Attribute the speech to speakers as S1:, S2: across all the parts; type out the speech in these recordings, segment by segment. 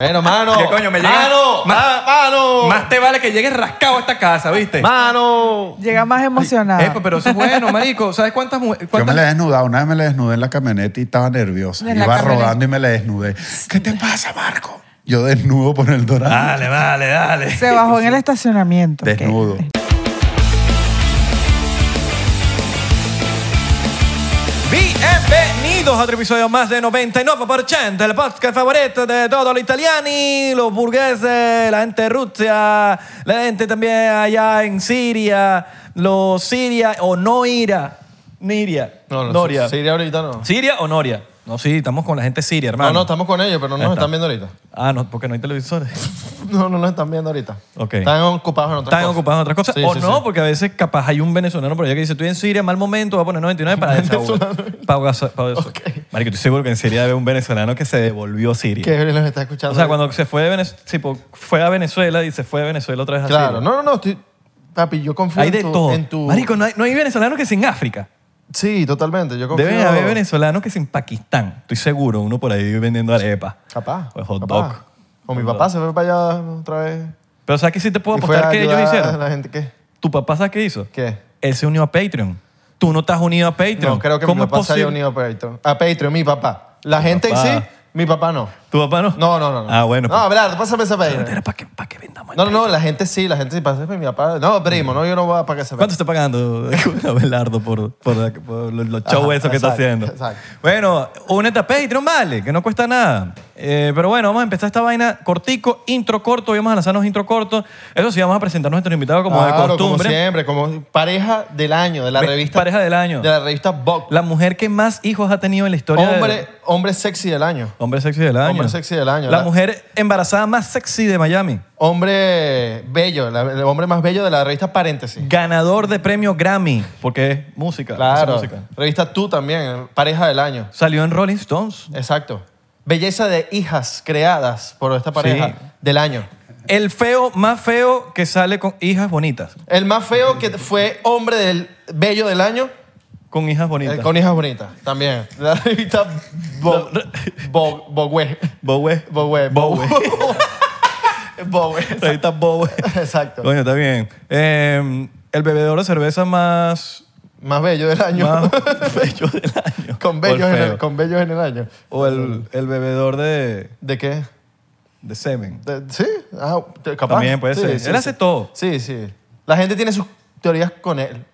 S1: Bueno, mano.
S2: ¿Qué coño? Me llega-
S1: Mano,
S2: Ma-
S1: ma- mano.
S2: Más te vale que llegues rascado a esta casa, ¿viste?
S1: Mano.
S3: Llega más emocionada.
S2: Epa, eh, pero eso es bueno, marico. ¿Sabes cuántas mujeres?
S4: Yo me la he desnudado, una vez me la desnudé en la camioneta y estaba nerviosa.
S3: En la
S4: Iba
S3: camioneta.
S4: rodando y me la desnudé. ¿Qué te pasa, Marco? Yo desnudo por el dorado.
S2: Dale, dale, dale.
S3: Se bajó en el estacionamiento. ok.
S4: Desnudo.
S2: Bienvenidos a otro episodio más de 99%, el podcast favorito de todos los italianos, los burgueses, la gente de Rusia, la gente también allá en Siria, los Siria o no ira, Niria,
S1: No, no.
S2: Noria.
S1: Se iría ahorita, no.
S2: Siria o Noria. No, sí, estamos con la gente siria, hermano.
S1: No, no, estamos con ellos, pero no
S2: Ahí
S1: nos
S2: está.
S1: están viendo ahorita.
S2: Ah, no, porque no hay televisores.
S1: No, no nos están viendo ahorita.
S2: Ok.
S1: Están ocupados en otras
S2: Están
S1: cosas.
S2: ocupados en otras cosas.
S1: Sí,
S2: o
S1: sí,
S2: no,
S1: sí.
S2: porque a veces capaz hay un venezolano por allá que dice, estoy en Siria, mal momento, voy a poner 99 para desahogar. Para ahogar- para eso.
S1: Ok.
S2: Marico, estoy seguro que en Siria debe haber un venezolano que se devolvió a Siria.
S1: Que Gabriel nos está escuchando.
S2: O sea, cuando se fue de Venezuela, fue a Venezuela y se fue de Venezuela otra vez a
S1: Claro.
S2: Siria.
S1: No, no, no. Estoy... Papi, yo confío
S2: Hay
S1: en
S2: de
S1: tu,
S2: todo.
S1: en tu...
S2: Marico, no hay, no hay venezolanos que sin África.
S1: Sí, totalmente. Yo confío...
S2: Deben haber venezolanos que sin Pakistán. Estoy seguro, uno por ahí vendiendo arepas.
S1: Capaz.
S2: O Pues, hot
S1: capaz.
S2: dog.
S1: O mi papá se fue para allá otra vez.
S2: Pero ¿sabes qué sí te puedo
S1: Y fue
S2: apostar
S1: a
S2: que ellos
S1: ayudar a
S2: hicieron?
S1: la gente que...
S2: ¿Tu papá sabes qué hizo?
S1: ¿Qué?
S2: Él se unió a Patreon. Tú no estás unido a Patreon.
S1: No, creo que mi
S2: ¿Cómo es
S1: papá se haya
S2: posible?
S1: unido a Patreon. A Patreon, mi papá. La gente en
S2: papá.
S1: sí, mi papá no.
S2: ¿Tu papá no?
S1: No, no, no. no.
S2: Ah, bueno.
S1: No, Abelardo, pásame esa
S2: pues,
S1: Patreon.
S2: era para que, para que vendamos. el
S1: No, no,
S2: Patreon.
S1: no, la gente sí, la gente sí pasa. Mi papá, no, primo, no, yo no voy a pagar esa
S2: ¿Cuánto está pagando Abelardo por, por, por los los shows
S1: Ajá,
S2: esos que
S1: exacto,
S2: está haciendo?
S1: exacto.
S2: Bueno, únete a Patreon, vale, que no cuesta nada. Eh, pero bueno, vamos a empezar esta vaina cortico, intro corto. Hoy vamos a lanzarnos intro corto. Eso sí, vamos a presentar a nuestro invitado como
S1: Claro,
S2: de costumbre.
S1: Como siempre, como pareja del año, de la
S2: Ve-
S1: revista.
S2: pareja del año.
S1: De la revista Vogue.
S2: La mujer que más hijos ha tenido en la historia. de-
S1: Hombre, hombre sexy del año.
S2: hombre sexy del año.
S1: Hombre sexy del año,
S2: La,
S1: la-
S2: mujer embarazada más sexy de Miami.
S1: Hombre bello, la- el hombre más bello de la revista Paréntesis.
S2: Ganador de premio Grammy, porque es música. hace
S1: Claro.
S2: música.
S1: Revista Tú también, pareja del año.
S2: Salió en Rolling Stones.
S1: Exacto. Belleza de hijas creadas por esta pareja
S2: Sí.
S1: del año.
S2: El feo más feo que sale con hijas bonitas.
S1: El más feo que fue hombre del bello del año,
S2: Con hijas
S1: eh,
S2: bonitas.
S1: con hijas bonitas también. La revista Bo- Bo- Bogue.
S2: Bowie.
S1: Bogue.
S2: Bowie.
S1: Bogue.
S2: Revista Bowie.
S1: Exacto.
S2: Coño, está bien. Eh, el bebedor de cerveza más,
S1: Más bello del año.
S2: más bello del año.
S1: con,
S2: bello
S1: bellos en el, con bellos en el año.
S2: O el, el bebedor de,
S1: ¿De qué?
S2: de semen.
S1: De- sí, ah, te- capaz.
S2: También puede
S1: Sí,
S2: ser.
S1: sí,
S2: Él
S1: sí.
S2: hace todo.
S1: Sí, sí. La gente tiene sus teorías con él,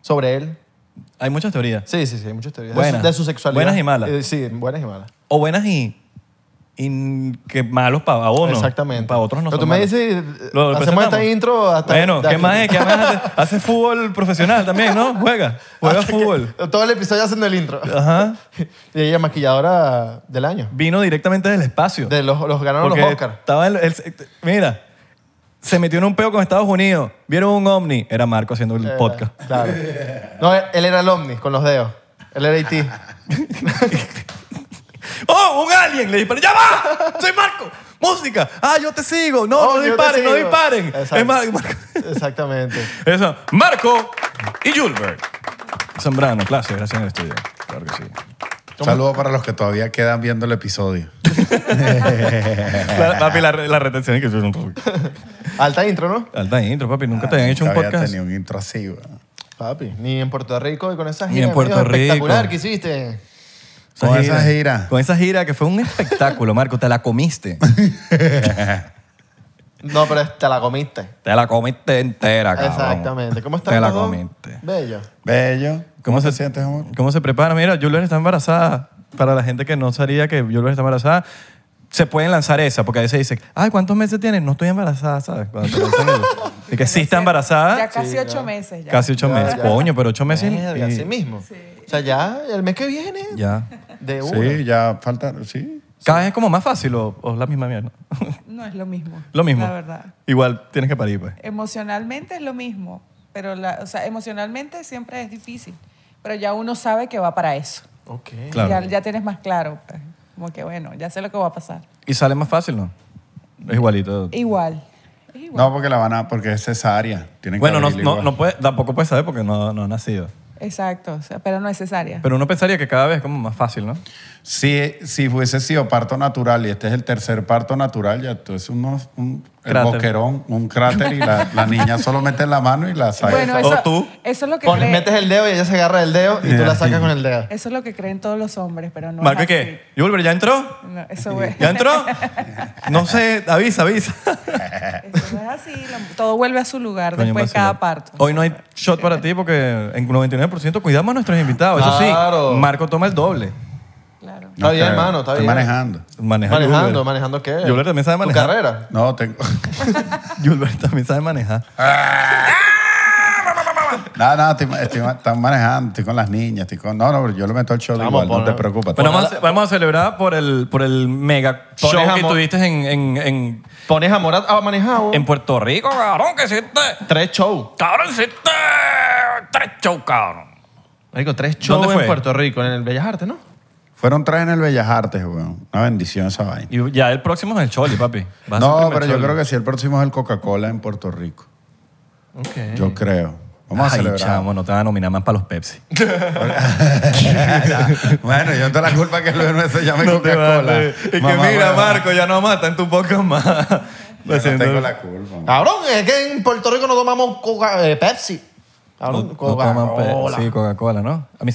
S1: sobre él.
S2: Hay muchas teorías.
S1: Sí, sí, sí, hay muchas teorías.
S2: Buenas.
S1: De, su, de su sexualidad.
S2: Buenas y malas.
S1: Eh, sí, buenas y malas.
S2: O buenas y, y que malos para uno.
S1: Exactamente.
S2: Para otros no
S1: Pero
S2: son
S1: tú me
S2: malos.
S1: dices,
S2: Lo- lo
S1: hacemos esta
S2: presentamos.
S1: intro hasta.
S2: Bueno,
S1: de
S2: ¿qué
S1: aquí.
S2: más es? ¿Qué más hace? Hace fútbol profesional también, ¿no? Juega.
S1: Ah,
S2: Juega
S1: Hasta que-
S2: fútbol.
S1: todo el episodio haciendo el intro.
S2: Ajá.
S1: y ella maquilladora del año.
S2: Vino directamente del espacio.
S1: De los, los ganaron
S2: porque
S1: los Oscars.
S2: estaba en el- mira, se metió en un peo con Estados Unidos. Vieron un ovni. Era Marco haciendo el podcast.
S1: Claro. No, él era el ovni con los dedos. Él era E IT.
S2: ¡Oh, un alien! Le disparé. ¡Ya va! ¡Soy Marco! ¡Música! ¡Ah, yo te sigo! ¡No,
S1: Oh,
S2: no
S1: yo te
S2: disparen, no
S1: sigo.
S2: disparen!
S1: Exacto.
S2: Es Mar- Marco.
S1: Exactamente.
S2: Eso. Marco y Julbert. Zambrano, clase, gracias en el estudio. Claro que sí.
S4: Un saludo para los que todavía quedan viendo el episodio.
S2: La, papi, la, la retención es que yo no-
S1: Alta intro, ¿no?
S2: Alta intro, papi. Nunca te habían
S1: Ah,
S2: hecho un
S4: Nunca había
S2: podcast.
S4: tenido un intro así, güey.
S1: Papi. Ni en Puerto Rico y con esa
S2: Ni
S1: gira.
S2: en Puerto
S1: amigo, Espectacular
S2: Rico.
S1: que hiciste.
S4: Con esa gira.
S2: Con esa gira que fue un espectáculo, Marco. Te la comiste.
S1: No, pero te la comiste.
S2: Te la comiste entera, cabrón.
S1: Exactamente. ¿Cómo estás?
S2: Te la
S1: los dos?
S2: comiste.
S1: Bello.
S4: Bello. ¿Cómo,
S2: ¿Cómo
S4: te
S2: se-
S4: sientes, amor?
S2: ¿Cómo se prepara? Mira, Julian está embarazada. Para la gente que no sabía que Julian está embarazada, se pueden lanzar esa, porque a veces dicen, ay, ¿cuántos meses tienes? No estoy embarazada, ¿sabes? Cuando te lanzan eso. Y que sí está
S3: Ya
S2: embarazada,
S3: casi ocho meses. Ya.
S2: casi ocho meses. Coño, pero ocho meses.
S1: Verga,
S2: y-
S1: así mismo. O sea, ya el mes que viene.
S2: ya.
S1: De uno.
S4: Sí, ya falta. Sí.
S2: Cada vez es como más fácil o, o es la misma mierda.
S3: No es lo mismo.
S2: Lo mismo.
S3: La verdad.
S2: Igual tienes que parir, pues.
S3: Emocionalmente es lo mismo. Pero, la, o sea, emocionalmente siempre es difícil. Pero ya uno sabe que va para eso.
S1: Ok.
S2: Claro.
S3: Ya, ya tienes más claro. pues. Como que bueno, ya sé lo que va a pasar.
S2: Y sale más fácil, ¿no? Es igualito.
S3: Igual. Es igual.
S4: No, porque la van a. Porque es cesárea. Tienen que
S2: Bueno, no,
S4: abrirla
S2: no,
S4: igual.
S2: no puede, tampoco puedes saber porque no, no ha nacido.
S3: Exacto, o sea, pero no es cesárea.
S2: Pero uno pensaría que cada vez es como más fácil, ¿no?
S4: Si, si hubiese sido parto natural y este es el tercer parto natural, ya tú es unos- un, el
S2: Cráter.
S4: boquerón, un cráter y la, la niña solo mete la mano y la saca.
S3: bueno,
S2: O
S3: eso,
S2: tú
S3: eso es lo que
S1: Pones-
S3: cree-
S1: metes el dedo y ella se agarra el dedo y tú la sacas con el dedo.
S3: eso es lo que creen todos los hombres, pero no
S2: Marco, ¿y
S3: es así.
S2: qué? ¿Julber ya entró?
S3: No, eso, es,
S2: ¿Ya entró? No sé, avisa, avisa.
S3: eso no es así, lo- todo vuelve a su lugar
S2: Coño,
S3: después de
S2: vacilón.
S3: cada parto.
S2: Hoy no hay shot para ti porque en 99% cuidamos a nuestros invitados. Eso
S1: Claro.
S2: sí, Marco toma el doble.
S3: Claro.
S1: Está bien,
S4: creo.
S1: mano, está
S4: Estoy
S1: bien.
S4: manejando.
S2: Maneja
S1: manejando,
S2: Julber.
S1: manejando qué.
S2: Julber también sabe manejar.
S1: ¿Tu carrera?
S4: No, tengo.
S2: Julber también sabe manejar.
S4: Nada, nada, estoy, estoy- están manejando, estoy con las niñas, estoy con. No, no, pero yo le meto el show de
S1: Vamos,
S4: igual, no
S1: pon-
S4: te preocupes.
S2: Bueno, vamos, a, vamos a celebrar por el, por el mega show
S1: Pones
S2: que
S1: amor.
S2: tuviste en, en, en,
S1: Pones a Morat a manejar. vos.
S2: en Puerto Rico, cabrón, que hiciste.
S1: Tres shows.
S2: Cabrón, hiciste tres shows, cabrón.
S1: Marico, tres shows
S2: fue?
S1: en Puerto Rico, en el Bellas Artes, ¿no?
S4: Fueron tres en el Bellas Artes, weón. Una bendición esa vaina.
S2: Y ya el próximo es el Choli, papi. Va a ser
S4: No,
S2: el primer
S4: pero yo
S2: Choli.
S4: creo que sí, el próximo es el Coca-Cola en Puerto Rico.
S1: Ok.
S4: Yo creo. Vamos a
S2: Ay,
S4: celebrar.
S2: chamo, no te van a nominar más para los Pepsi.
S4: bueno, yo no tengo la culpa que Luis Nuestro llame Coca-Cola.
S2: Y que
S4: Mamá,
S2: mira,
S4: bueno,
S2: Marco, ya no mata en tu podcast más.
S4: Yo no tengo la culpa. man.
S1: Cabrón, es que en Puerto Rico no tomamos Coca- eh, Pepsi. Cabrón, Coca-Cola.
S2: Sí, Coca-Cola, ¿no? A mí,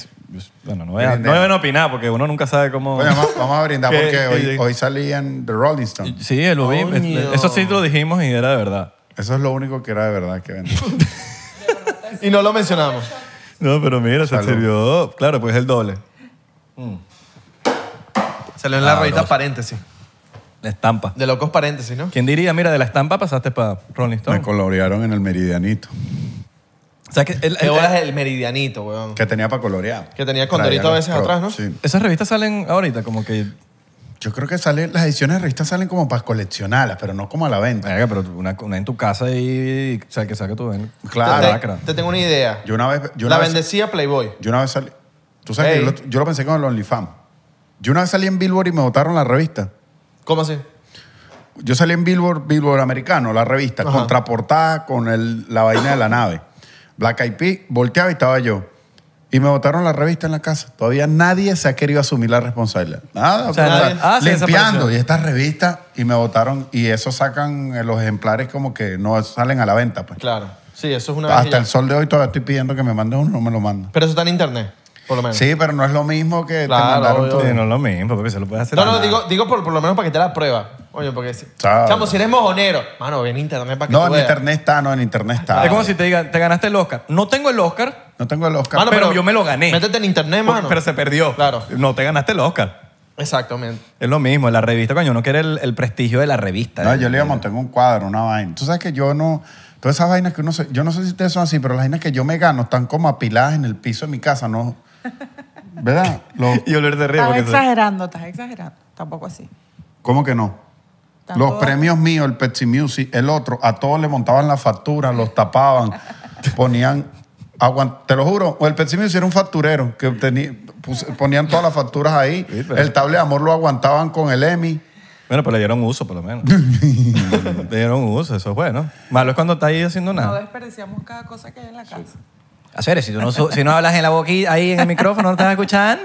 S2: bueno, no voy a, no
S4: Brindemos.
S2: deben opinar porque uno nunca sabe cómo...
S4: Bueno, vamos, vamos a brindar
S2: ¿Qué-
S4: porque
S2: qué
S4: hoy,
S2: digo?
S4: hoy salí en The Rolling Stone.
S2: Sí, lo vi.
S1: Coño.
S2: Eso sí lo dijimos y era de verdad.
S4: Eso es lo único que era de verdad que vendí.
S1: Y no lo mencionamos.
S2: No, pero mira, se
S4: Salud.
S2: sirvió... Claro, pues el doble.
S1: Salió en
S2: Ah,
S1: la revista Paréntesis.
S2: La estampa.
S1: De locos paréntesis, ¿no?
S2: ¿Quién diría? Mira, de la estampa pasaste para Rolling Stone.
S4: Me colorearon en el meridianito.
S2: O sea, que el-
S4: Eh,
S2: el-
S1: Qué bolas el meridianito, weón.
S4: Que tenía para colorear.
S1: Que tenía condorito
S4: Traía
S1: a veces
S4: los pro-
S1: atrás, ¿no?
S4: Sí.
S2: esas revistas salen ahorita como que...
S4: Yo creo que sale, las ediciones de revista salen como para coleccionarlas, pero no como a la venta.
S2: Verga, pero una, una en tu casa y... O sea, que saque tu...
S4: Claro.
S1: Te-
S2: Lacra.
S1: Te, tengo una idea.
S4: Yo una vez... Yo una
S1: la
S4: vez-
S1: bendecía Playboy.
S4: Yo una vez salí. Tú sabes que
S1: Ey.
S4: yo lo, yo lo pensé con el OnlyFans. Yo una vez salí en Billboard y me botaron la revista.
S1: ¿Cómo así?
S4: Yo salí en Billboard, Billboard americano, la revista,
S1: Ajá.
S4: contraportada con el- la vaina de la nave. Black Eyed Peas, volteaba y estaba yo. Y me botaron la revista en la casa. Todavía nadie se ha querido asumir la responsabilidad. Nada.
S2: O sea,
S4: pues,
S2: nadie- ah, sí,
S4: limpiando.
S2: desapareció.
S4: y estas revistas, y me botaron. Y eso sacan eh, los ejemplares como que no salen a la venta. Pues.
S1: Claro. Sí, eso es una vez y
S4: Hasta
S1: ya.
S4: el sol de hoy todavía estoy pidiendo que me manden uno, no me lo mandan.
S1: Pero eso está en internet, por lo menos.
S4: Sí, pero no es lo mismo que
S1: Claro,
S4: te mandaron
S1: obvio.
S4: todo.
S2: Sí, no es lo mismo, papi, se lo puedes hacer.
S1: No, no, digo, digo por, por lo menos para que te la prueba. Oye, porque si,
S4: Claro.
S1: chamo, si eres mojonero, mano, ven a internet para que
S4: No,
S1: tú
S4: en
S1: veas.
S4: internet está, no, en internet está.
S2: Es como si te digan, te ganaste el Oscar. No tengo el Oscar,
S4: No tengo el Oscar.
S1: Mano,
S2: pero yo me lo gané.
S1: Métete en internet,
S2: porque-
S1: mano.
S2: pero se perdió.
S1: Claro.
S2: No te ganaste el Oscar.
S1: Exactamente.
S2: Es lo mismo, la revista, coño, no quiere el, el prestigio de la revista.
S4: No, yo le iba a montar en un cuadro, una vaina. Tú sabes que yo no. Todas esas vainas que uno. se- yo no sé si ustedes son así, pero las vainas que yo me gano están como apiladas en el piso de mi casa, ¿no? ¿Verdad? Los-
S2: Y Olver se ríe
S3: Estás
S2: porque se-
S3: exagerando, estás exagerando. Tampoco así.
S4: ¿Cómo que no?
S3: Están
S4: Los
S3: todas-
S4: premios míos, el Pepsi Music, el otro, a todos le montaban la factura, los tapaban, ponían. aguan- te lo juro, o el Pepsi Music era un facturero que tenía- pus- ponían todas las facturas ahí.
S2: Sí, pero-
S4: El table de amor lo aguantaban con el EMI.
S2: Bueno, pero le dieron uso, por lo menos. le dieron uso, eso es bueno. Malo es cuando estás ahí haciendo
S3: No
S2: nada.
S3: desperdiciamos cada cosa que hay en la casa.
S2: Hacer, si tú no, su- si no hablas en la boquilla, ahí en el micrófono, no te vas a escuchar.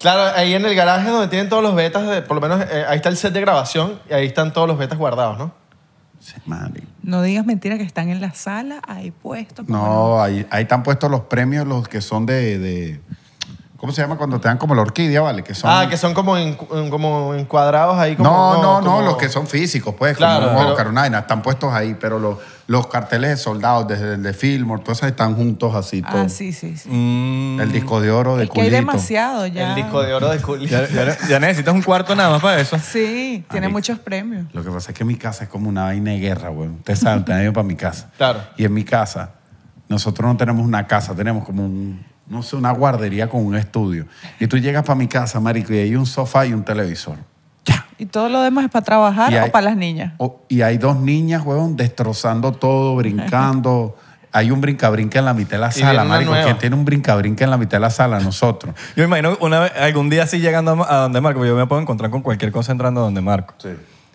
S1: Claro, ahí en el garaje donde tienen todos los betas, de- por lo menos eh, ahí está el set de grabación y ahí están todos los betas guardados, ¿no?
S4: Sí, madre.
S3: No digas mentiras que están en la sala, ahí puestos. como
S4: No, ahí, ahí están puestos los premios, los que son de, de- ¿Cómo se llama cuando te dan como la orquídea, vale? Que son,
S1: Ah, que son como, en- en- como encuadrados ahí. Como,
S4: no, no, no,
S1: como-
S4: los que son físicos, pues,
S1: Claro,
S4: como
S1: pero-
S4: Oscar, una vaina, están puestos ahí, pero los, los carteles de soldados, desde el de Fillmore, todos esos están juntos así, todo.
S3: Ah, sí, sí, sí.
S2: Mm,
S4: El disco de oro de
S3: Es que hay
S4: culito.
S3: demasiado ya.
S1: El disco de oro de Julio.
S2: Mm, ya, ya- ya necesitas un cuarto nada más para eso.
S3: Sí, tiene
S4: Marico.
S3: muchos premios.
S4: Lo que pasa es que mi casa es como una vaina de guerra, güey. Ustedes saben, ustedes han ido para mi casa.
S1: Claro.
S4: Y en mi casa, nosotros no tenemos una casa, tenemos como un, no sé, una guardería con un estudio. Y tú llegas para mi casa, marico, y hay un sofá y un televisor. Ya.
S3: ¿Y todo lo demás es para trabajar
S4: Y hay-
S3: o para las niñas?
S4: O- y hay dos niñas, huevón, destrozando todo, brincando. Hay un brinca-brinca en la mitad de la
S1: viene
S4: sala,
S1: una
S4: marico.
S1: nueva.
S4: ¿Quién tiene un brinca-brinca en la mitad de la sala? Nosotros.
S2: Yo me imagino una vez- algún día así llegando a a donde Marco, porque yo me puedo encontrar con cualquier cosa entrando a donde Marco.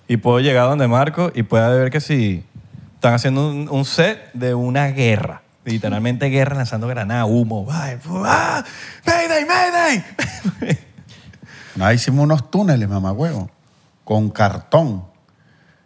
S2: Y puedo llegar a donde Marco y pueda ver que si están haciendo un, un set de una guerra. Literalmente guerra lanzando granada, humo. ¡Ay, fu- ¡Ah! ¡Mayday, mayday!
S4: Ahí hicimos unos túneles, mamá huevo, con cartón.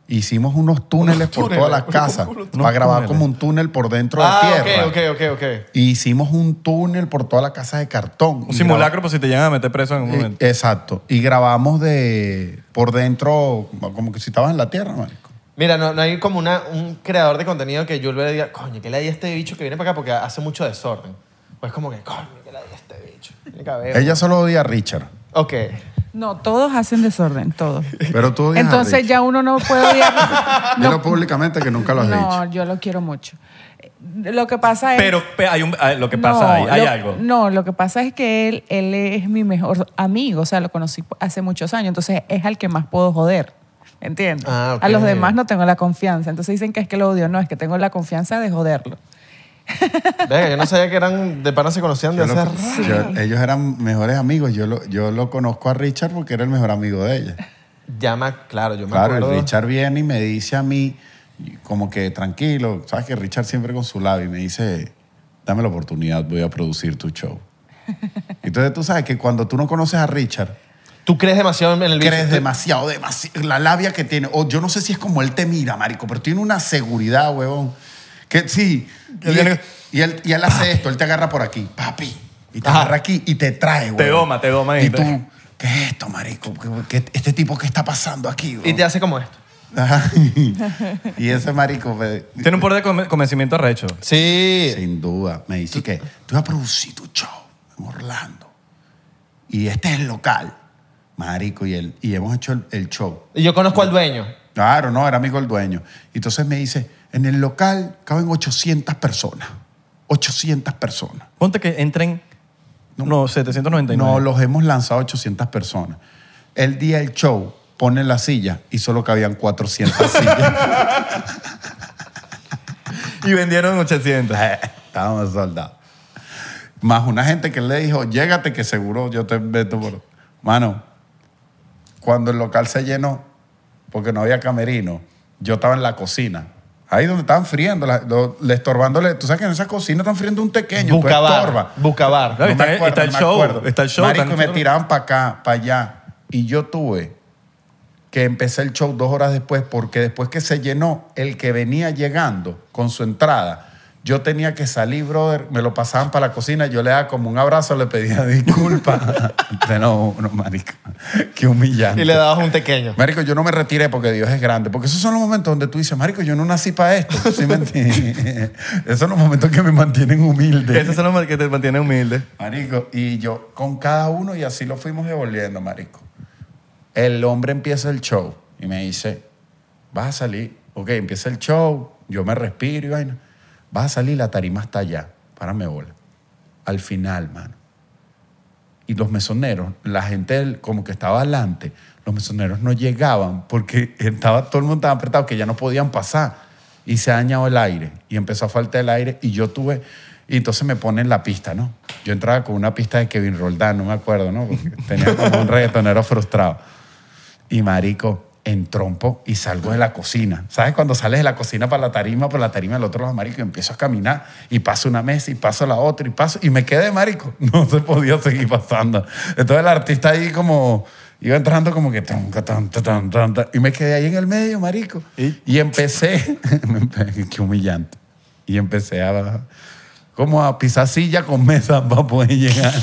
S4: Hicimos unos túneles
S1: Unos
S4: por
S1: túneles,
S4: todas las
S1: unos
S4: casas
S1: túneles.
S4: para grabar
S2: túneles.
S4: como un túnel por dentro de pues.
S1: Ah,
S4: tierra.
S1: ok, ok, ok, ok.
S4: Y hicimos un túnel por toda la casa de cartón.
S2: Un
S4: Y
S2: simulacro por si te llegan a meter preso en un
S4: graba-
S2: momento.
S4: Eh, Exacto. Y grabamos de por dentro como que si estabas en la tierra, marico.
S1: Mira, no, no hay como una, un creador de contenido que yo le diga, coño, ¿qué le di a este bicho que viene para acá? Porque hace mucho desorden. Pues como que, coño, ¿qué le di a este bicho? Tiene que haber-
S4: Ella solo odia a Richard.
S1: Ok.
S3: No, todos hacen desorden, todos.
S4: Pero tú odias a
S3: Entonces
S4: Richard.
S3: ya uno no puede odiar.
S4: Dilo públicamente que nunca lo has
S3: no,
S4: dicho.
S3: yo lo quiero mucho. Lo que pasa es...
S2: Pero pe- hay un, ah, lo que pasa
S3: eh, No,
S2: ahí, hay
S3: lo-
S2: algo.
S3: No, lo que pasa es que él, él es mi mejor amigo, o sea, lo conocí hace muchos años, entonces es al que más puedo joder. ¿Entiendes?
S1: Ah, ok.
S3: A los demás no tengo la confianza. Entonces dicen que es que lo odio. No, es que tengo la confianza de joderlo.
S1: Venga, yo no sabía que eran, de pana se conocían de
S4: Yo lo-
S1: hacer.
S4: yo- ellos eran mejores amigos. Yo lo, yo lo conozco a Richard porque era el mejor amigo de ella.
S1: Llama, claro, yo me
S4: Claro,
S1: acuerdo.
S4: el Richard viene y me dice a mí, como que tranquilo, sabes que Richard siempre con su labio y me dice, dame la oportunidad, voy a producir tu show. Entonces tú sabes que cuando tú no conoces a Richard,
S1: Tú crees demasiado en el bicho. este.
S4: crees
S1: Tú-
S4: demasiado, demasiado, la labia que tiene, o yo no sé si es como él te mira, marico, pero tiene una seguridad, huevón, que sí, y,
S2: Que viene-
S4: y él, y él hace esto, él te agarra por aquí, papi, y te
S1: Ajá.
S4: agarra aquí y te trae, huevón.
S2: doma, te doma y
S4: Y
S2: te-
S4: tú, ¿qué es esto, marico? ¿Qué- qué- este tipo, ¿qué está pasando aquí, huevón?
S1: Y te hace como esto.
S4: Ajá. y ese marico, me-
S2: Tiene un poder de conven- convencimiento arrecho.
S1: Sí.
S4: sin duda, me dice que tú vas a producir tu show en Orlando. Y este es el local, marico, y, él, y hemos hecho el, el show.
S1: Y yo conozco al dueño.
S4: Claro, no, era amigo del dueño. Y entonces me dice, en el local caben 800 personas. 800 personas.
S2: Ponte que entren. No, 799.
S4: No, los hemos lanzado 800 personas. El día del show ponen la silla y solo cabían 400 sillas.
S2: Y vendieron 800.
S4: Estábamos soldados. Más una gente que le dijo, llégate que seguro yo te meto por... Mano, cuando el local se llenó, porque no había camerino, yo estaba en la cocina. Ahí donde estaban friendo, la- lo- le estorbándole. Tú sabes que en esa cocina están friendo un tequeño, tú pues, estorba.
S1: Bucabar. Bucabar.
S2: No, está-
S4: me
S2: está el
S4: me
S2: show, está el show,
S4: Marico,
S2: está el
S4: y me
S2: show.
S4: tiraban para acá, para allá. Y yo tuve que empecé el show dos horas después, porque después que se llenó, el que venía llegando con su entrada, yo tenía que salir, brother, me lo pasaban para la cocina, yo le daba como un abrazo, le pedía disculpas. no, no, marico, qué humillante.
S1: Y le dabas un pequeño.
S4: Marico, yo no me retiré porque Dios es grande. Porque esos son los momentos donde tú dices, Marico, yo no nací para esto. ¿Sí me entiendes? esos son los momentos que me mantienen humilde.
S2: Esos son los que te mantienen humilde.
S4: Marico, y yo con cada uno y así lo fuimos devolviendo, Marico. El hombre empieza el show y me dice, vas a salir, ok, empieza el show, yo me respiro y vaina, vas a salir, la tarima está allá, párame bola. Al final, mano. Y los mesoneros, la gente del- como que estaba adelante, los mesoneros no llegaban porque estaba, todo el mundo estaba apretado que ya no podían pasar. Y se ha dañado el aire. Y empezó a faltar el aire. Y yo tuve. Y entonces me ponen la pista, ¿no? Yo entraba con una pista de Kevin Roldán, no me acuerdo, ¿no? Porque tenía como un reggaetonero frustrado. Y marico, en trompo y salgo de la cocina. ¿Sabes? Cuando sales de la cocina para la tarima, por la tarima del otro lado, marico, y empiezo a caminar y paso una mesa y paso la otra y paso y me quedé, marico. No se podía seguir pasando. Entonces el artista ahí como iba entrando como que tan, ca, tan, ta, tan, tan, ta, y me quedé ahí en el medio, marico.
S2: ¿Y?
S4: Y empecé, qué humillante. Y empecé a como a pisar silla con mesa para poder llegar.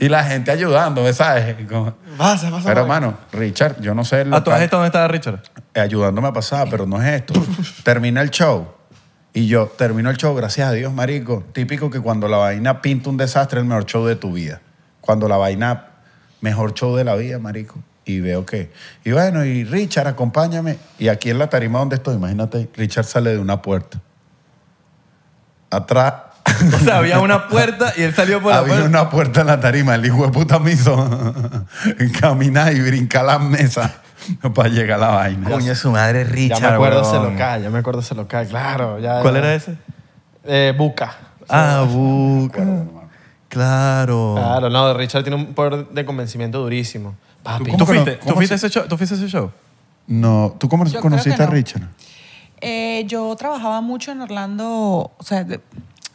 S4: Y la gente ayudándome, ¿sabes? Como-
S1: Pasa, pasa.
S4: pero,
S1: pasa.
S4: hermano, Richard, yo no sé. el
S2: ¿A todas
S4: local-
S2: estas dónde estaba Richard?
S4: eh, ayudándome a pasar, pero no es esto. Termina el show. Y yo termino el show, gracias a Dios, marico. Típico que cuando la vaina pinta un desastre, es el mejor show de tu vida. Cuando la vaina, mejor show de la vida, marico. Y veo que. Y bueno, y Richard, acompáñame. Y aquí en la tarima donde estoy, imagínate, Richard sale de una puerta. Atrás
S2: O sea, había una puerta y él salió por la
S4: había
S2: puerta.
S1: pues,
S4: una puerta en la tarima, el hijo de puta me hizo caminar y brincar las mesas para llegar a la vaina.
S2: Coño, su madre es
S1: Ya
S2: Richard.
S1: me acuerdo
S2: weón.
S1: ese local, ya me acuerdo ese local, claro. ya-
S2: ¿Cuál era ese?
S1: Eh, Buca.
S2: Ah, Buca. Claro.
S1: Claro, no, Richard tiene un poder de convencimiento durísimo. Papi.
S4: ¿Cómo
S2: ¿Tú
S4: que no?
S2: fuiste, tú
S4: ¿Cómo
S2: fuiste a ese show? ¿Tú fuiste a ese show?
S4: No, ¿tú cómo
S3: Yo
S4: conociste
S3: creo
S4: a
S3: que no.
S4: Richard?
S3: Eh, yo trabajaba mucho en Orlando, o sea, de-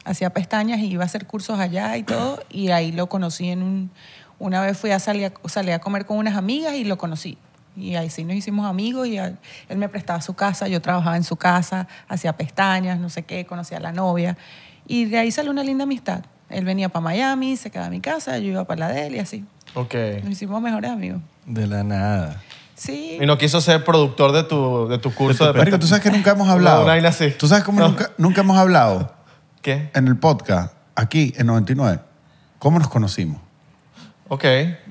S3: hacía pestañas y iba a hacer cursos allá y todo. Y ahí lo conocí en un... Una vez fui a salir a, salí a comer con unas amigas y lo conocí. Y ahí sí nos hicimos amigos y a- él me prestaba su casa, yo trabajaba en su casa, hacía pestañas, no sé qué, conocía a la novia. Y de ahí salió una linda amistad. Él venía para Miami, se quedaba en mi casa, yo iba para la de él y así.
S1: Ok.
S3: Nos hicimos mejores amigos.
S2: De la nada.
S3: Sí.
S1: Y no quiso ser productor de tu, de tu curso de
S4: Marico, tú sabes que nunca hemos hablado.
S1: Una vaina así.
S4: ¿Tú sabes cómo
S1: No.
S4: nunca, nunca hemos hablado
S1: ¿Qué?
S4: en el podcast, aquí, en 99? ¿Cómo nos conocimos?
S1: Ok.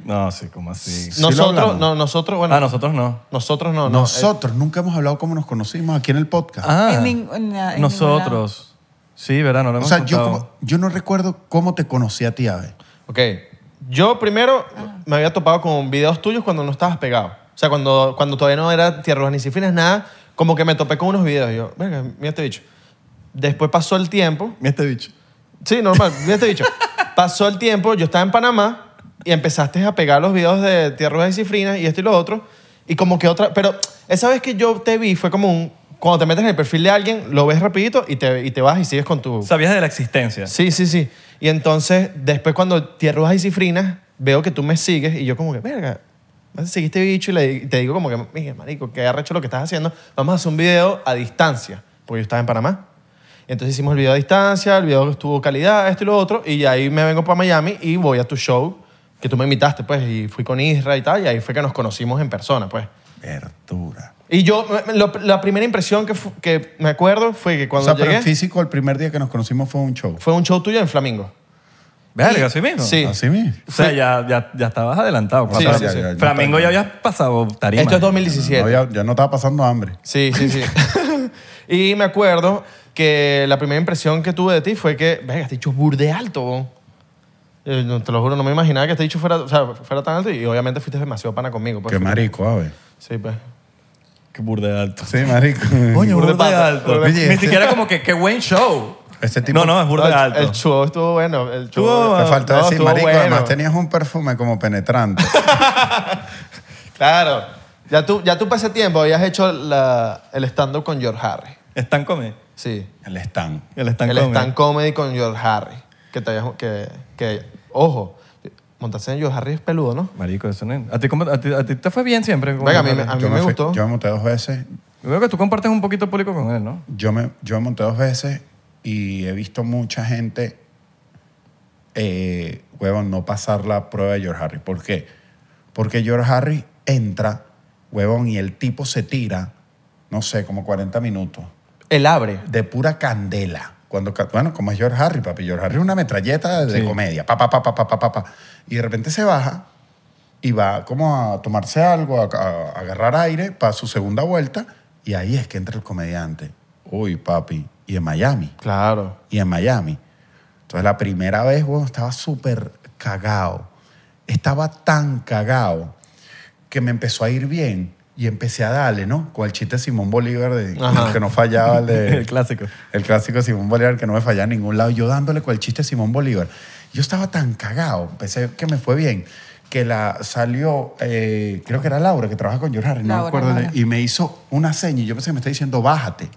S2: No, sí, ¿cómo así?
S4: Sí lo
S1: Nosotros,
S4: hablamos.
S1: no, nosotros, bueno,
S2: ah, nosotros no.
S1: nosotros no. eh. no.
S4: Nosotros nunca hemos hablado cómo nos conocimos aquí en el podcast.
S2: Ah,
S3: En nin- en la- en
S2: nosotros. Sí, ¿verdad? No lo
S4: o
S2: hemos
S4: sea, yo,
S2: contado.
S4: como- yo no recuerdo cómo te conocí a ti, Ave.
S1: Eh, ok. Yo primero me había topado con videos tuyos cuando no estabas pegado. O sea, cuando, cuando todavía no era Tierra Roja ni Sinfines, nada. Como que me topé con unos videos. Y yo, venga, mira este bicho. Después pasó el tiempo.
S2: Mira este bicho.
S1: Sí, normal, mira este bicho. Pasó el tiempo, yo estaba en Panamá y empezaste a pegar los videos de Tierra Roja y Cifrina y esto y lo otro. Y como que otra... Pero esa vez que yo te vi fue como un... Cuando te metes en el perfil de alguien, lo ves rapidito y te, y te vas y sigues con tu...
S2: ¿Sabías de la existencia?
S1: Sí, sí, sí. Y entonces, después cuando tierrujas y cifrinas, veo que tú me sigues y yo como que, verga, vas a seguir este bicho y le di- te digo como que, mira, marico, que arrecho lo que estás haciendo. Vamos a hacer un video a distancia, porque yo estaba en Panamá. Entonces hicimos el video a distancia, el video estuvo calidad, esto y lo otro, y ahí me vengo para Miami y voy a tu show, que tú me invitaste, pues, y fui con Isra y tal, y ahí fue que nos conocimos en persona, pues.
S4: Verdura.
S1: Y yo, me- me- lo- la primera impresión que, fu- que me acuerdo fue que
S4: O
S1: cuando
S4: sea, pero en
S1: llegué,
S4: físico el primer día que nos conocimos fue un show.
S1: fue un show tuyo en Flamingo.
S2: Verga, sí mismo.
S1: Sí.
S4: Así mismo.
S2: O sea, ya, ya, ya estabas adelantado.
S1: Sí,
S2: Papá.
S1: sí, sí.
S2: Flamingo ya habías pasado tarima.
S1: Esto es
S4: No,
S1: 2017.
S4: ya, ya no estaba pasando hambre.
S1: Sí, sí, sí. y me acuerdo que la primera impresión que tuve de ti fue que, verga, este dicho es burde alto, bo". Eh, no, te lo juro, no me imaginaba que este dicho fuera, o sea, fuera tan alto y obviamente fuiste demasiado pana conmigo. Pues.
S4: Qué marico, Ave.
S1: Sí, pues.
S2: Qué burde alto.
S4: Sí, marico.
S2: Coño,
S1: Burde
S2: burde,
S1: pato,
S2: alto.
S1: burde-
S2: Ni siquiera como que qué buen show.
S4: Este tipo-
S2: No, no, es burde
S1: No, el-
S2: alto.
S1: El show estuvo bueno. El show,
S2: Estuvo-
S4: Te faltó
S1: No,
S4: decir,
S1: estuvo
S4: marico,
S1: bueno.
S4: además tenías un perfume como penetrante.
S1: Claro. Ya tú, ya tú para ese tiempo habías hecho la- el stand-up con George Harris.
S2: Están come.
S1: Sí.
S4: El stand.
S2: El stand
S1: el
S2: come.
S1: stand comedy con George Harris. Que te habías- que, que, ojo, montarse en George Harris es peludo, ¿no?
S2: Marico, eso no es- ¿A ti, cómo- a ti- a ti te fue bien siempre? con
S1: Venga, a mí,
S2: George
S1: me-
S2: Harris?
S1: a mí
S4: Yo
S1: me
S4: fui-
S1: gustó.
S4: Yo me monté dos veces.
S2: Yo Veo que tú compartes un poquito público con él, ¿no?
S4: Yo me, yo me monté dos veces y he visto mucha gente, eh, huevón, no pasar la prueba de George Harris. ¿Por qué? Porque George Harris entra, huevón, y el tipo se tira, no sé, como 40 minutos,
S1: El abre.
S4: de pura candela. Cuando, ca- bueno, como es George Harris, papi. George Harris es una metralleta de
S2: Sí.
S4: comedia. Pa, pa, pa, pa, pa, pa, pa, pa. Y de repente se baja y va como a tomarse algo, a, a- a agarrar aire para su segunda vuelta. Y ahí es que entra el comediante. Uy, papi. Y en Miami.
S1: Claro.
S4: Y en Miami. Entonces, la primera vez, bueno, estaba súper cagado. Estaba tan cagado que me empezó a ir bien. Y empecé a darle, ¿no? Con el chiste de Simón Bolívar, de,
S1: Ajá.
S4: que no fallaba el de...
S2: El clásico.
S4: El clásico de Simón Bolívar que no me falla en ningún lado. Yo dándole con el chiste de Simón Bolívar. Yo estaba tan cagado, pensé que me fue bien, que la salió, eh, creo que era Laura que trabaja con George Harris, no me
S3: Laura,
S4: acuerdo,
S3: Laura.
S4: y me hizo una seña y yo pensé que me está diciendo bájate.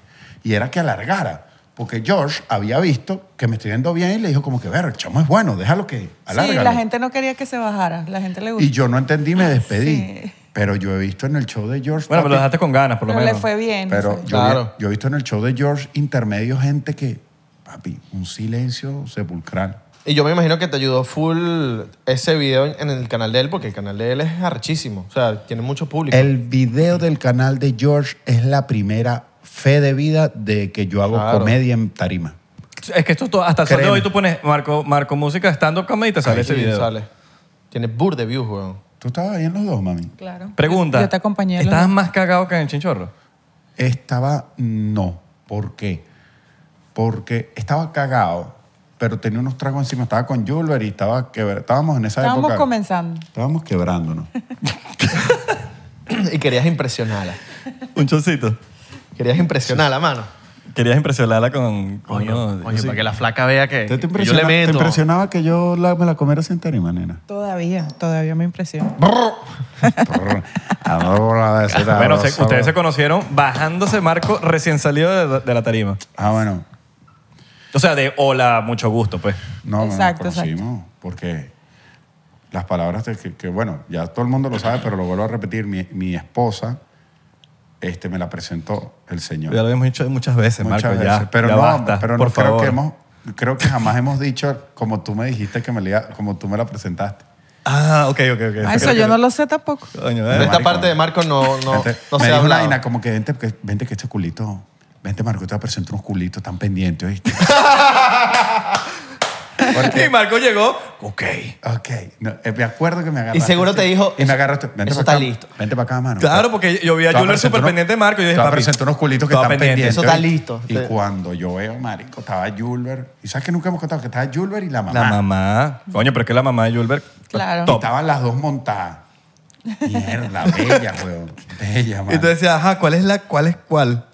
S4: Y era que alargara, porque George había visto que me estoy viendo bien y le dijo como que, ver, el chamo es bueno, déjalo que alargue.
S3: Sí, la gente no quería que se bajara, la gente le gustó.
S4: Y yo no entendí, me despedí.
S3: Sí.
S4: Pero yo he visto en el show de George.
S2: Bueno, pero lo
S4: papi,
S2: dejaste con ganas, por lo
S3: pero
S2: menos.
S3: le fue bien.
S4: pero
S3: sí.
S4: yo,
S1: Claro.
S4: yo he visto en el show de George intermedio gente que, papi, un silencio sepulcral.
S1: Y yo me imagino que te ayudó full ese video en el canal de él, porque el canal de él es arrechísimo. O sea, tiene mucho público.
S4: El video del canal de George es la primera fe de vida de que yo hago
S1: Claro.
S4: comedia en tarima.
S2: Es que esto, todo- hasta el sol de
S4: Créeme.
S2: hoy tú pones Marco, Marco Música stand-up comedy y te sale
S1: Ahí
S2: ese video.
S1: sale. Tiene bur de views, weón.
S4: ¿Tú estabas ahí en los dos, mami?
S3: Claro.
S2: Pregunta.
S3: Yo te acompañé. a los-
S2: ¿Estabas más cagado que en el chinchorro?
S4: Estaba, no. ¿Por qué? Porque estaba cagado, pero tenía unos tragos encima. Estaba con Julber y estaba quebra- estábamos en esa
S3: Estábamos
S4: época.
S3: comenzando.
S4: Estábamos quebrándonos.
S1: y querías impresionarla.
S2: Un choncito.
S1: Querías impresionarla, mano.
S2: Querías impresionarla con... con- sí.
S1: la flaca vea que,
S4: ¿Te, te impresiona- te impresionaba que yo la- me la comiera sin tarima, nena?
S3: Todavía, todavía me impresiona.
S2: Ah, Bueno, se- ustedes se conocieron bajándose Marco recién salido de, de la tarima.
S4: Ah, bueno.
S2: O sea, de hola, mucho gusto, pues.
S4: No,
S3: Exacto,
S4: no nos conocimos porque las palabras de que, que, bueno, ya todo el mundo lo sabe, pero lo vuelvo a repetir. Mi, mi esposa este, me la presentó el señor.
S2: Ya lo hemos dicho muchas veces,
S4: Muchas
S2: Marco,
S4: veces.
S2: ya.
S4: Pero
S2: ya
S4: no,
S2: basta,
S4: pero
S2: por
S4: no creo
S2: favor.
S4: que hemos, creo que jamás hemos dicho como tú me dijiste que me la, iba- como tú me la presentaste.
S2: Ah, ok, ok, ok.
S3: Ah, eso yo no lo sé tampoco.
S1: Pero
S2: Coño, eh.
S1: esta
S4: Marico,
S1: parte de Marco no, no,
S4: Vente,
S1: no
S4: Este, me
S1: se ha
S4: dijo una
S1: hablado.
S4: vaina como que vente, que vente que este culito, vente Marco, te presento unos culitos tan pendientes, ¿oíste?
S2: Y Marco llegó, ok.
S4: Ok, no, eh, me acuerdo que me agarraste.
S1: Y seguro te
S4: sí.
S1: dijo,
S4: Y
S1: eso-
S4: me agarraste. Vente
S1: eso
S4: pa'
S1: está
S4: acá,
S1: listo.
S4: Vente para acá, mano.
S2: Claro, porque yo vi a
S4: Te voy
S2: Juler
S4: presentar
S2: súper
S4: unos-
S2: pendiente de Marco. Yo
S4: te
S2: dije,
S4: voy a
S2: papi,
S4: presentar unos culitos que
S2: estaba
S4: están pendientes.
S1: Eso está
S4: ¿oíste?
S1: listo.
S4: Y
S1: Sí.
S4: cuando yo veo, marico, estaba Julber. Y sabes que nunca hemos contado que estaba Julber y la mamá.
S2: La mamá. Coño, pero es que la mamá de Julbert.
S3: Claro.
S2: Top.
S4: Estaban las dos montadas. Mierda, bella, weón. Bella,
S2: Y tú
S4: man.
S2: decías, ajá, ¿cuál es la, cuál es cuál?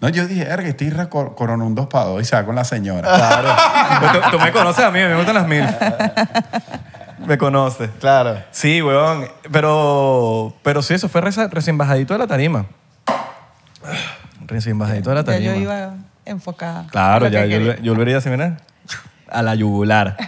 S4: No, yo dije, erga, estoy re cor- con un dos para dos y se va con la señora.
S2: Claro. Pues tú, tú me conoces a mí, me gustan las mil. Me conoces.
S1: Claro.
S2: Sí, weón. Pero, pero sí, eso fue reza- recién bajadito de la tarima. Recién bajadito de la
S3: Ya
S2: tarima.
S3: yo iba enfocada.
S2: Claro,
S3: en lo
S2: ya
S3: que
S2: yo,
S3: quería.
S2: yo vería así, mira, a la yugular.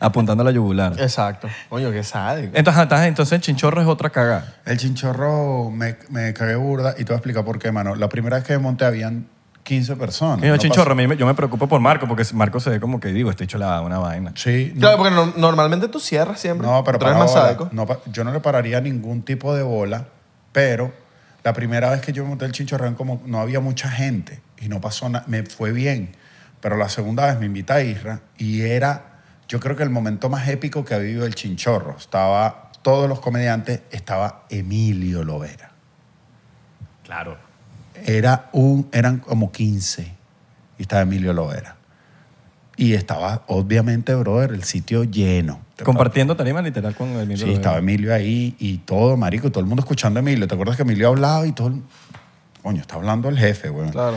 S2: apuntando a la yugular.
S1: Exacto. Coño, qué
S4: Eh,
S1: sádico.
S2: Entonces, ajá, estás- entonces Chinchorro es otra cagada.
S4: El chinchorro me, me cagué burda y te voy a explicar por qué, mano. La primera vez que me monté habían 15 personas.
S2: Yo,
S4: No
S2: Chinchorro, a mí me- yo me preocupo por Marco porque Marco se ve como que digo, este hecho la una vaina.
S4: pasó- Sí, no,
S1: Claro, porque no- normalmente tú cierras siempre.
S4: No, pero
S1: Tú eres
S4: para
S1: más
S4: bola.
S1: sádico.
S4: No, pa- yo no le pararía ningún tipo de bola, pero la primera vez que yo me monté el chinchorrón, como no había mucha gente y no pasó nada, me fue bien. Pero la segunda vez me invita a Isra y era, yo creo que el momento más épico que ha vivido el chinchorro. Estaba todos los comediantes, estaba Emilio Lovera.
S2: Claro.
S4: Era un, eran como 15 y estaba Emilio Lovera. Y estaba, obviamente, brother, el sitio lleno.
S2: Compartiendo tarima literal con el
S4: Sí, estaba Emilio ahí y todo, marico, y todo el mundo escuchando a Emilio. ¿Te acuerdas que Emilio hablaba y todo el... Coño, está hablando el jefe, weón.
S1: Claro.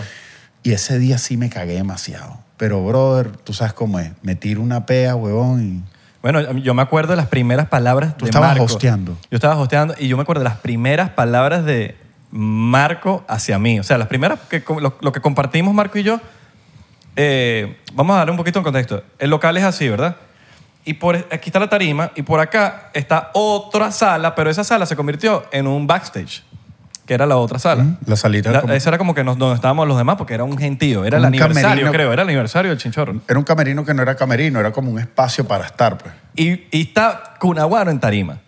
S4: Y ese día sí me cagué demasiado. Pero, brother, tú sabes cómo es. Me tiro una pea, weón, y...
S2: Bueno, a mí- yo me acuerdo de las primeras palabras
S4: Tú
S2: de
S4: estabas
S2: Marco.
S4: hosteando.
S2: Yo estaba hosteando y yo me acuerdo de las primeras palabras de Marco hacia mí. O sea, las primeras, que, co- lo, lo que compartimos Marco y yo, eh, vamos a darle un poquito en contexto. El local es así, ¿verdad? Y por aquí está la tarima y por acá está otra sala, pero esa sala se convirtió en un backstage, que era la otra sala.
S4: Mm, la salita como-
S2: Esa era como que nos, donde estábamos los demás porque era un gentío, era el
S4: Un
S2: aniversario,
S4: camerino.
S2: creo, era el aniversario del chinchorro.
S4: Era un camerino que no era camerino, era como un espacio para estar, pues.
S2: Y, y está Cunaguaro en tarima.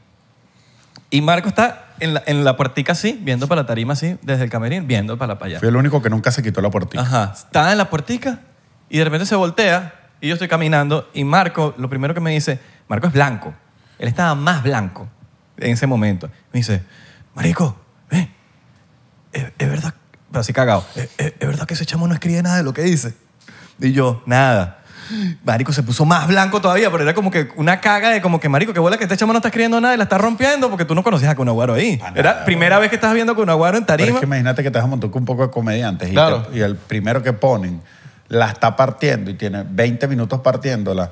S2: Y Marco está en la, en la puertica así, viendo para la tarima así, desde el camerín, viendo para, para allá.
S4: Fui el único que nunca se quitó la portilla.
S2: Ajá. Está en la puertica y de repente se voltea y yo estoy caminando y Marco, lo primero que me dice, Marco es blanco. Él estaba más blanco en ese momento. Me dice, Marico, eh, es, es verdad, pero así cagado, es, es- es verdad que ese chamo no escribe nada de lo que dice. Y yo, nada. Marico se puso más blanco todavía, pero era como que una caga de como que, Marico, qué bola que este chamo no está escribiendo nada y la está rompiendo porque tú no conocías a Cunaguaro ahí.
S4: Pa' Ah, nada,
S2: Era primera vez que estás viendo a Cunaguaro en
S4: Pero
S2: tarima.
S4: es que imagínate que te vas a montar con un poco de comediantes y,
S1: Claro.
S4: te- y el primero que ponen la está partiendo y tiene 20 minutos partiéndola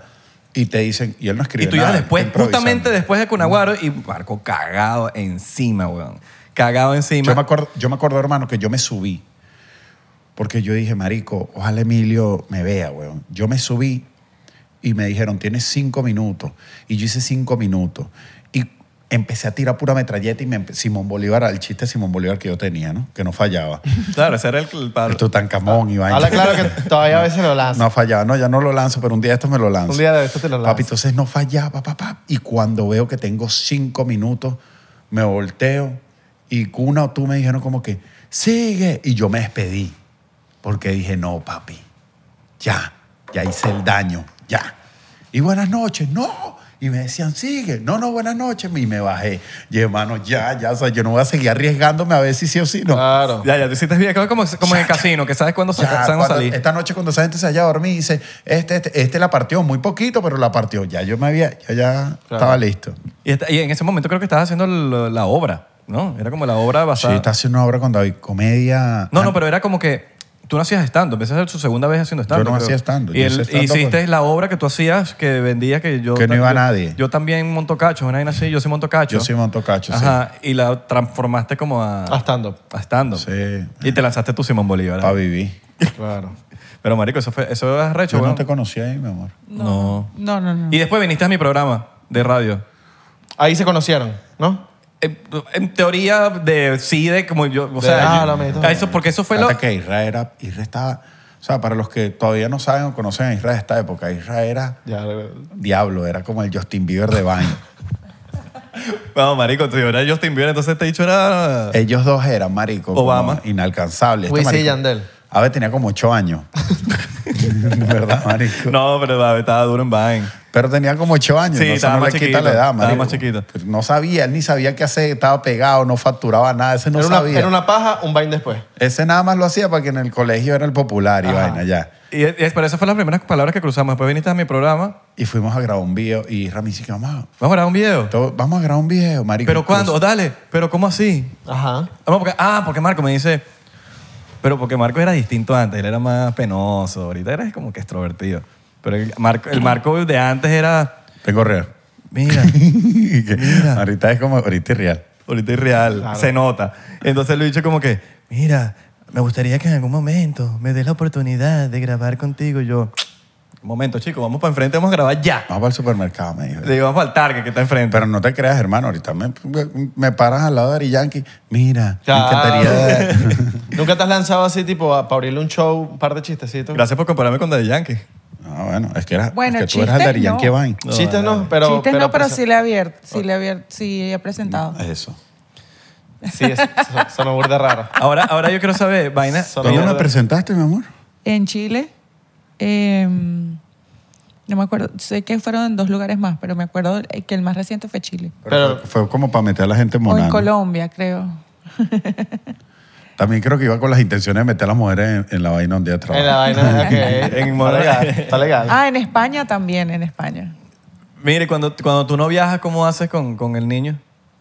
S4: y te dicen, y él no escribe
S2: Y tú
S4: nada,
S2: ibas después,
S4: está improvisando.
S2: justamente después de Cunaguaro, y Marco cagado encima, weón. Cagado encima.
S4: Yo me, acuerdo, yo me acuerdo, hermano, que yo me subí. Porque yo dije, marico, ojalá Emilio me vea, weón. Yo me subí y me dijeron, tienes cinco minutos. Y yo hice cinco minutos. Y empecé a tirar pura metralleta y me empe- Simón Bolívar, al chiste de Simón Bolívar que yo tenía, ¿no? Que no fallaba.
S2: Claro, ese era el, el par-
S4: El Tutankamón y vaina.
S1: Habla Ah, claro que todavía a veces lo lanzas.
S4: No fallaba. No, ya no lo lanzo, pero un día esto me lo lanzo.
S1: Un día de esto te lo lanzas.
S4: Papi, entonces no fallaba, papá. Y cuando veo que tengo cinco minutos, me volteo y Cuna o tú me dijeron como que, sigue. Y yo me despedí porque dije, no, papi, ya, ya hice el daño, ya. Y buenas noches, no. Y me decían, sigue. No, no, buenas noches. Y me bajé. Y hermano, ya, ya. O sea, yo no voy a seguir arriesgándome a ver si sí o si no.
S1: Claro.
S2: Ya, ya, te hiciste bien. Como, como en el casino, que sabes cuándo sa-
S4: Ya,
S2: sabes
S4: cuando-
S2: salir.
S4: Esta noche cuando esa gente se vaya a dormir dice, este, este, este la partió muy poquito, pero la partió. Ya yo me había, ya, ya estaba listo.
S2: Y, esta- y en ese momento creo que estabas haciendo la, la obra, ¿no? Era como la obra
S4: Sí,
S2: basada.
S4: está haciendo una obra cuando hay comedia.
S2: No, no, pero era como que tú no hacías estando. Empezaste a hacer su segunda vez haciendo estando.
S4: Yo no hacía stand-up,
S2: Y
S4: yo
S2: el-
S4: hice stand-up,
S2: hiciste
S4: pues.
S2: la obra que tú hacías, que vendías, que yo...
S4: Que no
S2: tam-
S4: iba
S2: yo-
S4: nadie.
S2: Yo también monto cachos, una vaina así. Yo soy monto cachos.
S4: Yo soy monto cachos, sí. Ah.
S2: Ajá, y la transformaste como a...
S1: A Ah, stand-up.
S2: a stand
S4: Sí.
S2: Y te lanzaste tu Simón Bolívar.
S4: Para vivir.
S1: Claro.
S2: Pero, marico, eso, fue, eso es recho,
S4: Yo no
S2: weón.
S4: te conocí ahí, mi amor.
S2: No.
S3: No, no, no.
S2: Y después viniste a mi programa de radio.
S1: Ahí se conocieron, ¿no?
S2: En, en teoría de sí, de como yo.
S1: De-
S2: O sea,
S1: ah,
S2: yo-
S1: la meto.
S2: eso, porque eso fue lo.
S4: Fíjate que Israel era, Israel estaba, o sea, para los que todavía no saben o conocen a Israel de esta época, Israel era
S1: Ya, eh,
S4: diablo, era como el Justin Bieber de Vine.
S2: No, marico, tú era Justin Bieber, entonces este dicho era.
S4: Ellos dos eran, marico, como
S2: Obama.
S4: inalcanzables. Este
S1: Wisin y
S4: marico-
S1: Yandel.
S4: Abe tenía como ocho años. ¿Verdad, marico?
S2: No, pero va, estaba duro en Vine.
S4: Pero tenía como ocho años.
S2: Sí,
S4: no,
S2: estaba
S4: eso no
S2: más
S4: le
S2: chiquito,
S4: quita la edad,
S2: estaba
S4: marico.
S2: más chiquito.
S4: No sabía, él ni sabía qué hacer, estaba pegado, no facturaba nada, ese no
S1: era,
S4: sabía.
S1: una, era una paja, un vain después.
S4: Ese nada más lo hacía para que en el colegio era el popular y vaina, ya.
S2: Y, y es- pero esas fueron las primeras palabras que cruzamos. Después viniste a mi programa.
S4: Y fuimos a grabar un video y Rami dice que vamos
S2: Vamos a grabar un video.
S4: a, to- vamos a grabar un video, marico.
S2: ¿Pero cuándo? Oh, Dale. ¿Pero cómo así?
S1: Ajá.
S2: Ah, porque, ah, porque Marco me dice. Pero porque Marco era distinto antes, él era más penoso, ahorita era como que extrovertido. Pero el Marco, el Marco de antes era,
S4: Te correr.
S2: mira, Mira.
S4: Ahorita es como, ahorita es real.
S2: ahorita es real,
S1: Claro.
S2: se nota. Entonces lo dicho como que, mira, me gustaría que en algún momento me des la oportunidad de grabar contigo. Y yo, un momento, chicos, vamos para enfrente, vamos a grabar ya.
S4: Vamos para el supermercado, me dijo.
S2: Le digo, vamos al Target que está enfrente.
S4: Pero no te creas, hermano, ahorita me, me paras al lado de Ari Yankee. Mira, me encantaría.
S1: Claro. ¿Nunca te has lanzado así, tipo, a- para abrirle un show, un par de chistecitos?
S2: Gracias por compararme con Daddy Yankee.
S4: Ah, bueno, es que, era,
S3: Bueno,
S4: es que tú eras el de Ari
S3: chistes,
S4: Yankee
S3: no.
S4: Vine.
S1: Chistes no, pero... pues,
S3: Chistes no, pero
S1: presen-
S3: sí le he abierto, sí le he abierto, sí he presentado.
S4: Eso.
S1: Sí, es- son- son una burda rara.
S2: Ahora, ahora yo quiero saber, vaina.
S1: Solo-
S4: ¿Dónde
S1: Mira,
S4: la
S1: de-
S4: presentaste, mi amor?
S3: En Chile, em, no me acuerdo, sé que fueron en dos lugares más, pero me acuerdo eh, que el más reciente fue Chile.
S1: Pero,
S4: Fue, fue como para meter a la gente en
S3: O en
S4: Monaco.
S3: Colombia, creo.
S4: También creo que iba con las intenciones de meter a las mujeres en, en la vaina donde ella trabaja.
S1: en la vaina... ok,
S2: En
S1: está
S2: modo-
S1: legal, está legal.
S3: Ah, en España también, en España.
S2: Mire, cuando, cuando tú no viajas, ¿cómo haces con, con el niño?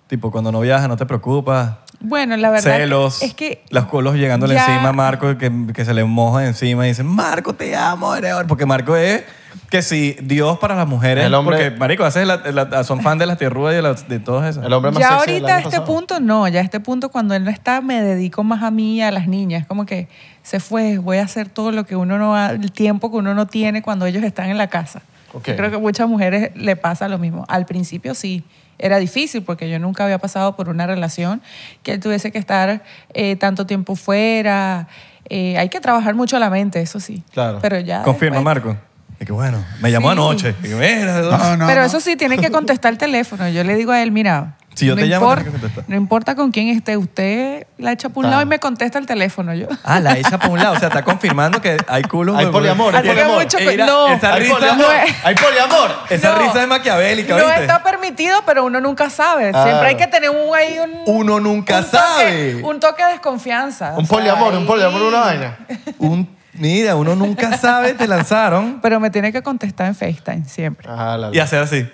S2: Tipo, cuando no viajas, no te preocupas.
S3: Bueno, la verdad
S2: Celos.
S3: es que
S2: Los colos llegándole
S3: ya-
S2: encima a Marco, que, que se le moja encima y dicen, Marco, te amo, eres or-". Porque Marco es que si Dios para las mujeres.
S1: El hombre-
S2: Porque, Marico, haces la- la- son fan de las tierrudas y de, las- de todas esas.
S1: El hombre más
S3: ya
S1: sexy del
S3: ahorita a
S1: año
S3: este
S1: pasado.
S3: punto no, ya a este punto cuando él no está me dedico más a mí y a las niñas, como que se fue, voy a hacer todo lo que uno no ha- el tiempo que uno no tiene cuando ellos están en la casa.
S1: Ok.
S3: Yo creo que a muchas mujeres le pasa lo mismo. Al principio sí, era difícil porque yo nunca había pasado por una relación que él tuviese que estar eh, tanto tiempo fuera. Eh, hay que trabajar mucho la mente, eso sí.
S1: Claro.
S3: Pero ya
S2: Confirma,
S3: después-
S2: Marco. Y que bueno, me llamó
S3: pues. Sí.
S2: anoche. Y que, mira,
S4: No, no,
S3: pero
S4: no.
S3: eso sí, tiene que contestar el teléfono. Yo le digo a él, mira,
S2: Si yo
S3: no,
S2: te llamo,
S3: importa,
S2: tienes que contestar.
S3: no importa con quién esté, usted la echa por un
S1: Claro.
S3: lado y me contesta el teléfono. Yo.
S2: Ah, la echa por un lado. O sea, está confirmando que hay culos.
S1: Hay
S2: de-
S1: poliamor, hay
S3: Porque
S1: poliamor.
S3: mucho-
S2: Eh, mira,
S3: no,
S2: esa
S1: Hay
S2: risa-
S1: poliamor, hay poliamor.
S2: Esa
S3: No.
S2: risa es maquiavélica,
S3: no
S2: ¿oíste? Ah.
S3: está permitido, pero uno nunca sabe.
S1: Claro.
S3: Siempre hay que tener un ahí un.
S2: Uno nunca
S3: un toque-
S2: sabe.
S3: un toque de desconfianza.
S1: Un
S3: O sea,
S1: poliamor, un
S3: ahí-
S1: poliamor, una vaina.
S2: Un- mira, uno nunca sabe, te lanzaron.
S3: Pero me tiene que contestar en FaceTime siempre.
S1: Ajá, la
S2: Y hacer así.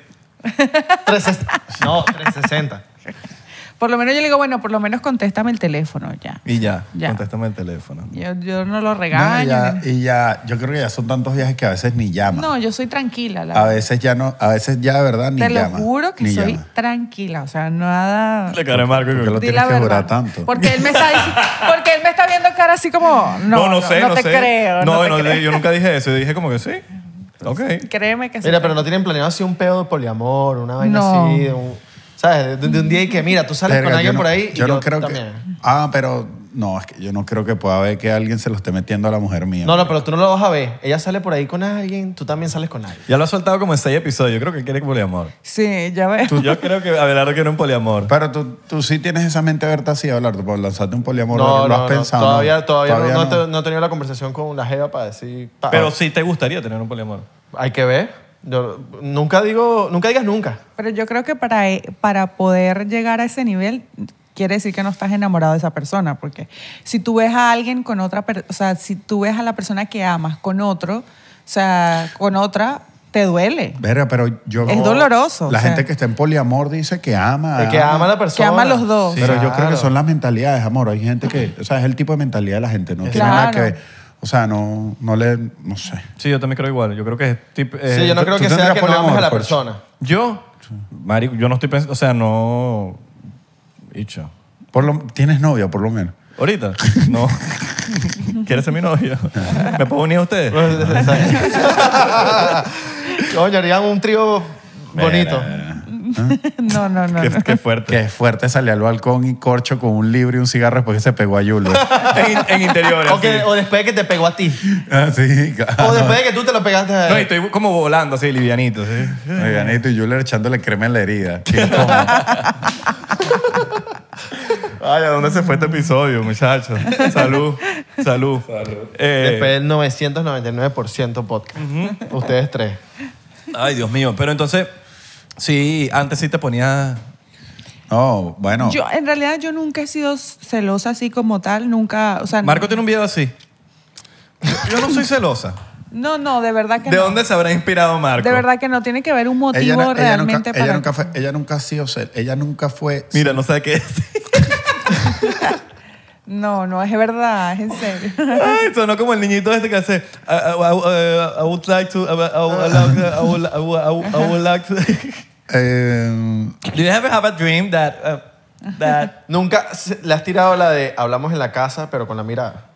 S1: 360. No, 360.
S3: Por lo menos yo le digo, bueno, por lo menos contéstame el teléfono ya.
S2: Y ya,
S3: Ya.
S2: contéstame el teléfono.
S3: Yo, yo no lo
S4: No, y,
S3: regaño.
S4: ya,
S3: ni-
S4: y ya, yo creo que ya son tantos viajes que a veces ni llama.
S3: No, yo soy tranquila. La
S4: a veces ya no, a veces ya de verdad ni
S3: Te
S4: llama.
S3: lo juro que
S4: ni
S3: soy
S4: llama.
S3: tranquila. O sea, nada.
S2: La cara de Marco.
S4: Porque lo
S3: Di
S4: tienes
S3: la
S4: que
S3: verdad.
S4: jurar tanto.
S3: Porque él me está dic- porque él me está viendo cara así como no, no, no te creo, no,
S2: No,
S3: te
S2: no,
S3: creo.
S2: yo nunca dije eso. Yo dije como que sí. Ok.
S3: Créeme que sí.
S1: Mira, pero no tienen planeado así un pedo de poliamor, una vaina
S3: No.
S1: así, de un- ¿sabes? De, de un día y que, mira, tú sales
S4: Verga,
S1: con
S4: yo
S1: alguien
S4: no-
S1: por ahí y yo,
S4: yo, no creo que.
S1: también.
S4: Ah, pero no, es que yo no creo que pueda haber que alguien se lo esté metiendo a la mujer mía.
S1: No, no, pero tú no lo vas a ver. Ella sale por ahí con alguien, tú también sales con alguien.
S2: Ya lo has soltado como en seis episodios. Yo creo que quiere poliamor.
S3: Sí, ya ves.
S2: Yo creo que Abelardo quiere un poliamor.
S4: Pero tú, tú sí tienes esa mente abierta así, Abelardo, para lanzarte un poliamor.
S1: No,
S4: ¿Lo
S1: no,
S4: has
S1: no,
S4: pensado?
S1: Todavía, todavía, no, no
S4: no.
S1: te- no he tenido la conversación con la jeva para decir... pa-
S2: Pero sí te gustaría tener un poliamor.
S1: Hay que ver. Yo- nunca digo... Nunca digas nunca.
S3: Pero yo creo que para, para poder llegar a ese nivel quiere decir que no estás enamorado de esa persona, porque si tú ves a alguien con otra, per- o sea, si tú ves a la persona que amas con otro, o sea, con otra, te duele.
S4: Verga, pero yo.
S3: Es doloroso,
S4: La
S3: o sea.
S4: gente que está en poliamor dice que ama.
S1: El que ama a la persona.
S3: ama a los dos.
S4: Ah. Pero yo creo
S1: Claro.
S4: que son las mentalidades, amor. Hay gente que, o sea, es el tipo de mentalidad de la gente, no tiene
S3: Claro.
S4: nada que ver. O sea, no, no le, no sé.
S2: Sí, yo también creo igual. Yo creo que es tipo... eh,
S1: Sí, yo no
S4: ¿tú-
S1: creo
S4: tú
S1: que sea
S4: tendrías
S1: que no ames a
S4: poliamor, pues.
S1: la
S4: Jorge?
S1: persona.
S2: Yo, marico, yo no estoy pensando... O sea, no... Dicho.
S4: Por lo, tienes novia, por lo menos.
S2: Ahorita. No. ¿Quieres ser mi novio? ¿Me puedo unir a ustedes?
S1: Coño, harían un trío bonito.
S4: Mira,
S3: No, no, no.
S2: Qué,
S3: no.
S2: qué fuerte.
S4: Qué fuerte salió al balcón y corcho con un libro y un cigarro después que se pegó a Yulo.
S2: En, en interiores.
S1: O, que-
S2: sí.
S1: o después de que te pegó a ti.
S4: Así,
S1: O después de que tú te lo pegaste a
S2: No,
S1: él.
S2: y estoy como volando así, livianito. ¿sí?
S4: Veganito y Yulo echándole crema en la herida. Qué incómodo.
S2: Ay, ¿a dónde se fue este episodio, muchachos? Salud. Salud. Eh,
S1: Después del 999% podcast. Ustedes tres.
S2: ay, Dios mío. Pero entonces, sí, antes sí te ponía...
S4: No, bueno.
S3: Yo, en realidad, yo nunca he sido celosa así como tal, nunca, o sea...
S2: Marco tiene un video así. Yo no soy celosa.
S3: No, no, de verdad que
S2: ¿De
S3: no.
S2: dónde se habrá inspirado Marco?
S3: De verdad que no, tiene que haber un motivo
S4: ella, no- ella
S3: realmente
S4: nunca,
S3: para...
S4: ella nunca fue, ella nunca ha sido cel- ella nunca fue
S2: Mira, no sé qué es.
S3: No, no, es verdad, es en serio.
S2: Ay, sonó como el niñito este que hace I, I- I- I would like to I, would- I would like to- I would- I would- I would- I would like to
S4: eh,
S2: Do you ever have a dream that uh, that
S1: Nunca se- le has tirado la de hablamos en la casa, pero con la mirada.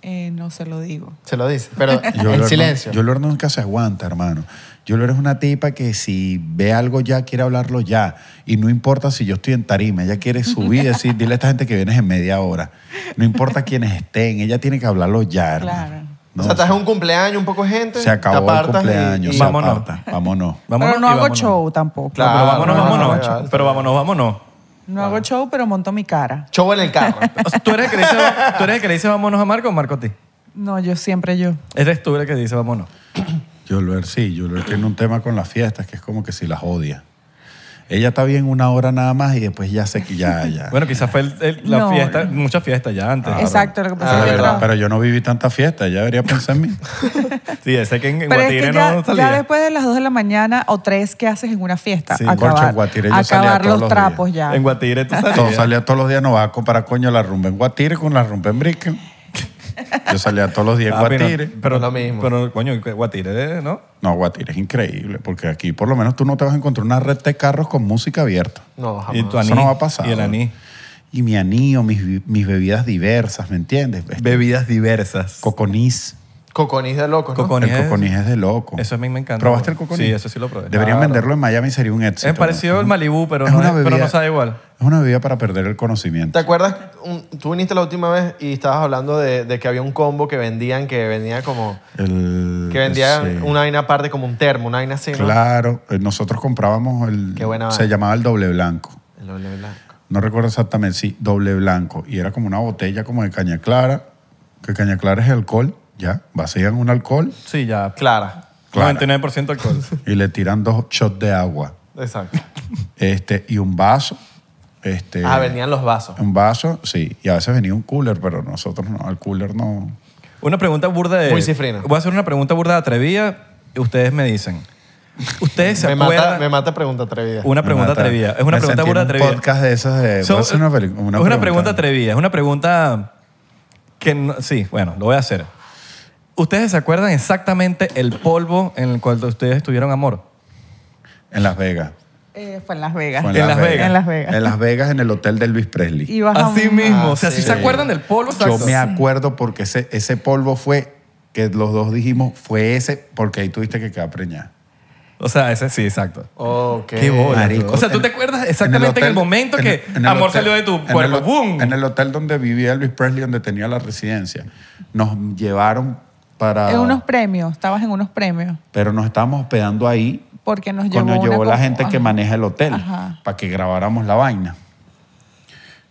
S3: Eh, no se lo digo.
S1: Se lo dice. Pero
S4: Yo
S1: en silencio.
S4: Yo nunca se aguanta, hermano. Yo es una tipa que si ve algo ya, quiere hablarlo ya. Y no importa si yo estoy en tarima, ella quiere subir y decir, dile a esta gente que vienes en media hora. No importa quiénes estén, ella tiene que hablarlo ya, hermano.
S3: Claro.
S4: No,
S1: o sea, estás en un cumpleaños, un poco de gente.
S4: se
S1: te
S4: acabó el
S1: apartas y-
S4: cumpleaños,
S1: y-
S4: se
S2: Vámonos.
S4: aparta. Vámonos.
S3: pero no
S2: y
S3: hago
S2: vámonos.
S3: show tampoco.
S1: Claro.
S2: pero vámonos,
S1: no, no,
S2: vámonos.
S1: no, no.
S2: pero vámonos, vámonos.
S3: No hago show, pero monto mi cara.
S1: Show en el carro.
S2: O sea, ¿Tú eres, el que le dice, ¿Tú eres el que le dice vámonos a Marco o Marco a ti?
S3: No, yo siempre yo.
S2: Eres tú el que dice vámonos.
S4: Yolver, sí, Yolver tiene un tema con las fiestas que es como que si las odia. Ella está bien una hora nada más y después ya se... Ya, ya.
S2: Bueno, quizás fue el- el- la
S3: No.
S2: fiesta, muchas fiestas ya antes.
S4: Claro.
S3: Exacto, lo que pasa
S1: Ah,
S4: pero,
S3: es que
S1: verdad.
S3: trabajo.
S4: pero yo no viví tanta fiesta, ella debería pensar en mí.
S2: Sí, sé que en en
S3: Pero es que
S2: Guatire
S3: ya,
S2: no
S3: ya
S2: salía.
S3: después de las 2 de la mañana o 3, ¿qué haces en una fiesta?
S4: Sí,
S3: acabar
S4: corcho, en Guatire yo salía
S3: acabar
S4: todos
S3: los,
S4: los
S3: trapos ya.
S2: En Guatire tú
S4: Todo
S2: salías.
S4: salía todos los días, no vas a comparar coño la rumba en Guatire con la rumba en Brique. Yo salía todos los días en
S2: Ah, pero-
S4: Guatire.
S2: Pero
S1: Es lo mismo.
S2: Pero, coño, Guatire, ¿no?
S4: No, Guatire es increíble, porque aquí por lo menos tú no te vas a encontrar una red de carros con música abierta.
S1: No, jamás.
S2: Y tu
S4: Eso
S2: anís,
S4: no va a pasar.
S2: Y el anís.
S4: Y mi anillo, mis, vi- mis bebidas diversas, ¿me entiendes? Este,
S2: Bebidas diversas.
S4: Coconís.
S1: Coconis de locos, ¿no?
S2: Coconis.
S4: El coconís es de loco.
S2: Eso a mí me encanta.
S4: ¿Probaste el coconís?
S2: Sí, eso sí lo probé.
S4: Deberían venderlo en Miami, sería un éxito.
S2: Es parecido al Malibú, pero, no, es- pero no sabe igual.
S4: Es una bebida para perder el conocimiento.
S1: ¿Te acuerdas? un- tú viniste la última vez y estabas hablando de, de que había un combo que vendían que venía como...
S4: El-
S1: Que vendían
S4: sí.
S1: una vaina aparte como un termo, una vaina así, ¿no?
S4: Claro, eh, nosotros comprábamos el.
S1: Qué buena
S4: se
S1: vaina.
S4: llamaba el doble blanco.
S1: El doble blanco.
S4: No recuerdo exactamente, sí, doble blanco. Y era como una botella como de caña clara, que caña clara es alcohol, ya. Vacían un alcohol
S2: Sí, ya.
S1: Clara.
S4: Claro.
S2: 99% alcohol.
S4: y le tiran dos shots de agua.
S1: Exacto.
S4: Este, y un vaso. Este,
S1: Ah, venían los vasos.
S4: Un vaso, sí. Y a veces venía un cooler, pero nosotros no, el cooler no.
S2: Una pregunta burda de...
S1: Muy cifrina.
S2: Voy a hacer una pregunta burda de atrevida. y Ustedes me dicen. Ustedes se
S1: Me mata,
S2: acuerdan...
S1: me mata pregunta atrevida.
S2: Una pregunta
S4: Mata.
S2: atrevida. Es una
S4: Me
S2: pregunta
S4: sentí en
S2: burda
S4: un
S2: atrevida.
S4: podcast de esos de-
S2: So,
S4: voy a hacer una peli-
S2: es
S4: una
S2: una
S4: pregunta.
S2: pregunta atrevida. Es una pregunta que no- sí, bueno, lo voy a hacer. ¿Ustedes se acuerdan exactamente el polvo en el cual ustedes tuvieron amor?
S4: En Las Vegas.
S3: Eh, fue en Las Vegas.
S4: Fue
S2: En Las Vegas.
S3: En Las Vegas.
S4: En Las Vegas, en el hotel de Elvis Presley.
S3: Ibas a
S2: Así
S3: un-
S2: mismo. O sea,
S1: Ah, sí.
S2: si se acuerdan del polvo,
S4: Yo
S2: exacto.
S4: me acuerdo porque ese, ese polvo fue, que los dos dijimos, fue ese, porque ahí tuviste que quedar preñada.
S2: O sea, ese sí, exacto.
S1: Ok.
S2: Qué bola.
S4: Marico.
S2: O sea, tú
S4: En-
S2: te acuerdas exactamente en el,
S4: hotel-
S2: momento
S4: en-
S2: que
S4: en el
S2: amor
S4: hotel-
S2: salió de tu
S4: en
S2: cuerpo.
S4: el ho-
S2: ¡Boom!
S4: En el hotel donde vivía Elvis Presley, donde tenía la residencia, nos llevaron para...
S3: En unos premios, estabas en unos premios.
S4: pero nos estábamos hospedando ahí
S3: Porque nos llevó,
S4: cuando
S3: una
S4: llevó la
S3: compu-
S4: gente que
S3: Ajá.
S4: maneja el hotel
S3: Ajá.
S4: para que grabáramos la vaina.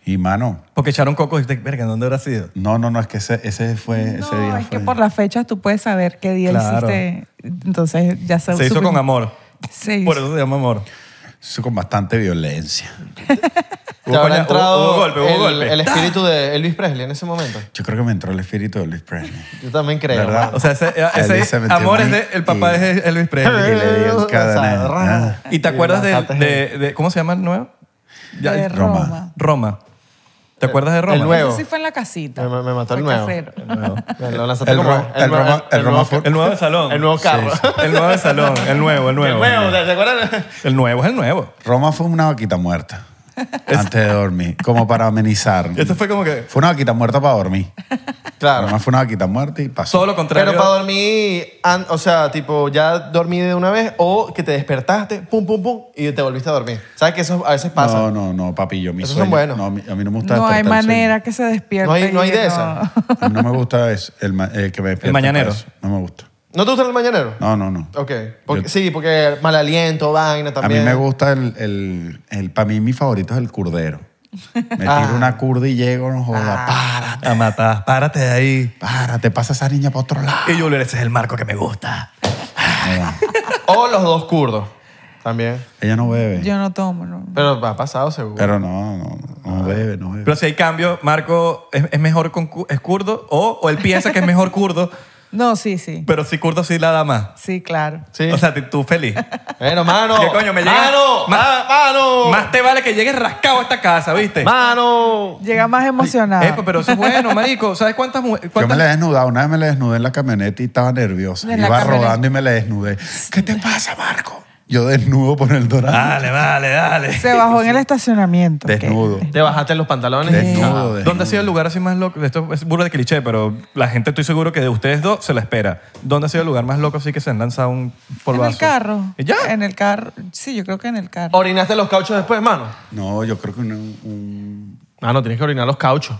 S4: Y mano,
S2: Porque echaron coco y dijiste, verga, ¿dónde habrá sido?
S4: no, no, no, es que ese, ese fue...
S3: No,
S4: e- ese día
S3: es que
S4: fue-
S3: por las fechas tú puedes saber qué día
S2: Claro.
S3: hiciste. Entonces ya se
S2: Se hizo
S3: supi-
S2: con amor.
S3: Sí.
S2: Por eso se llama amor.
S4: eso con bastante violencia.
S1: ¿Te habrá
S2: Coño,
S1: entrado
S2: hubo- hubo golpe, hubo
S1: el,
S2: golpe.
S1: el espíritu de Elvis Presley en ese momento?
S4: Yo creo que me entró el espíritu de Elvis Presley.
S1: Yo también creo.
S4: ¿Verdad?
S1: mano.
S2: O sea, ese,
S4: Él
S2: ese
S4: se metió
S2: amor es
S4: muy-
S2: de... El papá
S4: y-
S2: es Elvis
S4: Y
S2: Presley.
S4: le dio en cadena,
S1: O sea,
S4: ah.
S2: ¿Y te acuerdas del-
S1: bajaste
S2: de, de- ¿Cómo se llama el nuevo? Ya-
S3: de
S4: Roma.
S3: Roma.
S2: Roma. ¿Te acuerdas de Roma?
S1: el nuevo.
S3: Eso sí fue en la casita.
S1: Me- me- me mató el
S3: Fue
S1: nuevo.
S3: casero.
S1: Lo lanzaste
S4: El
S1: como-
S4: Roma- el
S1: nuevo-
S4: Roma- el Roma
S1: nuevo-
S4: fue-
S2: El nuevo de salón.
S1: el nuevo carro.
S4: Sí,
S2: El nuevo de salón. El nuevo, el nuevo.
S1: El nuevo, ¿te acuerdas?
S2: El nuevo es el nuevo.
S4: Roma fue una vaquita muerta. antes de dormir, como para amenizar.
S1: Esto fue como que.
S4: Fue una vaquita muerta para dormir.
S1: Claro.
S4: Además fue una vaquita muerta y pasó.
S2: Todo lo contrario.
S1: Pero para dormir, an- o sea, tipo, ya dormí de una vez o que te despertaste, pum, pum, pum, y te volviste a dormir. ¿Sabes que eso a veces pasa?
S4: No, no, no, papillo. Mi
S1: Esos
S4: sueño-
S1: son buenos.
S4: No, a mí, a mí no me gusta
S3: No hay
S4: despertar el sueño.
S3: manera que se despierte.
S1: No hay- no hay
S3: y
S1: de esa.
S4: A mí no me gusta es el, ma- eh, que me despierten
S2: mañanero.
S4: para eso. No me gusta.
S1: ¿No te gusta el mañanero?
S4: No, no, no.
S1: Ok. Porque-
S4: Yo-
S1: sí, porque mal aliento, vaina también.
S4: A mí me gusta el, el, Para mí mi favorito es el curdero. Me tiro
S1: Ah.
S4: una curda y llego, no joda.
S2: A matar. Párate de ahí.
S4: Para, te pasa esa niña para otro lado.
S2: Y Julio, ese es el marco que me gusta.
S4: No va.
S1: O los dos kurdos también.
S4: Ella no bebe.
S3: Yo no tomo, no.
S1: Pero ha pasado seguro.
S4: Pero no, no,
S1: Ah.
S4: no bebe, no bebe.
S2: Pero si hay cambio, Marco es, es mejor con cu- es kurdo o, o él piensa que es mejor kurdo,
S3: No, sí, sí.
S2: pero si kurdo sí la da más.
S3: Sí, claro.
S1: sí.
S2: O sea, t- tú feliz.
S1: bueno, mano.
S2: ¿Qué coño me llega?
S1: Mano,
S2: Ma-
S1: ma- mano.
S2: Más te vale que llegues rascado a esta casa, ¿viste?
S1: Mano.
S3: Llega más
S2: Epa,
S3: emocionado.
S2: pero eso es bueno, marico. ¿Sabes cuántas mujeres?
S4: Yo me
S2: cuántas-
S4: la he desnudado. Una vez me la desnudé en la camioneta y estaba nerviosa.
S3: En la
S4: Iba
S3: camioneta.
S4: rodando y me la desnudé. ¿Qué te pasa, Marco? Yo desnudo por el dorado.
S1: Ah,
S2: Dale, dale, dale.
S3: Se bajó en el estacionamiento.
S4: desnudo.
S1: Te bajaste los pantalones. Ah. y-
S4: Desnudo, desnudo.
S2: Ah, ¿Dónde ha sido el lugar así más loco? Esto es burla de cliché, pero la gente estoy seguro que de ustedes dos se la espera. ¿Dónde ha sido el lugar más loco así que se han lanzado un
S3: En
S2: polvazo?
S3: el carro.
S2: ¿Y ¿Ya?
S3: En el carro. Sí, yo creo que en el carro.
S1: ¿Orinaste los cauchos después, mano?
S4: No, yo creo que un- un...
S1: Mano, tienes que orinar los cauchos.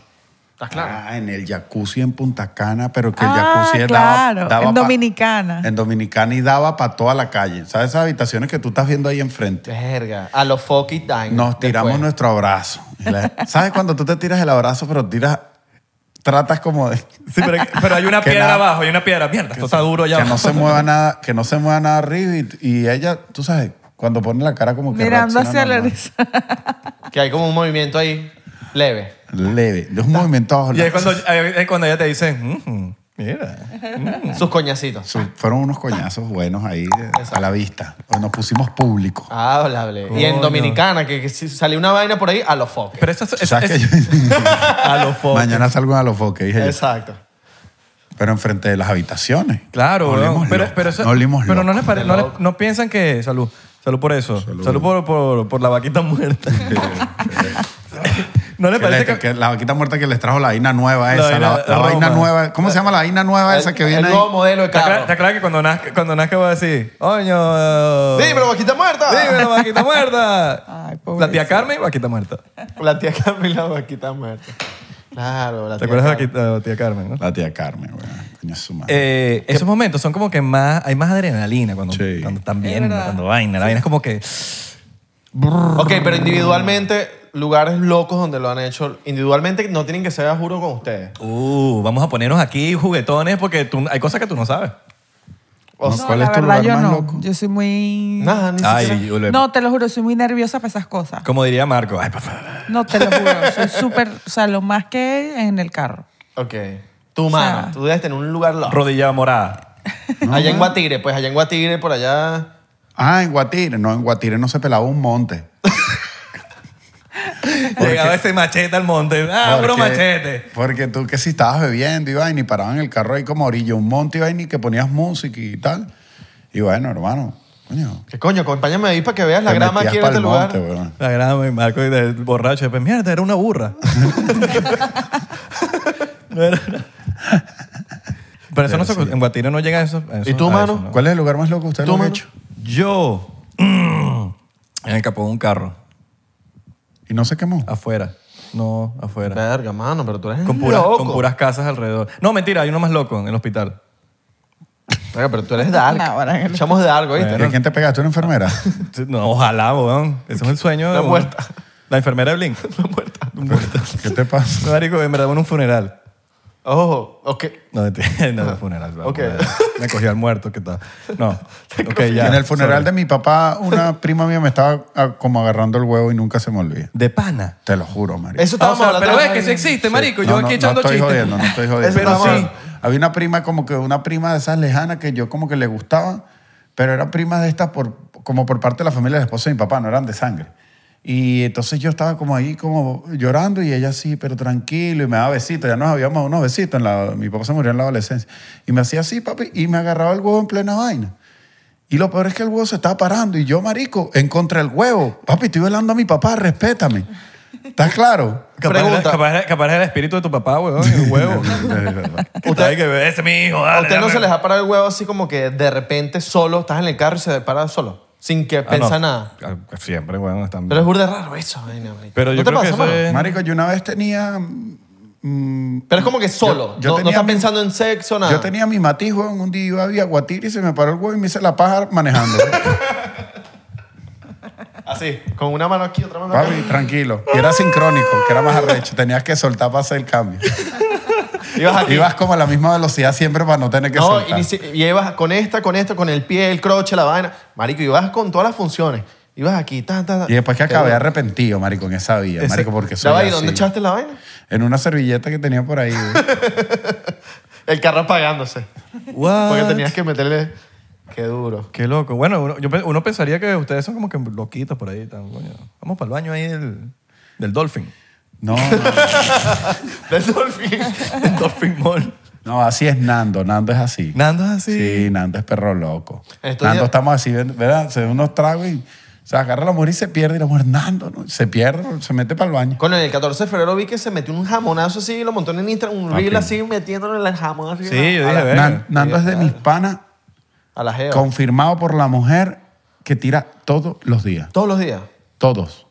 S1: ¿Estás claro?
S4: Ah, en el jacuzzi en Punta Cana, pero que el
S3: Ah,
S4: jacuzzi
S3: claro,
S4: daba, daba
S3: en
S4: pa-
S3: Dominicana.
S4: En Dominicana y daba para toda la calle. ¿Sabes esas habitaciones que tú estás viendo ahí enfrente?
S1: Verga. A los fucking time.
S4: Nos tiramos
S1: Después.
S4: nuestro abrazo. Y la- ¿Sabes cuando tú te tiras el abrazo, pero tiras, tratas como de...
S2: Sí, pero, pero hay una
S4: Que
S2: piedra
S4: nada.
S2: abajo, hay una piedra. Mierda, esto está duro ya.
S4: que no se mueva nada, que no se mueva nada arriba y, y ella, tú sabes, cuando pone la cara como que
S3: Mirando
S4: reacciona
S3: hacia la
S4: normal.
S3: horizonte.
S1: Que hay como un movimiento ahí leve.
S4: leve, de un movimiento abajo.
S2: Y es cuando, ahí es cuando ella te dice, "Mm, mira.
S1: Sus coñacitos.
S4: Su- Fueron unos coñazos buenos ahí eh, a la vista. Nos pusimos públicos.
S2: Ah,
S1: Háblale. Y en
S2: Coño.
S1: Dominicana, que, que si salió una vaina por ahí, a los fucking.
S2: Pero eso es... eso
S4: ¿Sabes
S2: es-
S4: que yo-
S2: a los focos.
S4: Mañana salgo a los foques, dije yo.
S1: Exacto.
S4: Pero enfrente de las habitaciones.
S2: Claro,
S4: Nos
S2: weón.
S4: olimos
S2: pero,
S4: locos,
S2: pero, eso-
S4: nos olimos
S2: pero no,
S4: locos.
S2: les pare- no, les- no piensan que... Salud. Salud por eso. Salud, por, por, por la vaquita muerta. no les
S4: Que
S2: parece
S4: le-
S2: que...
S4: que la vaquita muerta que les trajo la vaina nueva
S2: La
S4: esa,
S2: vaina-
S4: la, la
S2: la
S4: vaina
S2: Roma.
S4: nueva. ¿Cómo se llama la vaina nueva Ah, esa que
S1: El-
S4: viene
S1: El
S4: ahí?
S1: nuevo modelo de
S2: Está claro,
S1: carro.
S2: está claro que cuando nazca, cuando nazca va a decir, oño...
S1: Dímelo, vaquita muerta.
S2: Dímelo, vaquita muerta.
S3: Ay,
S2: la tía
S3: pobrecita.
S2: Carmen, vaquita muerta.
S1: La tía Camila, vaquita muerta. Claro, la
S2: ¿Te
S1: tía
S2: acuerdas de
S1: Cam-
S2: vaquita- la tía Carmen? no?
S4: La tía Carmen, güey. Coño, su madre.
S2: Eh, esos momentos son como que más hay más adrenalina cuando,
S4: Sí.
S2: cuando están
S3: Es
S2: viendo,
S3: verdad.
S2: cuando vaina. La vaina es como que
S1: Ok, pero individualmente, lugares locos donde lo han hecho. Individualmente no tienen que ser, juro, con ustedes.
S2: Uh, vamos a ponernos aquí juguetones porque tú- hay cosas que tú no sabes.
S1: O
S4: No,
S1: sea,
S4: ¿Cuál
S3: la
S4: es tu
S3: verdad,
S4: lugar
S3: yo
S4: más
S3: no.
S4: loco?
S3: Yo soy muy.
S1: nada, ni siquiera.
S3: No, te lo juro, soy muy nerviosa para esas cosas.
S2: Como diría Marco, ay, por favor.
S3: No, te lo juro. Soy súper. O sea, lo más que en el carro.
S1: Ok. Tu
S3: sea-
S1: mano. Tú debes tener un lugar loco.
S2: rodilla morada.
S1: allá en Guatire, pues allá en Guatire, por allá.
S4: Ah, en Guatire. No, en Guatire no se pelaba un monte.
S2: Llegaba ese machete al monte. Ah,
S4: Porque-
S2: puro machete.
S4: Porque tú que si estabas bebiendo y vaina y paraban el carro ahí como a orilla, un monte y vaina y que ponías música y tal. Y bueno, hermano, coño.
S1: ¿Qué coño? Acompáñame ahí para que veas la
S4: te
S1: grama
S4: metías
S1: aquí en
S4: pa'l
S1: este lugar.
S4: monte, güey.
S2: La gran y Marco y del borracho. Después, mierda, era una burra. No era- Pero eso no se, en Guatire no llega a eso. a eso-
S1: ¿Y tú,
S2: a
S1: mano?
S2: eso, ¿no?
S4: ¿Cuál es el lugar más loco que ustedes
S1: ¿Tú,
S4: lo
S1: mano?
S4: han hecho?
S2: Yo en el capó de un carro
S4: Y no se quemó.
S2: afuera. No, afuera.
S1: Verga, mano, pero tú eres
S2: Con puras,
S1: loco.
S2: con puras casas alrededor. No, mentira, hay uno más loco en el hospital.
S1: Verga, pero tú eres dark.
S3: No, ahora en el-
S1: Echamos de algo, ¿viste?
S4: ¿Y a quién te pegaste? ¿Una enfermera?
S2: No, ojalá, weón. Ese es el sueño.
S1: La
S2: de
S1: muerta.
S2: uno. La enfermera de Blink. La muerta. muerta.
S4: ¿Qué te pasa?
S2: Marico, en verdad, uno en un funeral.
S1: Ojo, ok.
S2: No, mentira, no, un funeral. vamos,
S1: Ah, Ok.
S2: madre. Me cogí al muerto, ¿qué tal? No. Ok, ya.
S4: en el funeral
S2: Sorry.
S4: de mi papá, una prima mía me estaba ah, como agarrando el huevo y nunca se me olvida.
S2: De pana.
S4: Te lo juro, María.
S1: Eso
S2: Ah, o
S1: estábamos
S2: sea,
S1: hablando.
S2: pero es que sí existe, marico. Yo aquí echando
S4: no estoy
S2: chistes.
S4: Jodiendo, no estoy jodiendo.
S1: Eso
S4: Pero
S1: está
S4: sí,
S1: mal.
S4: había una prima como que una prima de esas lejanas que yo como que le gustaba, pero eran primas de estas por, como por parte de la familia del esposo de mi papá, no eran de sangre. Y entonces yo estaba como ahí como llorando y ella así, pero tranquilo, y me daba besitos, ya nos habíamos dado unos besitos, en la- mi papá se murió en la adolescencia, y me hacía así, papi, y me agarraba el huevo en plena vaina. Y lo peor es que el huevo se estaba parando y yo, marico, en contra del huevo. Papi, estoy velando a mi papá, respétame. ¿Estás claro?
S2: Capaz, era-
S1: Pregunta.
S2: capaz, era- capaz era el espíritu de tu papá, weón, el huevo. Que
S1: Usted-
S2: está ahí que, ese es mi hijo,
S1: ¿A
S2: dale,
S1: usted no
S2: dame".
S1: se les ha parado el huevo así como que de repente solo, estás en el carro y se para solo, sin que
S2: Ah,
S1: piensa
S2: no.
S1: nada?
S2: Ah, Siempre, weón, están...
S1: Pero es burda de raro eso. ay, no, marico.
S2: Pero yo
S1: ¿No te
S2: creo que
S1: pasa, mano?
S2: eso es-
S4: Marico, yo una vez tenía. mm,
S1: Pero es como que solo.
S4: Yo- yo
S1: no, no
S4: tenía
S1: estás
S4: mi-
S1: pensando en sexo, nada.
S4: Yo tenía mi matiz, huevón, un día iba a Guatiri y se me paró el huevo y me hice la paja manejando.
S1: Así, con una mano aquí, otra mano acá.
S4: Papi, tranquilo. Y era sincrónico, que era más arrecho. Tenías que soltar para hacer el cambio.
S1: Ibas aquí.
S4: Ibas como a la misma velocidad siempre para no tener que
S1: no, y
S4: soltar.
S1: ni si- y ibas con esta, con esto, con el pie, el croche, la vaina. Marico, ibas con todas las funciones. Ibas aquí, ta, ta, ta.
S4: Y después que
S1: Te-
S4: acabé arrepentido, marico, en esa vida,
S2: Ese-
S4: marico, porque soy
S1: Ya va, ¿y
S4: así.
S1: dónde echaste la vaina?
S4: En una servilleta que tenía por ahí. güey.
S1: El carro apagándose.
S2: What?
S1: Porque tenías que meterle... Qué duro.
S2: Qué loco. Bueno, uno, yo pe- uno pensaría que ustedes son como que loquitos por ahí. Tan, coño. Vamos para el baño ahí del, del Dolphin.
S4: No, no,
S1: Del Dolphin.
S2: Del Dolphin Mall.
S4: no, así es Nando. Nando es así.
S2: Nando es así.
S4: Sí, Nando es perro loco.
S1: En estos
S4: Nando
S1: días-
S4: estamos así, ¿verdad? Se da unos tragos y se agarra la mujer y se pierde. Y la mujer, Nando, ¿no? se pierde, se mete para el baño.
S1: Con el 14 de febrero vi que se metió un jamonazo así, lo montó en Instagram, un
S4: Papi.
S1: reel así, metiéndole el jamón así.
S2: Ah, Sí,
S1: a-
S2: yo
S1: a
S2: dije,
S1: la-
S2: ver.
S4: Nan- Nando es de mis panas,
S1: A la jeva.
S4: confirmado por la mujer que tira todos los días.
S1: Todos los días.
S4: Todos.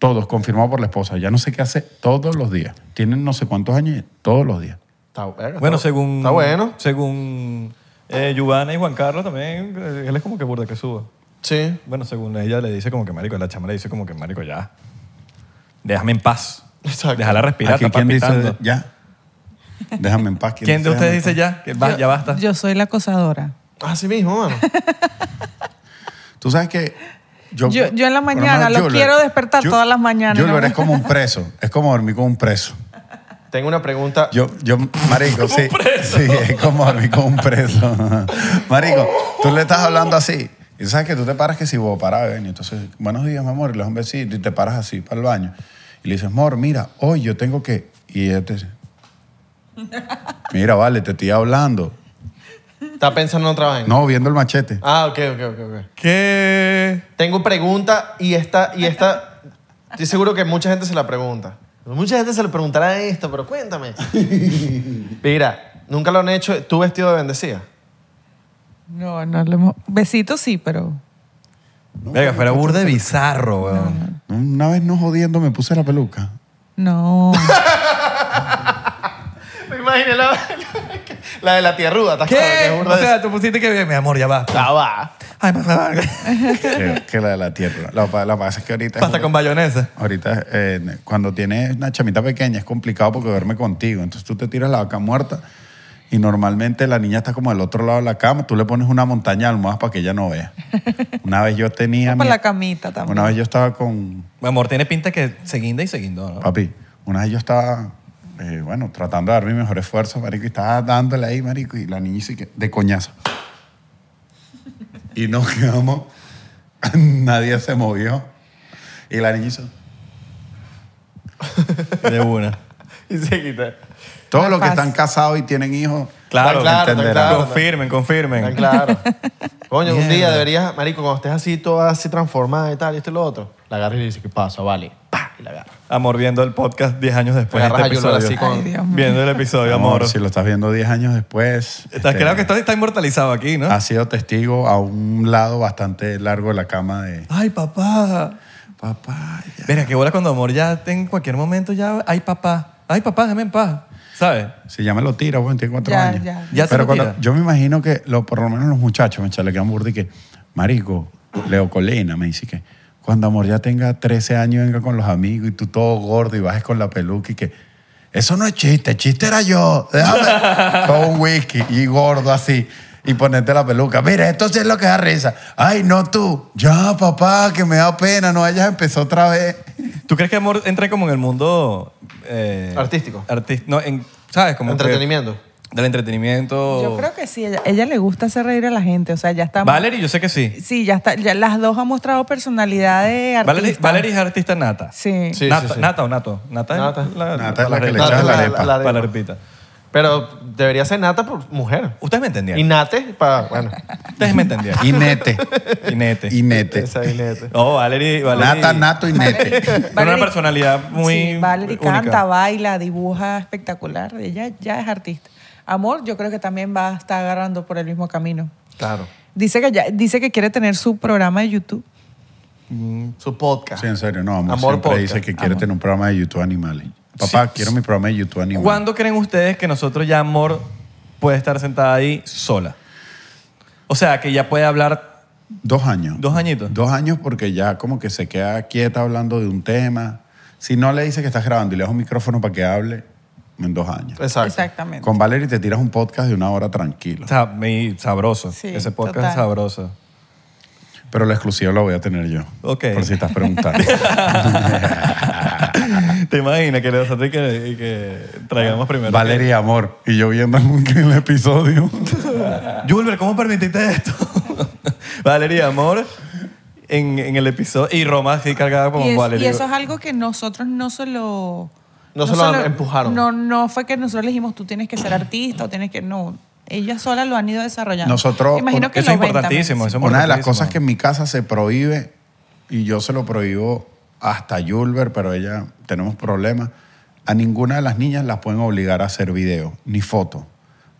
S4: Todos, confirmado por la esposa. Ya no sé qué hace todos los días. Tienen no sé cuántos años, y todos los días.
S1: Está verga,
S2: Bueno,
S1: está-
S2: según.
S1: Está bueno.
S2: Según eh, Giovanna y Juan Carlos también, eh, él es como que burda que suba.
S1: Sí.
S2: Bueno, según ella le dice como que marico, la chama le dice como que marico, ya. Déjame en paz.
S1: Exacto.
S2: Déjala respirar,
S4: Aquí,
S2: está
S4: ¿quién dice
S2: palpitando.
S4: ya? Déjame en paz.
S2: ¿Quién de
S4: dice,
S2: ustedes
S4: "Déjame
S2: dice
S4: en paz"?
S2: ya? Que va-
S3: Yo-
S2: ya basta.
S3: Yo soy la acosadora.
S1: Así mismo, mano.
S4: Tú sabes que yo,
S3: Yo- yo en la
S4: por
S3: mañana,
S4: menos
S3: lo
S4: Julber-
S3: quiero despertar todas las mañanas,
S4: Julber
S3: ¿no?
S4: es como un preso, es como dormir con un preso.
S1: Tengo una pregunta.
S4: Yo, yo, marico, sí, sí, es como dormir con un preso. marico, tú le estás hablando así y sabes que tú te paras que si vos parás, ven, y entonces, buenos días, mi amor, y le das un besito y te paras así para el baño y le dices, amor, mira, hoy yo tengo que y ella te dice, mira, vale, te estoy hablando,
S1: Está pensando en otra vaina.
S4: no, viendo el machete.
S1: Ah, ok, ok, ok, ok.
S2: ¿Qué?
S1: Tengo pregunta y esta, y esta, estoy seguro que mucha gente se la pregunta. Mucha gente se le preguntará esto, pero cuéntame. Mira, nunca lo han hecho. ¿Tú vestido de bendecida?
S3: No, no lo hemos... Besitos sí, pero...
S2: Venga, fuera burda de bizarro, weón.
S4: Una vez no jodiendo me puse la peluca.
S3: No.
S1: Me imaginé la, la de la tierruda. ¿estás claro que es
S2: ¿Qué?
S1: burda
S2: O
S1: de-
S2: sea, tú pusiste que, mi amor, ya basta.
S1: Ya va.
S2: Ay, pasa,
S4: que, que la de la tierra. Lo pa- lo que pasa es que ahorita.
S2: pasa con bayonesa.
S4: Ahorita, eh, cuando tienes una chamita pequeña, es complicado porque duerme contigo. Entonces tú te tiras la vaca muerta y normalmente la niña está como del otro lado de la cama. Tú le pones una montaña de almohadas para que ella no vea. Una vez yo tenía.
S3: Para
S4: mi-
S3: la camita también.
S4: Una vez yo estaba con.
S2: Mi amor, tiene pinta que se guinda y se guindó, ¿no?
S4: Ah. Papi, una vez yo estaba, eh, bueno, tratando de dar mi mejor esfuerzo, marico, y estaba dándole ahí, marico, y la niña sí que de coñazo. Y nos quedamos, nadie se movió. Y la niña hizo,
S1: Ah.
S2: De una.
S1: Y se quita.
S4: todos los que
S3: fácil.
S4: están casados y tienen hijos,
S2: Claro,
S1: Está claro, está
S4: entenderán.
S1: claro.
S2: confirmen,
S1: Está
S2: confirmen.
S1: claro. Coño, un día
S2: Mierda.
S1: deberías, marico, cuando estés así, toda así transformada y tal, y esto y lo otro, la agarras y le dices, ¿qué pasa? Vale. Pa, y la agarra.
S2: Amor, viendo el podcast 10 años después de
S1: Agarras
S2: este
S1: a Yolanda
S2: episodio.
S1: así con...
S3: Ay, Dios mío.
S2: Viendo el episodio,
S4: amor,
S2: amor.
S4: si lo estás viendo 10 años después,
S2: Está-
S4: este, Ah,
S2: Creo que está, está inmortalizado aquí, ¿no?
S4: ha sido testigo a un lado bastante largo de la cama de
S2: Ay, papá.
S4: papá. ya".
S2: Mira, qué bola cuando amor ya en cualquier momento ya. Ay, papá. Ay, papá, déjame en paz. ¿Sabes?
S4: Si ya me lo tira, bueno, tiene cuatro
S3: Ya,
S4: años.
S3: ya.
S2: Ya se
S4: Pero
S2: lo
S4: cuando-
S2: tira.
S4: yo me imagino que lo- por lo menos los muchachos me chalequean burda y que, marico, Leo Colina me dice que cuando amor ya tenga 13 años venga con los amigos y tú todo gordo y bajes con la peluca y que eso no es chiste, el chiste era yo. Déjame con un whisky y gordo así y ponerte la peluca. Mira, esto sí es lo que da risa. Ay, no tú. Ya, papá, que me da pena, no hayas empezado otra vez.
S2: ¿Tú crees que amor entra como en el mundo. eh,
S1: Artístico.
S2: artis- no, en, ¿Sabes? Como que-
S1: Entretenimiento.
S2: del entretenimiento.
S3: Yo creo que sí. Ella, ella le gusta hacer reír a la gente. O sea, ya está...
S2: Valerie, yo sé que sí.
S3: Sí, ya está. ya las dos han mostrado personalidad de artista.
S2: Valerie, Valerie es artista nata.
S3: Sí.
S1: Sí,
S2: nata,
S1: sí, sí.
S2: nata o nato. Nata, es
S1: Nata.
S2: la,
S4: Nata es la que le
S2: nata
S1: echas
S2: es
S1: la arepa.
S2: Para la arepita.
S1: Pero debería ser nata por mujer.
S2: Ustedes
S1: Y
S2: me entendieron.
S1: nate para. Bueno.
S2: Ustedes me entendieron.
S4: Inete.
S2: Inete.
S4: Inete.
S1: Esa es nete.
S2: Oh, Valerie. Valerie.
S4: Nata, nato, inete.
S2: Una
S3: Valerie-
S2: personalidad muy.
S3: Sí, Valerie
S2: única.
S3: canta, baila, dibuja espectacular. Ella ya es artista. Amor, yo creo que también va a estar agarrando por el mismo camino.
S1: Claro.
S3: Dice que, ya- dice que quiere tener su programa de YouTube.
S1: Su podcast.
S4: Sí, en serio, no, amor,
S1: Amor
S4: siempre
S1: podcast.
S4: dice que quiere tener un programa de YouTube Animales. Papá, quiero mi programa de YouTube Animales.
S2: ¿Cuándo creen ustedes que nosotros ya, amor, puede estar sentada ahí sola? O sea, que ya puede hablar.
S4: Dos años.
S2: Dos añitos.
S4: Dos años porque ya como que se queda quieta hablando de un tema. Si no le dice que estás grabando y le das un micrófono para que hable, en dos años.
S1: Exacto.
S3: Exactamente.
S4: Con Valerie te tiras un podcast de una hora tranquilo.
S2: sa- muy sabroso.
S3: Sí,
S2: Ese podcast
S3: total.
S2: es sabroso.
S4: Pero la exclusiva la voy a tener yo.
S2: Ok.
S4: Por si estás preguntando.
S2: ¿Te imaginas que nosotros que, que traigamos primero?
S4: Valerie, amor. Y yo viendo el episodio.
S2: Julber, ¿cómo permitiste esto? Valeria, amor, en, en el episodio. Y Roma así cargada como
S3: Y, es-
S2: Valeria.
S3: y eso es algo que nosotros no solo...
S1: No se lo empujaron.
S3: No, no fue que nosotros le dijimos tú tienes que ser artista o tienes que... No, ellas solas lo han ido desarrollando.
S4: Nosotros-
S3: Imagino que
S2: Eso es
S3: lo ven también.
S2: importantísimo. Eso es
S4: Una de las
S2: importantísimo.
S4: cosas que en mi casa se prohíbe, y yo se lo prohíbo hasta Julber, pero ella tenemos problemas, a ninguna de las niñas las pueden obligar a hacer video, ni foto.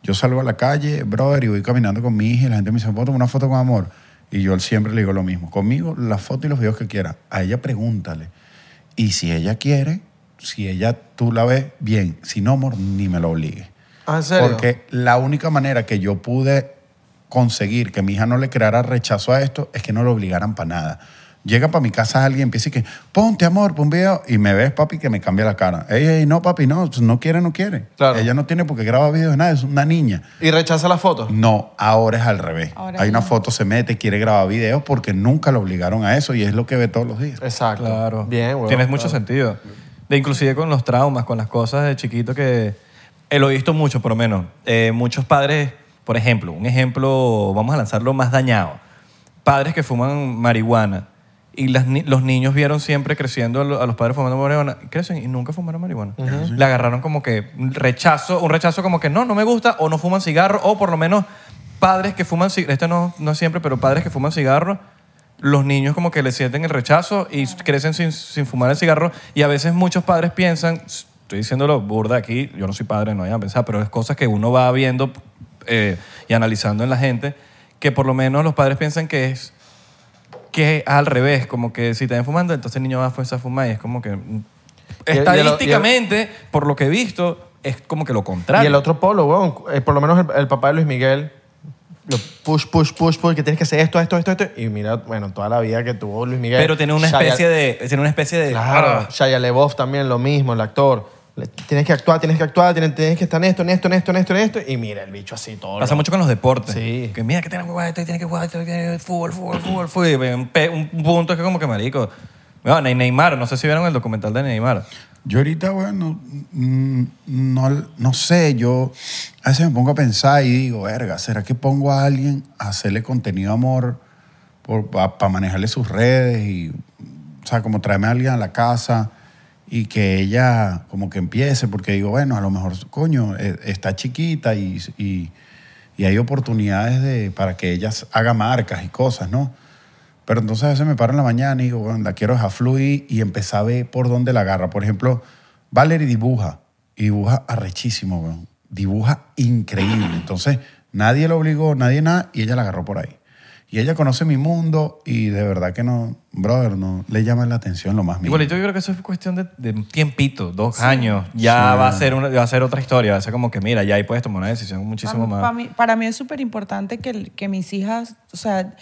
S4: Yo salgo a la calle, brother, y voy caminando con mi hija y la gente me dice, ¿puedo tomar una foto con amor? Y yo siempre le digo lo mismo. Conmigo, la foto y los videos que quiera. A ella pregúntale. Y si ella quiere, si ella tú la ves, bien. Si no, amor, ni me lo obligues.
S1: Ah, ¿en serio?
S4: Porque la única manera que yo pude conseguir que mi hija no le creara rechazo a esto es que no lo obligaran para nada. Llega para mi casa alguien, empieza y que, ponte amor, pon un video, y me ves, papi, que me cambia la cara. Ey, ey, no, papi, no, pues, no quiere, no quiere.
S1: Claro.
S4: Ella no tiene por qué grabar videos de nada, es una niña.
S1: Y rechaza las fotos.
S4: No, ahora es al revés.
S3: Ahora
S4: Hay
S3: es
S4: una
S3: al-
S4: foto, se mete, quiere grabar videos porque nunca lo obligaron a eso y es lo que ve todos los días.
S1: Exacto.
S2: Claro.
S1: Bien, güey.
S2: Tienes mucho sentido. De inclusive con los traumas, con las cosas de chiquito que... eh, lo he visto mucho, por lo menos. Eh, muchos padres, por ejemplo, un ejemplo, vamos a lanzarlo más dañado. Padres que fuman marihuana y las ni- los niños vieron siempre creciendo a, lo- a los padres fumando marihuana. Crecen y nunca fumaron marihuana. Le agarraron como que un rechazo, un rechazo como que no, no me gusta, o no fuman cigarro, o por lo menos padres que fuman cigarro, esto no, no siempre, pero padres que fuman cigarro los niños como que le sienten el rechazo y crecen sin, sin fumar el cigarro y a veces muchos padres piensan, estoy diciéndolo burda aquí, yo no soy padre, no vayan a pensar, pero es cosas que uno va viendo eh, y analizando en la gente, que por lo menos los padres piensan que es que es al revés, como que si te ven fumando, entonces el niño va a fuerza a fumar y es como que mm,
S1: Y- y el- y el-
S2: estadísticamente, por lo que he visto, es como que lo contrario.
S1: Y el otro polo, weón. eh, por lo menos el, el papá de Luis Miguel. Lo push, push, push, push, que tienes que hacer esto, esto, esto, esto. Y mira, bueno, toda la vida que tuvo Luis Miguel.
S2: pero tiene una
S1: Shia-
S2: especie de... Tiene una especie de... ah,
S1: Claro. Shia LaBeouf también lo mismo, el actor. Le- tienes que actuar, tienes que actuar, tienes, tienes que estar en esto, en esto, en esto, en esto, en esto. Y mira, el bicho así todo.
S2: Pasa
S1: loco.
S2: mucho con los deportes.
S1: Sí.
S2: Que mira, que tienes que jugar esto, y tienes que jugar esto, y tienes fútbol, fútbol, fútbol, fútbol. Y Un, pe- un punto es que como que marico. Bueno, Ne- Neymar, no sé si vieron el documental de Neymar.
S4: Yo ahorita, bueno, no, no, no sé, yo a veces me pongo a pensar y digo, verga, ¿será que pongo a alguien a hacerle contenido amor para manejarle sus redes y, o sea, como traerme a alguien a la casa y que ella como que empiece? Porque digo, bueno, a lo mejor, coño, eh, está chiquita y, y, y hay oportunidades de, para que ella haga marcas y cosas, ¿no? Pero entonces a veces me paro en la mañana y digo, bueno, la quiero dejar fluir y empezar a ver por dónde la agarra. Por ejemplo, Valerie dibuja. Y dibuja arrechísimo, weón. Dibuja increíble. Entonces, nadie la obligó, nadie nada, y ella la agarró por ahí. Y ella conoce mi mundo y de verdad que no, brother, no le llama la atención lo más mínimo.
S2: Igualito yo creo que eso es cuestión de, de un tiempito, dos años. Ya va, a ser una- va a ser otra historia. Va a ser como que mira, ya ahí puedes tomar una decisión muchísimo
S3: Pa-
S2: más.
S3: pa' mí- Para mí, es súper importante que, el- que mis hijas, o sea,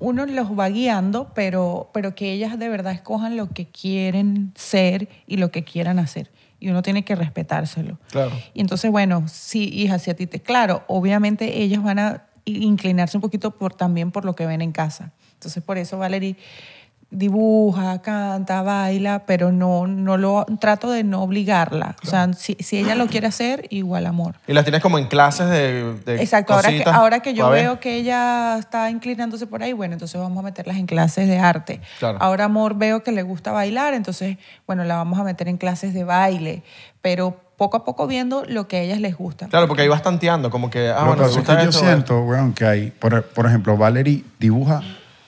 S3: uno los va guiando, pero, pero que ellas de verdad escojan lo que quieren ser y lo que quieran hacer. Y uno tiene que respetárselo.
S1: Claro.
S3: Y entonces, bueno, sí, hija, si a ti te... Claro, obviamente ellas van a inclinarse un poquito por, también por lo que ven en casa. Entonces, por eso Valerie dibuja, canta, baila, pero no, no lo trato de no obligarla. O sea, si, si ella lo quiere hacer, igual amor.
S1: Y las tienes como en clases de. de
S3: Exacto, ahora que,
S1: cositas,
S3: ahora que yo
S1: pa' ver.
S3: veo que ella está inclinándose por ahí, bueno, entonces vamos a meterlas en clases de arte.
S1: Claro.
S3: Ahora amor veo que le gusta bailar, entonces, bueno, la vamos a meter en clases de baile, pero poco a poco viendo lo que a ellas les gusta.
S1: Claro, porque ahí vas tanteando, como que, ah, bueno,
S4: lo que
S1: me
S4: pasa es
S1: gusta
S4: que yo
S1: esto, bueno.
S4: siento, weón, que hay, por, por ejemplo, Valerie dibuja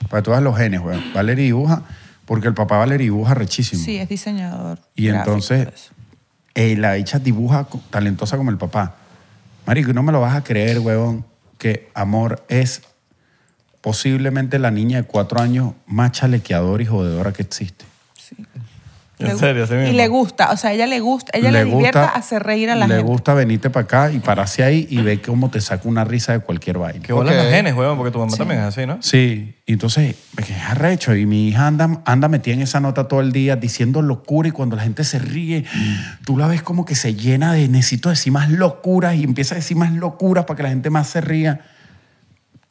S4: para todos los genes, weón. Valerie dibuja porque el papá Valerie dibuja rechísimo.
S3: Sí, es diseñador.
S4: Y
S3: gráfico,
S4: entonces,
S3: todo eso.
S4: eh, la hecha dibuja co- talentosa como el papá. Marico, no me lo vas a creer, huevón, que Amor es posiblemente la niña de cuatro años más chalequeadora y jodedora que existe.
S3: Sí.
S2: En
S3: Le gu-
S2: serio, así
S3: Y
S2: mismo.
S3: le gusta, o sea, a ella le gusta, ella le, divierta hacer reír a la
S4: le
S3: gente.
S4: gusta venirte para acá y pararse ahí y ver cómo te saca una risa de cualquier vaina.
S2: Que volan
S1: Ok.
S2: los genes, weón, porque tu mamá también es así, ¿no?
S4: Sí, y entonces me quedé arrecho y mi hija anda, anda metida en esa nota todo el día diciendo locura y cuando la gente se ríe, tú la ves como que se llena de necesito decir más locuras y empieza a decir más locuras para que la gente más se ría.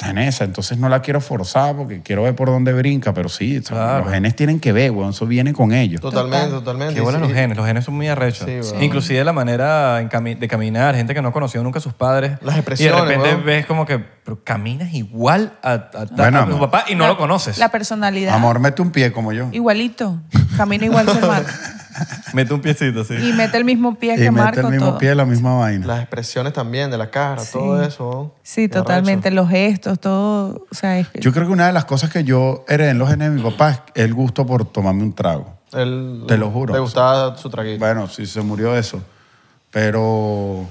S4: Está en esa, entonces no la quiero forzar porque quiero ver por dónde brinca, pero sí, o sea,
S2: Claro.
S4: los genes tienen que ver, weón, eso viene con ellos.
S1: Totalmente, totalmente.
S2: Que vuelan
S1: Y-
S2: los genes, los genes son muy arrechos.
S1: Sí, weón.
S2: Inclusive la manera en cami- de caminar, gente que no ha conocido nunca a sus padres.
S1: Las expresiones,
S2: Y de repente
S1: weón.
S2: ves como que pero caminas igual a, a- a-
S4: Bueno,
S2: a tu papá y no
S3: La-
S2: lo conoces.
S3: La personalidad.
S4: Amor, mete un pie como yo.
S3: Igualito. Camina igual que Marco.
S2: Mete un piecito así.
S3: Y mete el mismo pie
S4: Y
S3: que
S4: mete
S3: Marco.
S4: el mismo
S3: todo.
S4: pie, la misma vaina.
S1: Las expresiones también de la cara,
S3: Sí.
S1: todo eso. ¿no?
S3: Sí,
S1: Qué arrecho.
S3: totalmente. Los gestos, todo. O sea, es que-
S4: Yo creo que una de las cosas que yo heredé en los genes de mi papá es el gusto por tomarme un trago.
S1: Él-
S4: Te lo juro.
S1: Le gustaba su traguito.
S4: Bueno, sí, se murió eso. Pero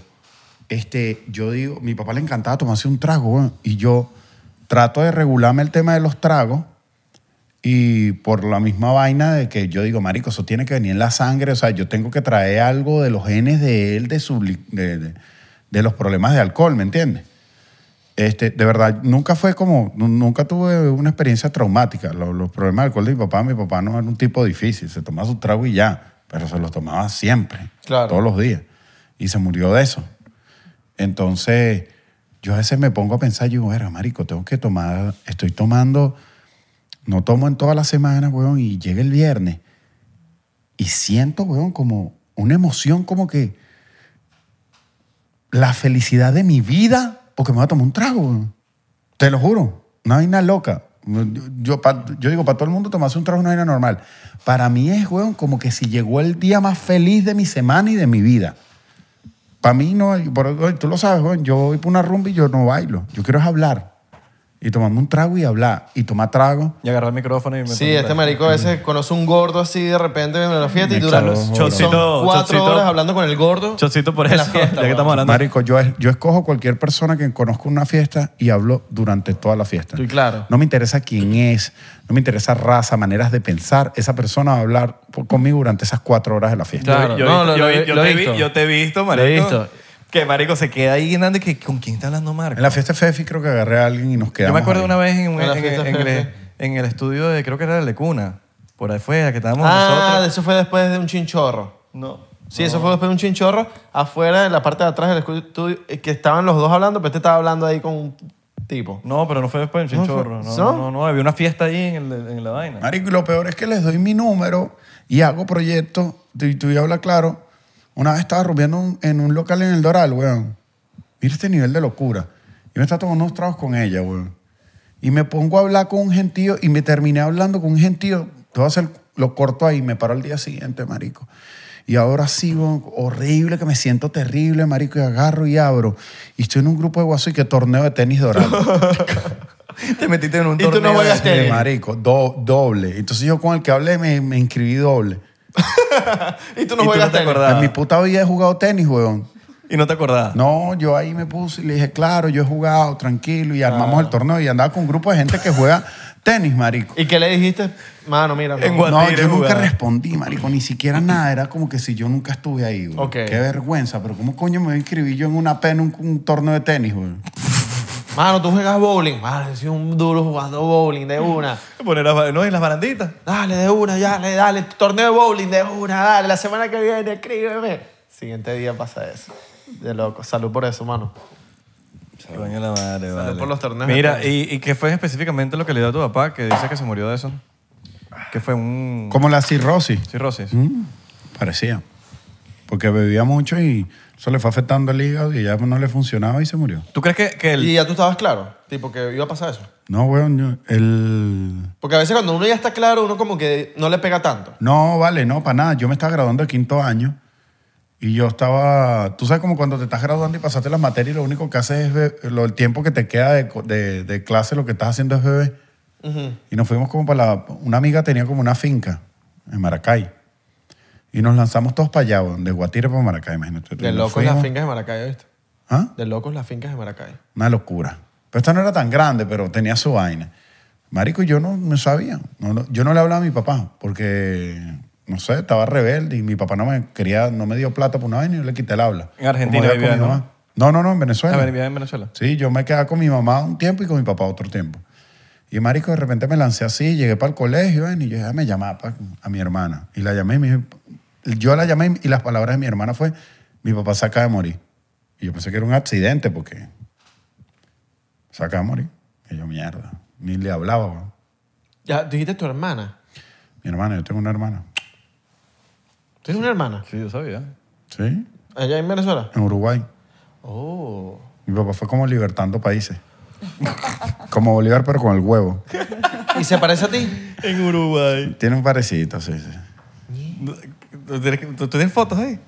S4: este, yo digo, mi papá le encantaba tomarse un trago, weón, y yo trato de regularme el tema de los tragos y por la misma vaina de que yo digo, marico, eso tiene que venir en la sangre, o sea, yo tengo que traer algo de los genes de él, de, su li- de, de- de los problemas de alcohol, ¿me entiendes? Este, de verdad, nunca fue como, nu- nunca tuve una experiencia traumática. Lo- Los, problemas de alcohol de mi papá, mi papá no era un tipo difícil, se tomaba su trago y ya, pero se los tomaba siempre,
S1: Claro.
S4: todos los días. Y se murió de eso. Entonces, yo a veces me pongo a pensar, yo, bueno, marico, tengo que tomar, estoy tomando, no tomo en toda la semana, weón, y llega el viernes y siento, weón, como una emoción como que la felicidad de mi vida porque me voy a tomar un trago, weón. Te lo juro, una vaina loca. Yo, yo pa- yo digo, para todo el mundo tomarse un trago es una vaina normal. Para mí es, weón, como que si llegó el día más feliz de mi semana y de mi vida. Para mí no, hay- por- oye, tú lo sabes, weón, yo voy para una rumba y yo no bailo. Yo quiero es hablar. Y tomarme un trago y hablar. Y tomar trago.
S2: Y agarrar el micrófono y me
S1: Sí, este marico a veces conoce un gordo así de repente en la fiesta y
S4: Me
S1: dura
S4: cago en
S1: son
S2: Chocito,
S1: cuatro
S2: chocito.
S1: horas hablando con el gordo.
S2: Chocito por
S1: en
S2: eso,
S1: la fiesta,
S2: ya que
S1: weón.
S2: estamos hablando.
S4: Marico, yo, es- yo escojo cualquier persona que conozco en una fiesta y hablo durante toda la fiesta.
S1: Estoy claro.
S4: No me interesa quién es, no me interesa raza, maneras de pensar. Esa persona va a hablar por- conmigo durante esas cuatro horas de la fiesta.
S1: Claro,
S2: Yo, yo-
S1: no, lo-
S2: yo-
S1: lo-
S2: yo
S1: lo
S2: te
S1: he
S2: vi-
S1: visto.
S2: yo te he visto,
S1: Lo
S2: marico.
S1: he visto.
S2: Que marico se queda ahí andando y que ¿con quién está hablando Marco?
S4: En la fiesta de Fefi creo que agarré a alguien y nos
S2: Yo
S4: quedamos.
S2: me acuerdo
S4: ahí.
S2: una vez en, un-
S1: En la
S2: en-
S1: fiesta
S2: en el-
S1: Fefe.
S2: en el estudio de, creo que era el de Cuna, por ahí fue, que estábamos
S1: Ah,
S2: nosotros.
S1: eso fue después de un chinchorro.
S2: No.
S1: Sí, eso fue después de un chinchorro afuera de la parte de atrás del estudio eh, que estaban los dos hablando, pero este estaba hablando ahí con un tipo.
S2: No, pero no fue después en
S1: No fue-
S2: Chinchorro.
S1: ¿No?
S2: No, no, no, no, había una fiesta ahí en, el- en la vaina.
S4: Marico, y lo peor es que les doy mi número y hago proyectos. Y tú ya hablas claro. Una vez estaba rompiendo en un local en el Doral, weón. Mira este nivel de locura. Yo me estaba tomando unos tragos con ella, weón. Y me pongo a hablar con un gentío y me terminé hablando con un gentío. Todo hacer lo corto ahí, me paro al día siguiente, marico. Y ahora sí, weón, horrible, que me siento terrible, marico, y agarro y abro. Y estoy en un grupo de guaso y que torneo de tenis doral.
S2: Te metiste en un
S1: Y tú no
S2: torneo
S1: juegas
S2: de-
S1: tenis.
S4: Sí, marico, do- doble. Entonces yo con el que hablé me, me inscribí doble.
S1: Y tú
S2: Y tú no
S1: no juegas
S2: te
S1: tenis.
S2: acordabas. Ah.
S4: En mi puta vida he jugado tenis, weón.
S2: Y no te acordabas.
S4: No, yo ahí me puse y le dije, claro, yo he jugado, tranquilo, y armamos
S1: Ah.
S4: el torneo. Y andaba con un grupo de gente que juega tenis, marico.
S1: ¿Y qué le dijiste? Mano, mira. no.
S2: En Guatire
S4: No, yo nunca
S2: jugaba.
S4: respondí, marico, ni siquiera nada. Era como que si yo nunca estuve ahí, güey.
S1: Ok.
S4: Qué vergüenza, pero ¿cómo coño me voy a inscribir yo en una pena un, un torneo de tenis, güey?
S1: Mano, tú juegas bowling. Mano, soy un duro jugando bowling de una.
S2: Poner las, no, y las baranditas.
S1: Dale, de una, ya, dale, dale. Torneo de bowling de una, dale. La semana que viene, escríbeme. Siguiente día pasa eso. De loco. Salud por eso, mano.
S2: Coño la madre, vale.
S1: por los torneos
S2: Mira,
S1: de
S2: ¿y, ¿y qué fue específicamente lo que le dio a tu papá que dice que se murió de eso? Que fue un...
S4: Como la cirrosis.
S2: Cirrosis.
S4: Mm, parecía. Porque bebía mucho y eso le fue afectando el hígado y ya no le funcionaba y se murió.
S2: ¿Tú crees que, que el...
S1: Y ya tú estabas claro, tipo, que iba a pasar eso.
S4: No, weón, yo- el...
S1: Porque a veces cuando uno ya está claro, uno como que no le pega tanto.
S4: No, vale, no, para nada. Yo me estaba graduando de quinto año Y yo estaba, tú sabes como cuando te estás graduando y pasaste las materias y lo único que haces es be- lo, el tiempo que te queda de, co- de- de clase, lo que estás haciendo es beber. Y nos fuimos como para la, una amiga tenía como una finca en Maracay. Y nos lanzamos todos para allá, weón, de Guatire para Maracay, imagínate.
S1: De
S4: Nos
S1: locos las
S4: fuimos.
S1: fincas de Maracay, ¿viste?
S4: ¿Ah?
S1: De locos las fincas de Maracay.
S4: Una locura. Pero esta no era tan grande, pero tenía su vaina. Marico, yo no, no sabía. No, no- yo no le hablaba a mi papá porque, no sé, estaba rebelde y mi papá no me quería, no me dio plata por una vaina y yo le quité el habla.
S2: En Argentina
S4: Como era con
S2: vivía,
S4: mi
S2: ¿no?
S4: mamá. No, no, no, en Venezuela.
S2: A ver, vivía en Venezuela.
S4: Sí, yo me quedaba con mi mamá un tiempo y con mi papá otro tiempo. Y marico, de repente me lancé así, llegué para el colegio vaina, y yo ya me llamaba pa- a mi hermana. Y la llamé y me dije, yo la llamé y las palabras de mi hermana fue, mi papá se acaba de morir. Y yo pensé que era un accidente porque se acaba de morir. Y yo, mierda, ni le hablaba. weón.
S1: Ya, tú dijiste tu hermana.
S4: Mi hermana, yo tengo una hermana.
S1: ¿Tú tienes una hermana?
S2: Sí, yo sabía.
S4: ¿Sí?
S1: Allá en Venezuela.
S4: En Uruguay.
S1: Oh.
S4: Mi papá fue como libertando países. como Bolívar, pero con el huevo.
S1: ¿Y se parece a ti?
S2: En Uruguay.
S4: Tiene un parecito, sí, sí.
S2: ¿Tú tienes, que- tú tienes fotos ahí?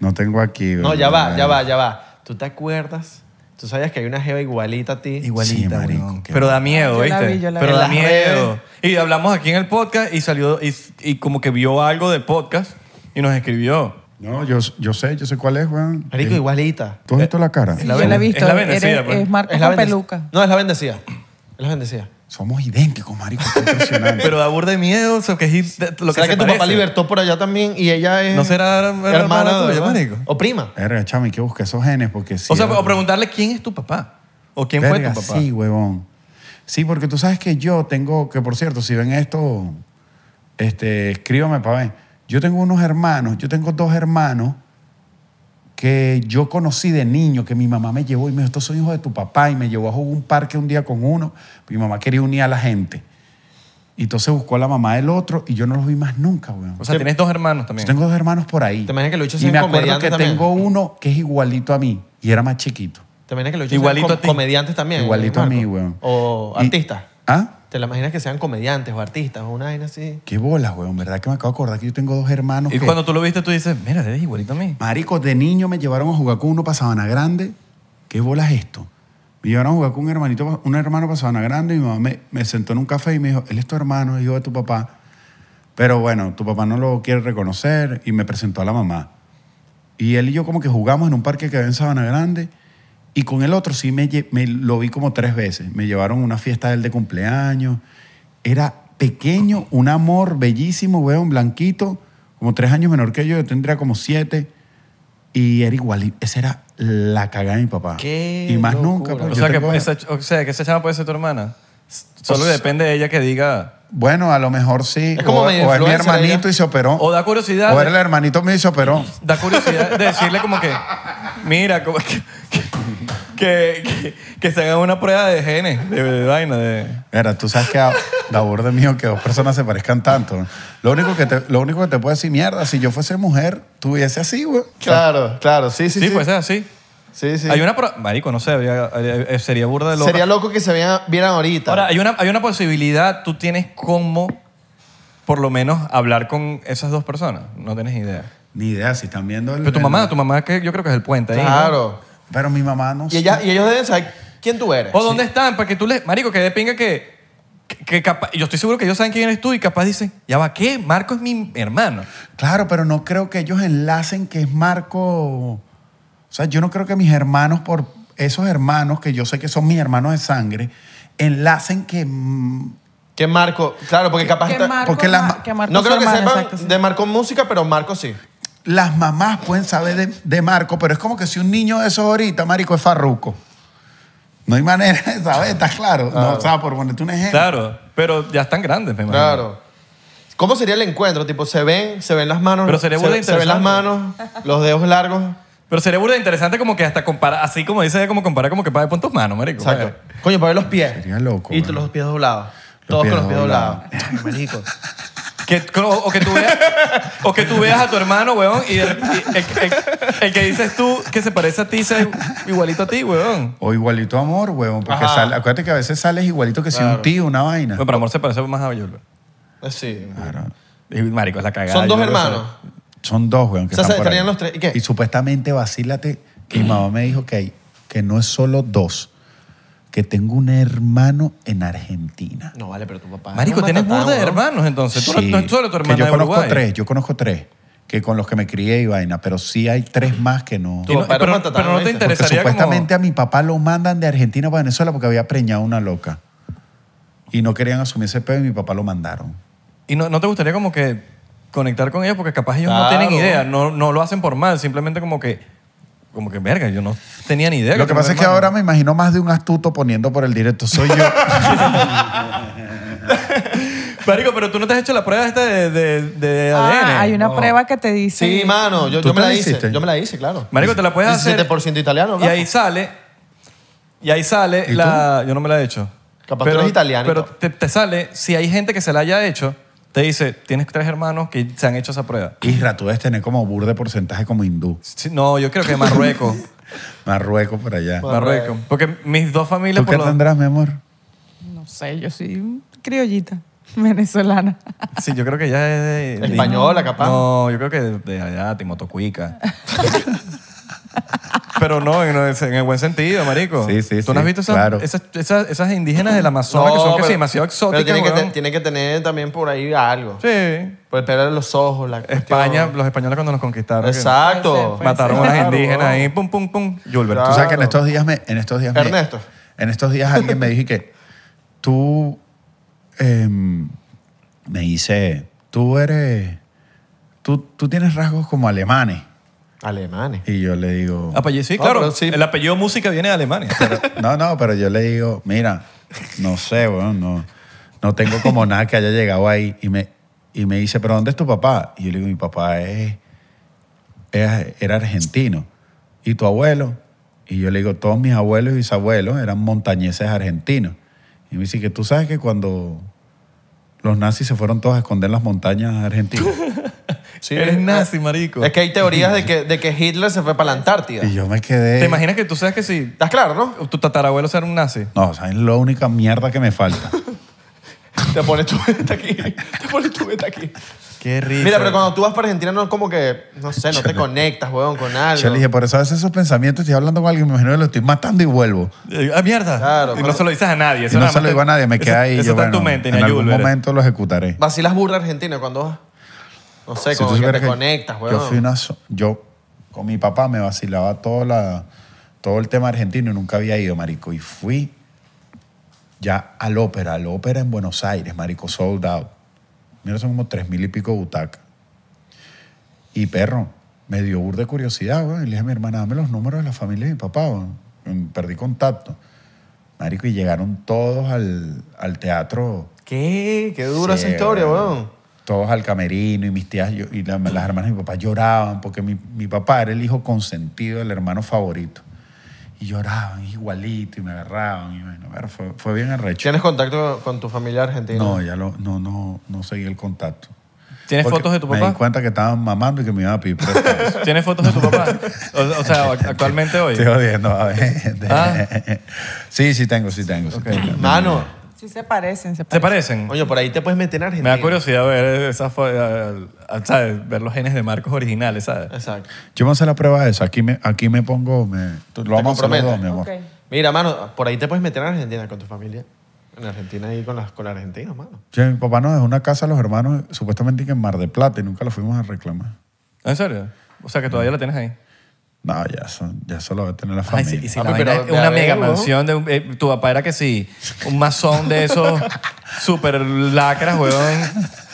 S4: No tengo aquí.
S1: No,
S4: weón,
S1: ya va,
S4: weón.
S1: ya va, ya va. ¿Tú te acuerdas? ¿Tú sabías que hay una jeva igualita a ti?
S4: Igualita,
S2: marico.
S4: weón, qué
S2: Pero da miedo,
S3: Yo la
S2: ¿viste?
S3: vi, yo la
S2: Pero
S1: vi.
S2: da
S1: En las redes.
S2: miedo. Y hablamos aquí en el podcast y salió y, y como que vio algo del podcast y nos escribió.
S4: No, yo, yo sé, yo sé cuál es, weón.
S1: Marico,
S4: Eh,
S1: igualita.
S4: ¿Tú has visto la cara?
S3: Sí, yo la he visto.
S2: es la
S3: Eres-
S2: bendecida, pues.
S3: es Marco
S1: Es la
S3: con
S1: bendec-
S3: peluca.
S1: No, es la bendecida. Es la bendecida.
S4: Somos idénticos, marico. qué impresionante.
S2: Pero da burda de miedo, o sea, que es de- lo que
S1: ¿Será
S2: se
S1: que tu
S2: parece.
S1: papá libertó por allá también y ella es.
S2: ¿No será her- hermana tuya,
S1: ¿verdad?
S2: marico?
S1: O prima.
S4: Verga, chamo, hay que buscar esos genes porque sí.
S2: O sea,
S4: weón.
S2: o preguntarle quién es tu papá. O quién fue
S4: Verga,
S2: tu papá.
S4: Sí, huevón. Sí, porque tú sabes que yo tengo, que por cierto, si ven esto, este, escríbame para ver. Yo tengo unos hermanos, yo tengo dos hermanos que yo conocí de niño, que mi mamá me llevó y me dijo, estos son hijos de tu papá, y me llevó a jugar un parque un día con uno. Mi mamá quería unir a la gente. Y entonces buscó a la mamá del otro y yo no los vi más nunca, weón.
S2: O sea, tienes dos hermanos
S4: Yo
S2: también.
S4: tengo dos hermanos por ahí.
S1: ¿Te imaginas que los bichos
S4: Y
S1: sean
S4: me acuerdo que
S1: comediantes también?
S4: tengo uno que es igualito a mí y era más chiquito.
S1: ¿Te imaginas que los
S2: Igualito
S1: igualito
S2: a ti.
S1: comediantes también?
S4: Igualito a
S1: Marco?
S4: mí, weón.
S1: O
S4: Y-
S1: artistas.
S4: ¿Ah?
S1: ¿Te la imaginas que sean comediantes o artistas o una vaina así?
S4: Qué bolas, weón. ¿Verdad que me acabo de acordar que yo tengo dos hermanos
S2: Y
S4: que...
S2: cuando tú lo viste, tú dices, mira, eres igualito a mí.
S4: Marico, de niño me llevaron a jugar con uno para Sabana Grande. ¿Qué bolas esto? Me llevaron a jugar con un hermanito, pa- un hermano para Sabana Grande y mi mamá me, me sentó en un café y me dijo, él es tu hermano, es hijo de tu papá. Pero bueno, tu papá no lo quiere reconocer y me presentó a la mamá. Y él y yo como que jugamos en un parque que había en Sabana Grande y con el otro sí me, lle- me lo vi como tres veces. Me llevaron a una fiesta de él de cumpleaños. Era pequeño, un amor bellísimo, weón, blanquito, como tres años menor que yo, yo tendría como siete. Y era igual, esa era la cagada de mi papá.
S1: Qué
S4: y más
S1: locura.
S4: nunca. porque
S2: O
S4: yo
S2: sea, que
S4: tengo-
S2: esa, o sea, que esa chama puede ser tu hermana. S- Solo
S4: Pues,
S2: depende de ella que diga.
S4: Bueno, a lo mejor sí.
S1: Es como
S4: o,
S1: medio
S4: o es mi
S1: influencer
S4: hermanito
S1: ella.
S4: y se operó.
S2: O
S4: O,
S2: da curiosidad.
S4: era el hermanito mío y se operó.
S2: Da curiosidad de decirle como que, mira, como que, que, que- que se haga una prueba de genes, de, de vaina, de...
S4: Mira, tú sabes que a labor de mío que dos personas se parezcan tanto. Lo único que te, lo único que te puedo decir, mierda, si yo fuese mujer, tuviese así, güey.
S1: Claro, claro,
S2: Sí, pues es así.
S1: Sí, sí.
S2: Hay una... pro- Marico, no sé, habría- habría- sería burda de loca.
S1: Sería loco que se vean- vieran ahorita.
S2: Ahora, hay una, hay una posibilidad, tú tienes cómo, por lo menos, hablar con esas dos personas. No tienes idea.
S4: Ni idea, si están viendo el...
S2: Pero tu
S4: el-
S2: mamá, tu mamá que yo creo que es el puente ahí, ¿no?
S1: claro.
S4: Pero mi mamá no
S1: Y, ella- y ellos deben saber quién tú eres.
S2: O dónde están, para que tú les... Marico, que de pinga que... que- que capaz- yo estoy seguro que ellos saben quién eres tú y capaz dicen, ya va, ¿qué? Marco es mi hermano.
S4: Claro, pero no creo que ellos enlacen que es Marco... O sea, yo no creo que mis hermanos, por esos hermanos que yo sé que son mis hermanos de sangre, enlacen que... mm,
S1: ¿Qué Marco? Claro, porque capaz.
S3: Que
S1: está-
S3: Marco,
S4: porque la-
S3: ma- que Marco
S1: no
S3: es su
S1: creo que
S3: hermana,
S1: sepan
S3: exacto, sí.
S1: de Marco música, pero Marco sí.
S4: Las mamás pueden saber de, de Marco, pero es como que si un niño de esos ahorita, marico, es farruco. No hay manera de saber, está claro. No, o sea, por ponerte un ejemplo.
S2: Claro, pero ya están grandes, me imagino.
S1: Claro. ¿Cómo sería el encuentro? Tipo, se ven, se ven las manos.
S2: Pero sería
S1: se,
S2: burda
S1: se ven las manos,
S2: interesante.
S1: los dedos largos.
S2: Pero sería burda interesante como que hasta comparar, así como dice, como comparar como que para pon tus manos, marico. Pues,
S1: Exacto. Coño, para ver los pies.
S4: Sería loco,
S1: Y
S4: güey.
S1: los pies doblados. Todos
S4: pies
S1: con los pies doblados.
S4: doblados.
S1: Ay, marico.
S2: Que- o, o que tú veas, o que tú veas a tu hermano, weón, y, el, y el- el- el que dices tú que se parece a ti es igualito a ti, weón.
S4: O igualito amor, huevón. Porque
S1: Ajá.
S4: sale- acuérdate que a veces sales igualito que si un tío, una vaina.
S2: No, pero amor se parece más a yo.
S1: Pues Sí.
S4: Claro.
S2: Marico, es la cagada.
S1: Son dos
S2: yo creo que
S1: hermanos.
S2: soy-
S4: Son dos, weón. Que
S1: O sea,
S4: están
S1: se
S4: por ahí.
S1: estarían los tres. ¿Y qué?
S4: Y supuestamente vacílate. Y mamá me dijo que, hay- que no es solo dos. Que tengo un hermano en Argentina.
S1: No, vale, pero tu papá.
S2: Marico,
S1: no
S2: tienes
S1: matatán,
S2: burda de
S1: weón.
S2: hermanos, entonces. Tú no-
S4: Sí,
S2: no es solo tu hermana
S4: que yo
S2: de
S4: conozco
S2: Uruguay.
S4: tres, yo conozco tres. Que con los que me crié y vaina. Pero sí hay tres más que no.
S2: Y no-
S1: papá era
S2: pero,
S1: matatán,
S2: pero no te
S1: ¿viste?
S4: Porque
S2: interesaría
S4: supuestamente a mi papá lo mandan de Argentina para Venezuela porque había preñado una loca. Y no querían asumir ese pedo y mi papá lo mandaron.
S2: como... Y no, no te gustaría como que conectar con ellos porque capaz ellos no
S1: Claro.
S2: tienen idea, no, no lo hacen por mal, simplemente como que... Como que, verga, yo no tenía ni idea.
S4: Lo que
S2: tengo
S4: pasa es que
S2: hermanos.
S4: ahora me imagino más de un astuto poniendo por el directo. Soy yo.
S2: Marico, pero tú no te has hecho la prueba esta de, de, de
S3: Ah,
S2: ADN.
S3: hay una
S1: no.
S3: prueba que te dice.
S1: Sí, mano, yo,
S4: ¿Tú
S1: yo me
S4: te
S1: la
S4: la
S1: hice.
S4: hiciste?
S1: Yo me la hice, claro.
S2: Marico, te la puedes hacer.
S1: 17% italiano,
S2: Y ahí
S1: gafo.
S2: sale. Y ahí sale
S4: ¿Y
S2: la. Yo no me la he hecho.
S1: Capaz tú eres italiano y
S2: Pero
S1: todo.
S2: te, te sale, si hay gente que se la haya hecho, te dice: tienes tres hermanos que se han hecho esa prueba.
S4: Isra, tú debes tener como burde porcentaje como hindú.
S2: Sí, No, yo creo que Marruecos.
S4: Marruecos por allá.
S2: Marruecos. Porque mis dos familias.
S4: ¿Tú qué
S2: Por lo-
S4: tendrás, mi amor?
S3: No sé, yo soy criollita, venezolana.
S2: Sí, yo creo que ya es de. de-
S1: Española, capaz.
S2: No, yo creo que de, de allá, Timotocuica. Pero no, en, en el buen sentido, marico.
S4: Sí, sí,
S2: ¿Tú no has
S4: sí,
S2: visto esas,
S4: claro.
S2: esas, esas- esas indígenas del Amazonas que son que
S1: pero-
S2: sí, demasiado exóticas?
S1: Pero tiene que, te-
S2: weón?
S1: tiene que tener también por ahí algo.
S2: Sí.
S1: Por el pelo de los ojos, la cuestión.
S2: España, los españoles cuando nos conquistaron. que
S1: Exacto.
S3: Puede ser, puede
S2: Mataron a unas
S1: Claro,
S2: indígenas
S1: weón.
S2: ahí, pum, pum, pum. Gilbert.
S1: Claro.
S4: Tú sabes que en estos días me, en estos días me-
S1: Ernesto.
S4: en estos días alguien me dijo que tú em, me dice, tú eres tú, tú tienes rasgos como alemanes
S1: Alemanes.
S4: y yo le digo,
S2: Ah, pues sí,
S1: No,
S2: claro.
S1: pero sí.
S2: El apellido música viene de Alemania.
S4: no, no, pero yo le digo, mira, no sé, weón, no no tengo como nada que haya llegado ahí y me y me dice, "¿Pero dónde es tu papá?" Y yo le digo, "Mi papá es era, era argentino. ¿Y tu abuelo? Y yo le digo, todos mis abuelos y bisabuelos eran montañeses argentinos. Y me dice que tú sabes que cuando los nazis se fueron todos a esconder en las montañas argentinas.
S1: Sí.
S2: Eres nazi, marico.
S1: Es que hay teorías de que, de que Hitler se fue para la Antártida.
S4: y yo me quedé...
S2: ¿Te imaginas que tú sabes que si
S1: ¿Estás claro, no?
S2: tu tatarabuelo era un nazi?
S4: No, o sea, es la única mierda que me falta.
S1: Te pones tu veta aquí. Te pones tu veta aquí.
S2: Qué rico.
S1: Mira, pero cuando tú vas para Argentina, no es como que, no sé, no te conectas, weón, con algo.
S4: Yo le dije, por eso a veces esos pensamientos, estoy hablando con alguien, me imagino que lo estoy matando y vuelvo.
S2: Eh, Ah, mierda.
S1: Claro,
S2: y
S1: pero-
S2: no se lo dices a nadie.
S4: Y
S2: eso
S4: no
S2: nada
S4: se
S2: más
S4: lo
S2: te-
S4: digo a nadie, me queda ahí.
S2: Eso
S4: yo,
S2: está en tu
S4: bueno,
S2: mente, ni
S4: en
S2: a
S4: algún
S2: Julber.
S4: momento lo ejecutaré.
S1: Vacilas burda Argentina cuando vas. No sé,
S4: Si tú
S1: como que
S4: supieras
S1: te
S4: que
S1: conectas, weón.
S4: Yo fui una. so- Yo con mi papá me vacilaba todo, la, todo el tema argentino y nunca había ido, marico. Y fui ya al ópera, al ópera en Buenos Aires, marico, sold out. Mira, son como tres mil y pico butacas. Y perro, me dio burda de curiosidad, weón. Y le dije a mi hermana, dame los números de la familia de mi papá, weón. Mm, Perdí contacto. Marico, y llegaron todos al, al teatro.
S1: ¿Qué? Qué dura
S4: Sí,
S1: esa historia,
S4: weón.
S1: weón.
S4: Todos al camerino y mis tías yo- y la- las hermanas de mi papá lloraban porque mi, mi papá era el hijo consentido, el hermano favorito. Y lloraban igualito y me agarraban. Y bueno, ver, fue, fue bien arrecho.
S1: ¿Tienes contacto con tu familia argentina?
S4: No, ya lo, no, no, no seguí el contacto.
S2: ¿Tienes
S4: Porque
S2: fotos de tu
S4: Me di
S2: papá?
S4: cuenta que estaban mamando y que me iban a pedir prestado.
S2: ¿Tienes fotos de tu papá? O, o sea, actualmente hoy.
S4: Estoy jodiendo, a ver.
S2: Ah.
S4: Sí, sí tengo, sí tengo. sí tengo.
S1: Mano,
S3: Sí se parecen, se
S2: ¿Te parecen?
S3: parecen.
S1: Ah, coño, por ahí te puedes meter en
S2: Me
S1: Argentina.
S2: da curiosidad ver esas fo- eh, eh, ¿sabes? ver los genes de Marcos originales, ¿sabes?
S1: Exacto.
S4: Yo me voy a hacer la prueba de eso. Aquí me, aquí me pongo... Me, tú- lo vamos a hacer los
S1: comprometes?
S4: dos, mi amor.
S3: Ok.
S1: Mira, mano, por ahí te puedes meter en Argentina con tu familia. En Argentina ahí con, las, con los argentinos, mano.
S4: Che, mi papá nos dejó una casa a los hermanos, supuestamente que en Mar de Plata, y nunca lo fuimos a reclamar.
S2: ¿En serio? O sea, que todavía la tienes ahí.
S4: No, ya eso, ya eso lo va a tener la
S2: Ay,
S4: familia.
S2: sí, y si
S1: Ah,
S2: la
S1: pero
S2: vaina es
S1: de
S2: una
S1: haber,
S2: mega
S1: weón.
S2: mansión de un- eh, tu papá era que sí, un masón de esos super lacras, weón.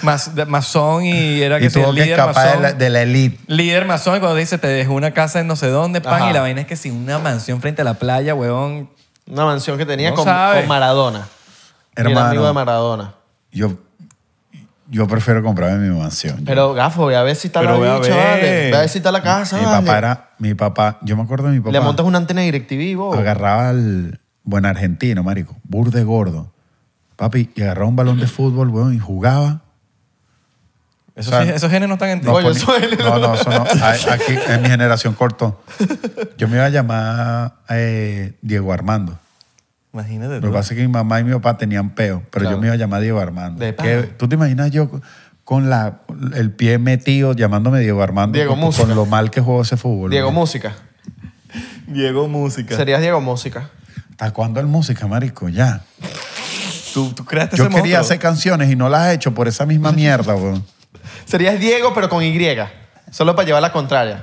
S2: Mas- de- masón y era
S4: Y
S2: que sí,
S4: tuvo
S2: el
S4: que
S2: líder
S4: escapar de la,
S2: masón.
S4: de la elite.
S2: Líder masón y cuando dice te dejo una casa en no sé dónde, pan,
S1: Ajá.
S2: y la vaina es que sí, una mansión frente a la playa, weón.
S1: Una mansión que tenía
S2: No
S1: con,
S2: sabe.
S1: con Maradona. Y era
S4: Hermano.
S1: amigo de Maradona.
S4: Yo, yo prefiero comprarme mi mansión.
S1: Pero, gafo, ve a ver si está
S2: Pero ve
S1: la
S2: a
S1: bicha,
S2: ver.
S1: vale. Ve a ver si está la casa,
S4: mi
S1: vale.
S4: papá era, mi papá, yo me acuerdo de mi papá.
S1: Le montas una antena de DirecTV, bobo.
S4: agarraba al buen argentino, marico, burde gordo. Papi, y agarraba un balón de fútbol, weón, y jugaba.
S2: Esos,
S4: O sea,
S2: sí- esos genes no están en ti.
S4: Nos
S1: Coño,
S4: poni-
S1: eso es-
S4: No, no, eso no. A- Aquí en mi generación corto. Yo me iba a llamar eh, Diego Armando.
S2: Imagínate
S4: Lo que
S2: tú.
S4: pasa es que mi mamá y mi papá tenían peo, pero yo me iba a llamar Diego Armando.
S1: De
S4: ¿Qué-
S1: pana.
S4: ¿Tú te imaginas yo con la, el pie metido, llamándome Diego Armando,
S1: Diego
S4: con,
S1: Música.
S4: con lo mal que jugó ese fútbol.
S1: Diego
S4: Música.
S1: Música.
S2: Diego Música.
S1: Serías Diego Música.
S4: ¿Hasta cuándo el música, marico? Ya.
S2: ¿Tú, tú creaste
S4: Yo
S2: ese
S4: quería
S2: monstruo?
S4: hacer canciones y no las he hecho por esa misma mierda, weón.
S1: Serías Diego, pero con Y. Solo para llevar la contraria.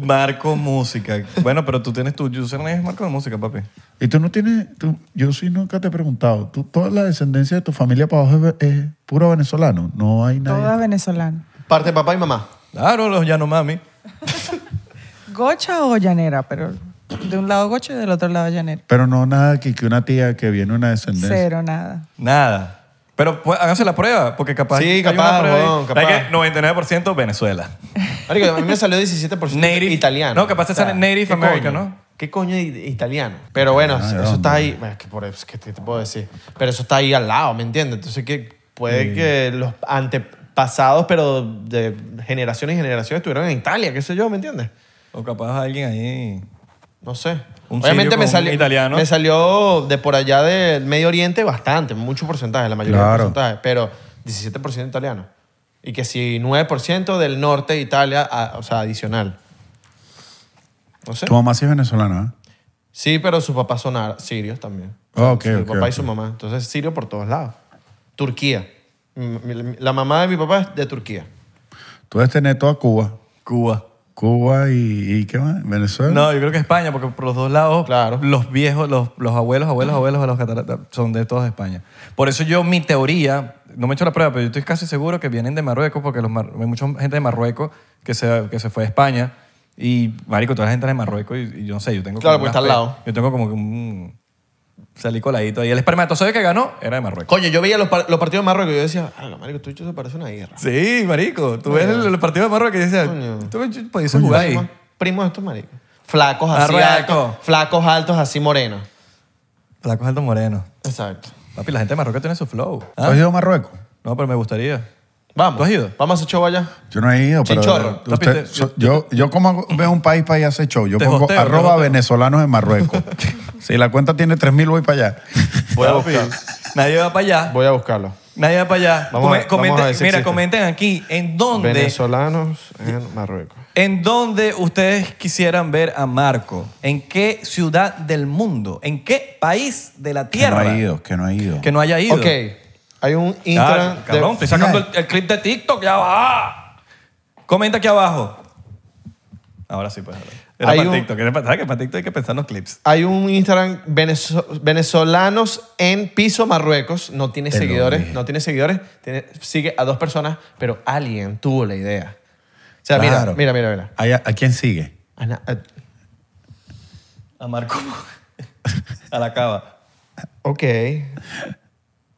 S2: Marco Música. Bueno, pero tú tienes tu username es Marco de Música, papi.
S4: Y tú no tienes, tú- yo sí nunca te he preguntado, ¿tú, toda la descendencia de tu familia para abajo es, es puro venezolano, no hay nadie.
S3: Toda venezolana.
S1: Parte de papá y mamá.
S2: Claro, los Yanomami.
S3: Gocha o llanera, pero de un lado gocha y del otro lado llanera.
S4: Pero no nada que, que una tía que viene una descendencia.
S3: Cero, nada.
S2: Nada. Pero pues, háganse la prueba, porque capaz.
S1: Sí,
S2: hay una
S1: capaz,
S2: prueba ahí.
S1: weón, capaz.
S2: Hay que 99% Venezuela.
S1: Marico, a mí me salió 17%
S2: Native.
S1: italiano.
S2: No, capaz te sale Native
S1: ¿qué
S2: American,
S1: coño?
S2: ¿no?
S1: ¿Qué coño de italiano? Pero bueno,
S4: Ah,
S1: eso
S4: ¿de
S1: está ahí. Bueno, es que por eso- ¿qué te, te puedo decir? Pero eso está ahí al lado, ¿me entiendes? Entonces, que puede que los antepasados, pero de generaciones y generaciones, estuvieron en Italia, qué sé yo, ¿me entiendes?
S2: O capaz alguien ahí.
S1: No sé.
S2: Un
S1: Obviamente
S2: sirio
S1: me
S2: con
S1: salió,
S2: un italiano.
S1: me salió de por allá del Medio Oriente bastante, mucho porcentaje, la mayoría
S4: Claro.
S1: del porcentaje, pero 17% italiano. Y que si 9% del norte de Italia, a- o sea, adicional. No sé.
S4: Tu mamá sí es venezolana, ¿eh?
S1: Sí, pero sus papás son ar- sirios también.
S4: Ah, ok,
S1: Su
S4: ok,
S1: papá y
S4: ok.
S1: su mamá. Entonces, sirio por todos lados. Turquía. Mi- mi- La mamá de mi papá es de Turquía.
S4: Tú debes tener toda Cuba.
S2: Cuba.
S4: Cuba y, y ¿qué más? Venezuela.
S2: No, yo creo que España, porque por los dos lados,
S1: Claro.
S2: los viejos, los, los abuelos, abuelos, abuelos de los catalanes son de todos de España. Por eso yo, mi teoría, no me he hecho la prueba, pero yo estoy casi seguro que vienen de Marruecos, porque los mar- hay mucha gente de Marruecos que se, que se fue a España. Y, marico, toda la gente era de Marruecos y, y yo no sé, yo tengo...
S1: Claro,
S2: como
S1: porque
S2: una
S1: está al
S2: fe-
S1: lado.
S2: Yo tengo como que un... Salí coladito ahí. El espermatozoide que ganó era de Marruecos.
S1: Coño, yo veía los, par- los partidos de Marruecos y yo decía, ah, marico, tú se parece una guerra.
S2: Sí, marico. Tú ves el, el partido de Marruecos y dices,
S1: Coño.
S2: tú podías jugar ahí.
S1: Primo de estos maricos. Flacos así
S2: Marruecos.
S1: altos. Flacos altos así morenos.
S2: La cosa alto moreno.
S1: Exacto.
S2: Papi, la gente de Marruecos tiene su flow.
S4: ¿Tú
S2: ¿ah?
S4: has ido a Marruecos?
S2: No, pero me gustaría.
S1: Vamos.
S2: ¿Tú has ido?
S1: Vamos a hacer show allá.
S4: Yo no he ido, pero...
S1: Chinchorro.
S4: usted-
S2: Papi, te-
S4: so- yo, yo como hago- veo un país para allá hacer show, yo
S2: Te
S4: pongo
S2: hosteo, te
S4: arroba
S2: hosteo.
S4: venezolanos en Marruecos. si la cuenta tiene 3.000, voy para allá.
S1: Voy a
S2: Papi,
S1: buscar.
S2: Nadie va para allá.
S1: Voy a buscarlo.
S2: Nadie va para allá.
S1: Vamos a-
S2: Come- comenten-
S1: vamos a ver si
S2: mira,
S1: existe.
S2: comenten aquí en dónde,
S1: Venezolanos en Marruecos.
S2: en dónde ustedes quisieran ver a Marco. ¿En qué ciudad del mundo? ¿En qué país de la
S4: Que no
S2: tierra?
S4: he ido, que no he ido.
S2: Que no haya ido.
S1: Ok. Hay un Instagram.
S2: Ah,
S1: de-
S2: cabrón, estoy sacando el, el clip de TikTok. Ya va. Comenta aquí abajo. Ahora sí, pues. ahora. Era
S1: Hay
S2: para
S1: un-
S2: TikTok. Era para, ¿Sabes que para TikTok hay que pensar en los clips?
S1: Hay un Instagram venezo- venezolanos en piso Marruecos. No tiene
S4: Te lo
S1: seguidores.
S4: dije.
S1: No tiene seguidores. Tiene- sigue a dos personas, pero alguien tuvo la idea. O sea, mira,
S4: Claro.
S1: mira, mira, mira.
S4: Ay, ¿A, a quién sigue?
S1: Ana- eh,
S2: A Marco. a la cava.
S1: Ok.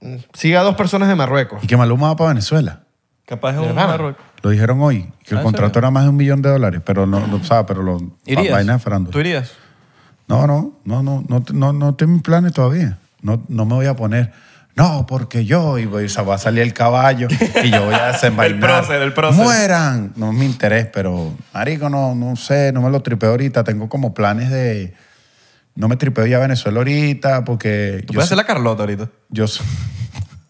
S1: Mm, Sigue a dos personas de Marruecos.
S4: Y que Maluma va para Venezuela.
S2: Capaz es un
S1: Hermano.
S2: Marruecos.
S4: Lo dijeron hoy, que
S2: Ah, ¿en
S4: el contrato
S2: serio?
S4: era más de un millón de dólares, pero no, no o sea, pero lo,
S2: ¿Irías?
S4: vaina de farándula.
S2: ¿Tú irías?
S4: No, no, no, no, no, te- no, no tengo mis planes todavía. No, no me voy a poner, no, porque yo, y voy, o sea, va a salir el caballo y yo voy a desenvainar.
S2: El prócer, el prócer.
S4: Mueran. No es mi interés, pero, marico, no, no sé, no me lo tripeo ahorita. Tengo como planes de, no me tripeo ya a Venezuela ahorita porque...
S2: Tú
S4: yo
S2: puedes
S4: sé-
S2: hacer la Carlota ahorita.
S4: yo sé-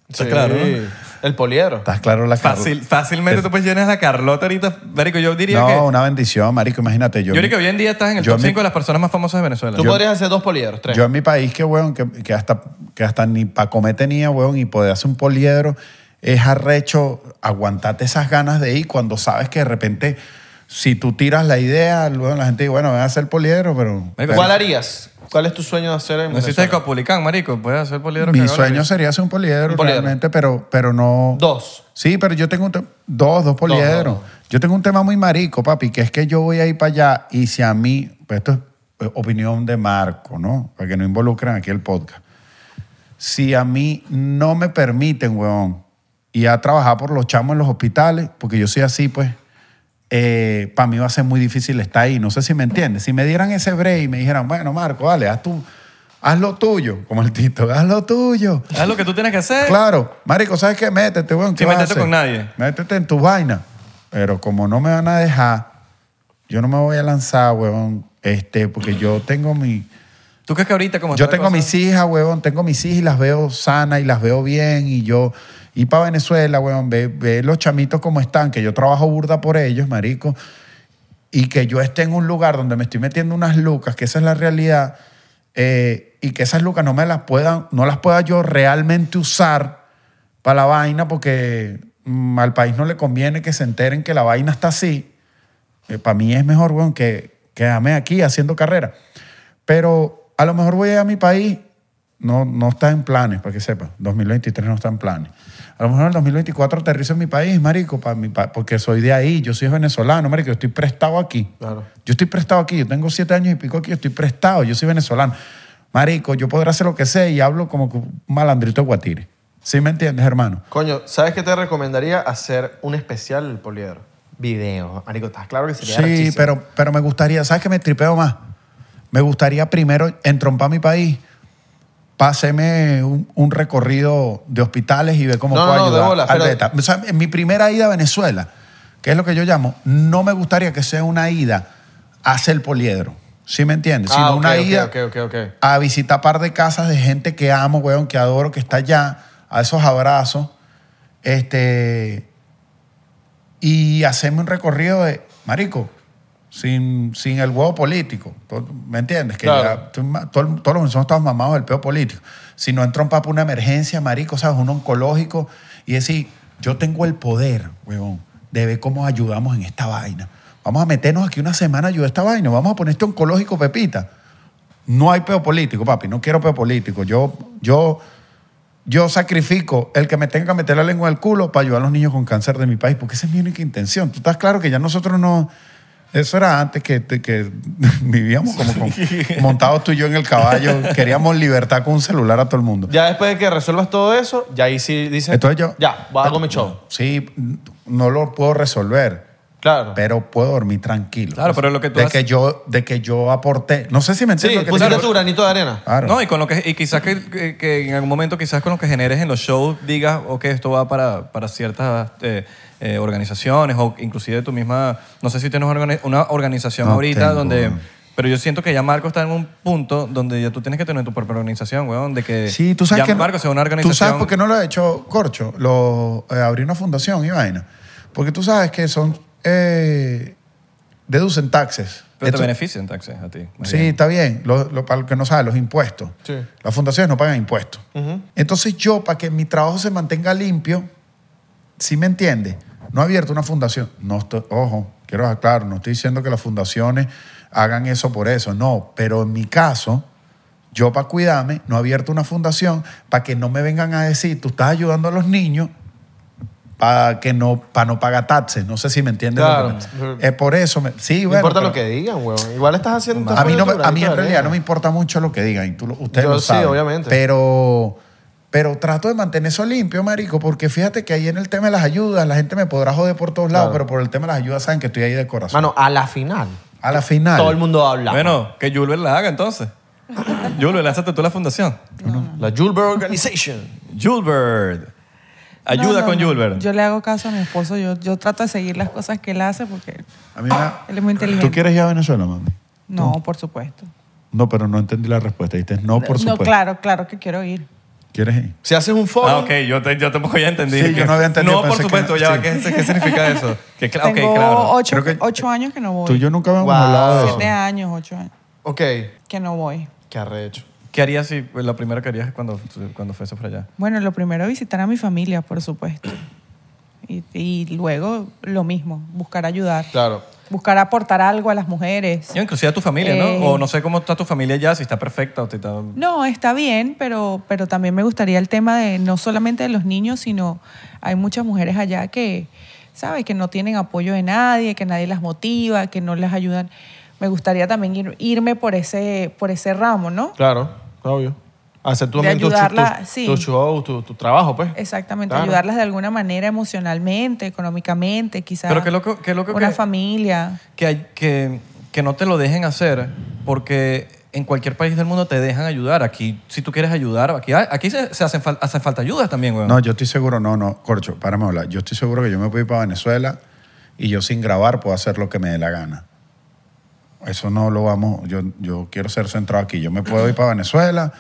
S2: Está claro, ¿no?
S1: El poliedro.
S4: ¿Estás claro la carro-
S2: Fácil, fácilmente tú puedes llenar la Carlota ahorita. Marico, yo diría
S4: No,
S2: que...
S4: una bendición, marico, imagínate. Yo,
S2: yo diría que hoy en día estás en el
S4: yo
S2: top
S4: me-
S2: 5 de las personas más famosas de Venezuela.
S1: Tú podrías hacer dos poliedros, tres.
S4: Yo en mi país, que weón, que, que hasta, que hasta ni pa' comer tenía, weón, y poder hacer un poliedro, es arrecho aguantarte esas ganas de ir cuando sabes que de repente, si tú tiras la idea, luego la gente dice, bueno, voy a hacer poliedro, pero...
S2: Marico,
S1: ¿Cuál harías? ¿Cuál es tu sueño de hacer en
S2: No existe el
S1: Venezuela?
S2: Copulicán, marico. Puedes hacer poliedro.
S4: Mi
S2: cagado en la
S4: sueño
S2: vida.
S4: sería hacer un poliedro,
S1: Un poliedro.
S4: realmente, pero, pero no...
S1: Dos.
S4: Sí, pero yo tengo un te- dos, dos poliedros.
S1: dos.
S4: Yo tengo un tema muy marico, papi, que es que yo voy a ir para allá y si a mí, pues esto es eh, opinión de Marco, ¿no? Para que no involucren aquí el podcast. Si a mí no me permiten, weón, ir a trabajar por los chamos en los hospitales, porque yo soy así, pues, para mí va a ser muy difícil estar ahí. No sé si me entiendes. Si me dieran ese break y me dijeran, bueno, Marco, dale, haz, tu, haz lo tuyo, como el Tito, haz lo tuyo.
S2: Haz lo que tú tienes que hacer.
S4: Claro, marico, ¿sabes qué? Métete, weón.
S2: Sí,
S4: ¿qué vas a
S2: métete
S4: hacer?
S2: con nadie.
S4: Métete en tu vaina. Pero como no me van a dejar, yo no me voy a lanzar, weón. Este, porque yo tengo mi.
S2: ¿Tú crees que ahorita como
S4: Yo
S2: está la
S4: tengo
S2: cosa?
S4: mis hijas, weón. Tengo mis hijas y las veo sanas y las veo bien. Y yo, Y para Venezuela, weón, ve, ve los chamitos como están, que yo trabajo burda por ellos, marico. Y que yo esté en un lugar donde me estoy metiendo unas lucas, que esa es la realidad, eh, y que esas lucas no me las puedan, no las pueda yo realmente usar para la vaina, porque mm, al país no le conviene que se enteren que la vaina está así. para Eh, mí es mejor, weón, que quedarme aquí haciendo carrera. Pero a lo mejor voy a mi país, no, no está en planes, para que sepa. 2023 no está en planes. A lo mejor en el 2024 aterrizo en mi país, marico, pa' mi pa- porque soy de ahí, yo soy venezolano, marico, yo estoy prestado aquí.
S1: Claro.
S4: Yo estoy prestado aquí, yo tengo siete años y pico aquí, yo estoy prestado, yo soy venezolano. Marico, yo podré hacer lo que sea y hablo como que un malandrito de guatire. ¿Sí me entiendes, hermano?
S1: Coño, ¿sabes qué te recomendaría? Hacer un especial del poliedro. Video. Marico, ¿estás claro que sería
S4: Sí,
S1: arrechísimo?
S4: pero, pero me gustaría, ¿sabes qué me tripeo más? Me gustaría primero entrompar mi país, páseme un, un recorrido de hospitales y ver cómo
S1: No,
S4: puedo
S1: no, no, de
S4: ayudar
S1: bola,
S4: al
S1: pero-
S4: beta. O sea, en mi primera ida a Venezuela, que es lo que yo llamo, no me gustaría que sea una ida hacia el poliedro. ¿Sí me entiendes?
S1: Ah,
S4: Sino
S1: ok,
S4: una
S1: ok,
S4: ida
S1: ok, ok, ok.
S4: a visitar par de casas de gente que amo, weón, que adoro, que está allá, a esos abrazos. Este, y hacerme un recorrido de, marico, sin, sin el huevo político. To- ¿Me entiendes? Que
S1: Claro.
S4: ya estoy ma- todo el- todos los venezolanos estamos mamados del peo político. Si no entrompa para una emergencia, marico, ¿sabes? Un oncológico. Y decir, yo tengo el poder, huevón, de ver cómo ayudamos en esta vaina. Vamos a meternos aquí una semana a ayudar a esta vaina. Vamos a poner este oncológico, Pepita. No hay peo político, papi. No quiero peo político. Yo, yo, yo sacrifico el que me tenga que meter la lengua al culo para ayudar a los niños con cáncer de mi país, porque esa es mi única intención. Tú estás claro que ya nosotros no. Eso era antes que, te- que vivíamos como con- montados tú y yo en el caballo. Queríamos libertad con un celular a todo el mundo.
S1: Ya después de que resuelvas todo eso, ya ahí sí dices.
S4: Entonces yo-
S1: Ya, voy a hago mi show.
S4: Sí, no lo puedo resolver,
S1: Claro.
S4: pero puedo dormir tranquilo.
S2: Claro, pero lo que tú
S4: de
S2: haces-
S4: que yo De que yo aporté. No sé si me
S1: sí, pues
S4: entiendes. lo que te
S1: pusiste
S4: digo.
S1: tu granito de arena.
S4: Claro.
S2: No, y, con lo que, y quizás que, que- que en algún momento, quizás con lo que generes en los shows, digas, ok, esto va para, para ciertas eh, eh, organizaciones o inclusive tu misma, no sé si tienes organi- una organización
S4: No
S2: ahorita
S4: tengo,
S2: donde...
S4: weón.
S2: Pero yo siento que ya Marco está en un punto donde ya tú tienes que tener tu propia organización, weón, de que
S4: Sí, tú sabes
S2: ya
S4: que no-
S2: Marco sea una organización...
S4: Tú sabes por qué no lo ha hecho Corcho, lo eh, abrir una fundación y vaina. Porque tú sabes que son eh, deducen taxes.
S2: Pero te
S4: Esto-
S2: benefician taxes a ti. más
S4: Sí,
S2: bien.
S4: está bien. Lo, lo- para el que no sabe, los impuestos.
S1: Sí.
S4: Las fundaciones no pagan impuestos. Entonces yo, para que mi trabajo se mantenga limpio, ¿sí me entiende? No he abierto una fundación. No estoy, ojo, quiero aclarar, no estoy diciendo que las fundaciones hagan eso por eso. No, pero en mi caso, yo para cuidarme, no he abierto una fundación para que no me vengan a decir, tú estás ayudando a los niños para que no, para no pagar taxes. No sé si me entiendes. lo que
S1: Claro.
S4: me- Es por eso. me- sí,
S1: No
S4: bueno,
S1: importa
S4: pero-
S1: lo que digan, weón. Igual estás haciendo. estás
S4: a mí, no
S1: poniendo
S4: me-
S1: tu
S4: a mí
S1: granito
S4: en
S1: de
S4: realidad no
S1: arena.
S4: me importa mucho lo que digan. y tú lo- ustedes
S1: Yo
S4: lo
S1: sí,
S4: saben.
S1: obviamente.
S4: Pero, pero trato de mantener eso limpio, marico, porque fíjate que ahí en el tema de las ayudas, la gente me podrá joder por todos lados,
S1: Claro.
S4: pero por el tema de las ayudas saben que estoy ahí de corazón.
S1: Mano, a la final,
S4: a la final.
S1: todo el mundo va a hablar.
S2: Bueno, que Julber la haga entonces. Julber, lánzate tú la fundación.
S1: La Julber Organization.
S2: Julbert. Ayuda
S3: No, no,
S2: con
S3: no.
S2: Julbert.
S3: Yo le hago caso a mi esposo. Yo, yo trato de seguir las cosas que él hace porque
S4: A mí me-
S3: Ah, él es muy inteligente.
S4: ¿Tú quieres ir a Venezuela, mami?
S3: No, por supuesto.
S4: No, pero no entendí la respuesta. Dijiste, no, por
S3: No,
S4: supuesto.
S3: claro, claro que quiero ir.
S4: ¿Quieres ir?
S1: Si haces un foro.
S2: Ah, ok, yo, te- yo tampoco ya entendí.
S4: Sí, yo no había entendido,
S2: No, por
S4: pensé que
S2: supuesto,
S4: no-
S2: ya,
S4: sí.
S2: ¿qué, qué significa eso? Que, cla- ok,
S3: Tengo
S2: claro.
S3: ocho,
S4: Creo que-
S3: ocho años que no voy.
S4: Tú y yo nunca habíamos
S1: Wow.
S4: hablado de eso.
S3: Siete años, ocho años
S1: Ok.
S3: que no voy.
S1: Qué arrecho.
S2: ¿Qué harías si pues, la primera que harías cuando, cuando fuese por allá?
S3: Bueno, lo primero visitar a mi familia, por supuesto. Y, y luego lo mismo, buscar ayudar.
S1: Claro.
S3: Buscar aportar algo a las mujeres.
S2: Yo, inclusive a tu familia, ¿no?
S3: Eh.
S2: O no sé cómo está tu familia ya, si está perfecta o si está...
S3: No, está bien, pero, pero también me gustaría el tema de no solamente de los niños, sino hay muchas mujeres allá que, ¿sabes? Que no tienen apoyo de nadie, que nadie las motiva, que no las ayudan. Me gustaría también ir- irme por ese, por ese ramo, ¿no?
S1: Claro, obvio. Hacer tú
S3: De
S1: también tu, tu,
S3: ayudarla,
S1: tu-
S3: sí.
S1: tu show, tu, tu trabajo, pues.
S3: Exactamente,
S1: Claro.
S3: ayudarlas de alguna manera emocionalmente, económicamente, quizás.
S2: Pero qué loco- qué loco
S3: Una
S2: que-
S3: familia.
S2: Que, hay, que, que no te lo dejen hacer porque en cualquier país del mundo te dejan ayudar. Aquí, si tú quieres ayudar, aquí, aquí se, se hacen, fal- hacen falta ayudas también, weón.
S4: No, yo estoy seguro, no, no, Corcho, párame a hablar. Yo estoy seguro que yo me puedo ir para Venezuela y yo sin grabar puedo hacer lo que me dé la gana. Eso no lo vamos, yo, yo quiero ser centrado aquí. Yo me puedo ir para Venezuela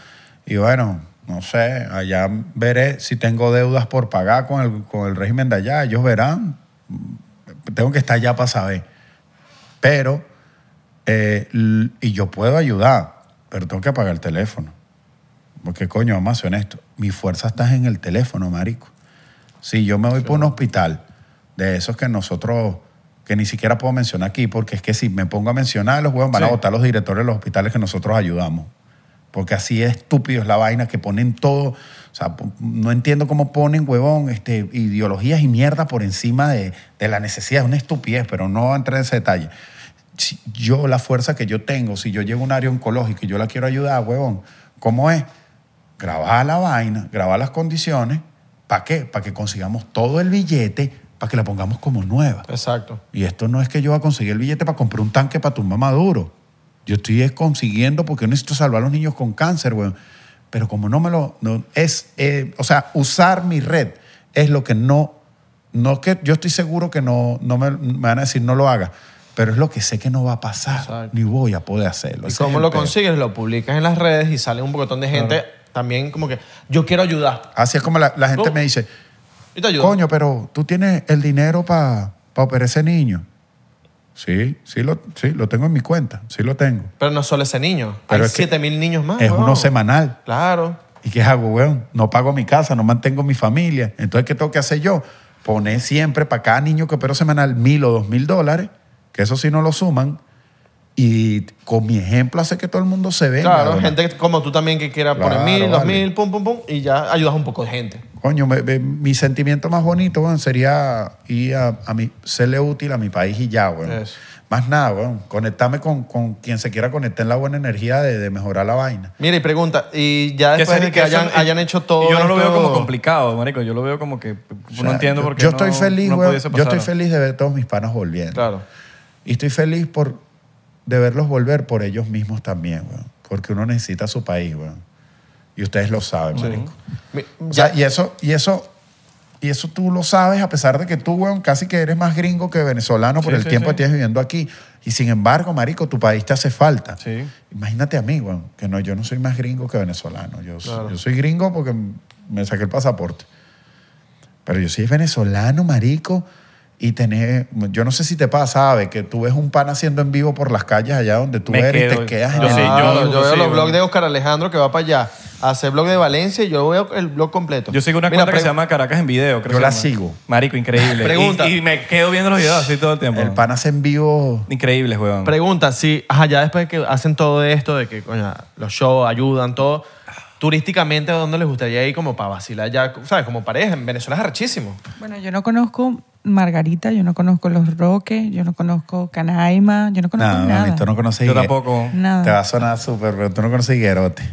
S4: y bueno, No sé, allá veré si tengo deudas por pagar con el, con el régimen de allá. Ellos verán. Tengo que estar allá para saber. Pero, eh, l- y yo puedo ayudar, pero tengo que pagar el teléfono. Porque, coño, vamos a ser honestos. Mi fuerza está en el teléfono, marico. Si yo me voy por un hospital de esos que nosotros, que ni siquiera puedo mencionar aquí, porque es que si me pongo a mencionar, los huevos van a
S2: Sí.
S4: votar los directores de los hospitales que nosotros ayudamos. Porque así de estúpido es la vaina que ponen todo. O sea, po- no entiendo cómo ponen, huevón, este, ideologías y mierda por encima de, de la necesidad. Es una estupidez, pero no voy a entrar en ese detalle. Si yo, la fuerza que yo tengo, si yo llego a un área oncológica y yo la quiero ayudar, huevón, ¿cómo es? grabar la vaina, grabar las condiciones, ¿para qué? Para que consigamos todo el billete, para que la pongamos como nueva.
S1: Exacto.
S4: Y esto no es que yo voy a conseguir el billete para comprar un tanque para tu mamá duro. Yo estoy es consiguiendo porque yo necesito salvar a los niños con cáncer, weón. Pero como no me lo... no- es, eh, o sea, usar mi red es lo que no... No que yo estoy seguro que no, no me, me van a decir no lo haga, pero es lo que sé que no va a pasar,
S1: Exacto.
S4: ni voy a poder hacerlo.
S1: ¿Y
S4: Ese es
S1: cómo
S4: el
S1: lo
S4: peor.
S1: consigues? Lo publicas en las redes y sale un botón de gente también como que yo quiero ayudar.
S4: Así es como la, la gente
S1: ¿Cómo?
S4: me dice,
S1: Y te ayudo.
S4: Coño, pero tú tienes el dinero para operar ese niño. Sí, sí lo, sí, lo tengo en mi cuenta, sí lo tengo.
S1: Pero no solo ese niño.
S4: Pero
S1: Hay
S4: es que
S1: 7 mil niños más.
S4: es
S1: weón.
S4: uno semanal.
S1: Claro.
S4: ¿Y qué hago, weón? No pago mi casa, no mantengo mi familia. Entonces, ¿qué tengo que hacer yo? Poner siempre para cada niño que opero semanal mil o dos mil dólares, que eso sí no lo suman, y con mi ejemplo hace que todo el mundo se vea.
S1: claro, gente que- como tú también que quiera poner
S4: Claro,
S1: mil, dos
S4: vale.
S1: mil, pum, pum, pum, y ya ayudas un poco de gente.
S4: Coño, me- me- mi sentimiento más bonito, weón, sería ir a, a mi, serle útil a mi país y ya, weón.
S1: Eso.
S4: Más nada, weón. Conectarme con, con quien se quiera conectar en la buena energía de, de mejorar la vaina.
S1: Mira, y pregunta, y ya
S2: Que
S1: después
S2: se-
S1: de que
S2: que eso-
S1: hayan, hayan hecho todo
S2: y Yo no lo veo
S1: esto-
S2: como complicado, marico. Yo lo veo como que pues,
S4: O
S2: no
S4: sea,
S2: entiendo
S4: yo-
S2: por qué
S4: Yo
S2: no-
S4: estoy feliz,
S2: no
S4: weón.
S2: pudiese
S4: Yo estoy
S2: pasar.
S4: feliz de ver todos mis panas volviendo.
S1: Claro.
S4: Y estoy feliz por, de verlos volver por ellos mismos también, weón. Porque uno necesita su país, weón. Y ustedes lo saben, marico.
S1: Mi-
S4: O
S1: ya-
S4: sea, y eso, y eso, y eso tú lo sabes, a pesar de que tú, weón, casi que eres más gringo que venezolano por
S2: Sí,
S4: el
S2: sí,
S4: tiempo
S2: sí.
S4: que tienes viviendo aquí. Y sin embargo, marico, tu país te hace falta.
S2: Sí.
S4: Imagínate a mí, weón, que no, yo no soy más gringo que venezolano. Yo, so-
S1: Claro.
S4: yo soy gringo porque me saqué el pasaporte. Pero yo soy venezolano, marico, y tener, yo no sé si te pasa, Ave, que tú ves un pan haciendo en vivo por las calles allá donde tú
S2: Me
S4: eres y
S2: quedo.
S4: te quedas
S2: Yo
S4: en
S2: sí,
S4: el-
S1: Claro,
S2: yo-
S1: yo,
S2: yo
S1: veo
S2: sí,
S1: los
S2: bueno.
S1: blogs de Oscar Alejandro que va para allá, hace blog de Valencia y yo veo el blog completo.
S2: Yo sigo una
S1: Mira,
S2: cuenta que
S1: pre-
S2: se llama Caracas en Video. Creo
S4: Yo
S2: que
S4: la
S2: se llama.
S4: sigo.
S2: Marico, increíble.
S1: Pregunta.
S2: Y, y me quedo viendo los videos así todo el tiempo.
S4: el pan hace en vivo
S2: Increíble, weón.
S1: Pregunta, si, ajá, ya después de que hacen todo esto, de que coño, los shows ayudan, todo, turísticamente, ¿a dónde les gustaría ir como para vacilar ya, sabes, como pareja? En Venezuela es arrechísimo.
S3: Bueno, yo no conozco Margarita, yo no conozco Los Roques, yo no conozco Canaima, yo no conozco
S4: No,
S3: nada.
S4: mami, tú no conoces
S2: Yo
S4: Higuera.
S2: tampoco.
S3: Nada.
S4: Te va a sonar súper, pero tú no conoces Higuerote.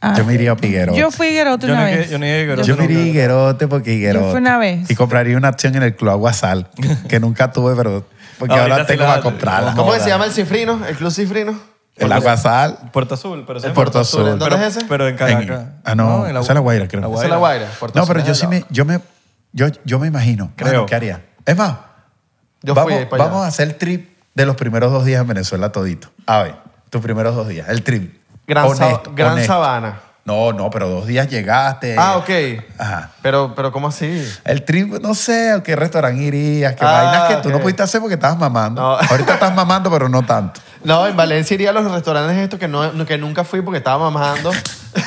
S3: Ah.
S4: yo me iría a Higuerote.
S3: Yo fui Guerote
S2: Yo
S3: una
S2: no que-
S3: vez.
S2: yo no llegué a Higuerote.
S4: Yo
S2: nunca.
S4: me iría a Higuerote porque Higuerote.
S3: Yo fui una vez.
S4: Y compraría una acción en el Club Aguasal, que nunca tuve, pero porque
S2: Ahorita
S4: ahora,
S2: sí
S4: tengo
S2: la-
S4: para comprarla.
S1: ¿Cómo que
S4: joda.
S1: se llama el cifrino? ¿El club cifrino?
S4: El Aguasal.
S2: Puerto Azul, pero se
S4: El
S2: llama
S4: Puerto Azul.
S1: ¿en dónde
S2: Pero,
S1: es ese?
S2: pero en Caracas.
S4: En- ah, no,
S2: en
S4: esa es La Guaira, creo.
S1: Esa es La Guaira. Puerto
S4: No,
S1: Azul
S4: pero
S1: es
S4: yo
S1: al
S4: sí me,
S1: lado.
S4: yo me, yo, yo me imagino.
S2: Creo.
S4: Bueno, ¿qué haría? Es más,
S1: Yo fui
S4: vamos,
S1: ahí para allá.
S4: vamos a hacer el trip de los primeros dos días en Venezuela todito. A ver, tus primeros dos días, el trip.
S1: Gran, Sa-
S4: Honesto,
S1: Gran
S4: honesto. Eh.
S1: Sabana.
S4: No, no, pero dos días llegaste.
S1: Ah, ok.
S4: Ajá.
S1: Pero, pero ¿cómo así?
S4: El trip, no sé, a qué restaurante irías, qué
S1: Ah,
S4: vainas que tú
S1: ok.
S4: no pudiste hacer porque estabas mamando.
S1: No.
S4: Ahorita estás mamando, pero no tanto.
S1: No, en Valencia iría a los restaurantes estos que, no, que nunca fui porque estaba mamando.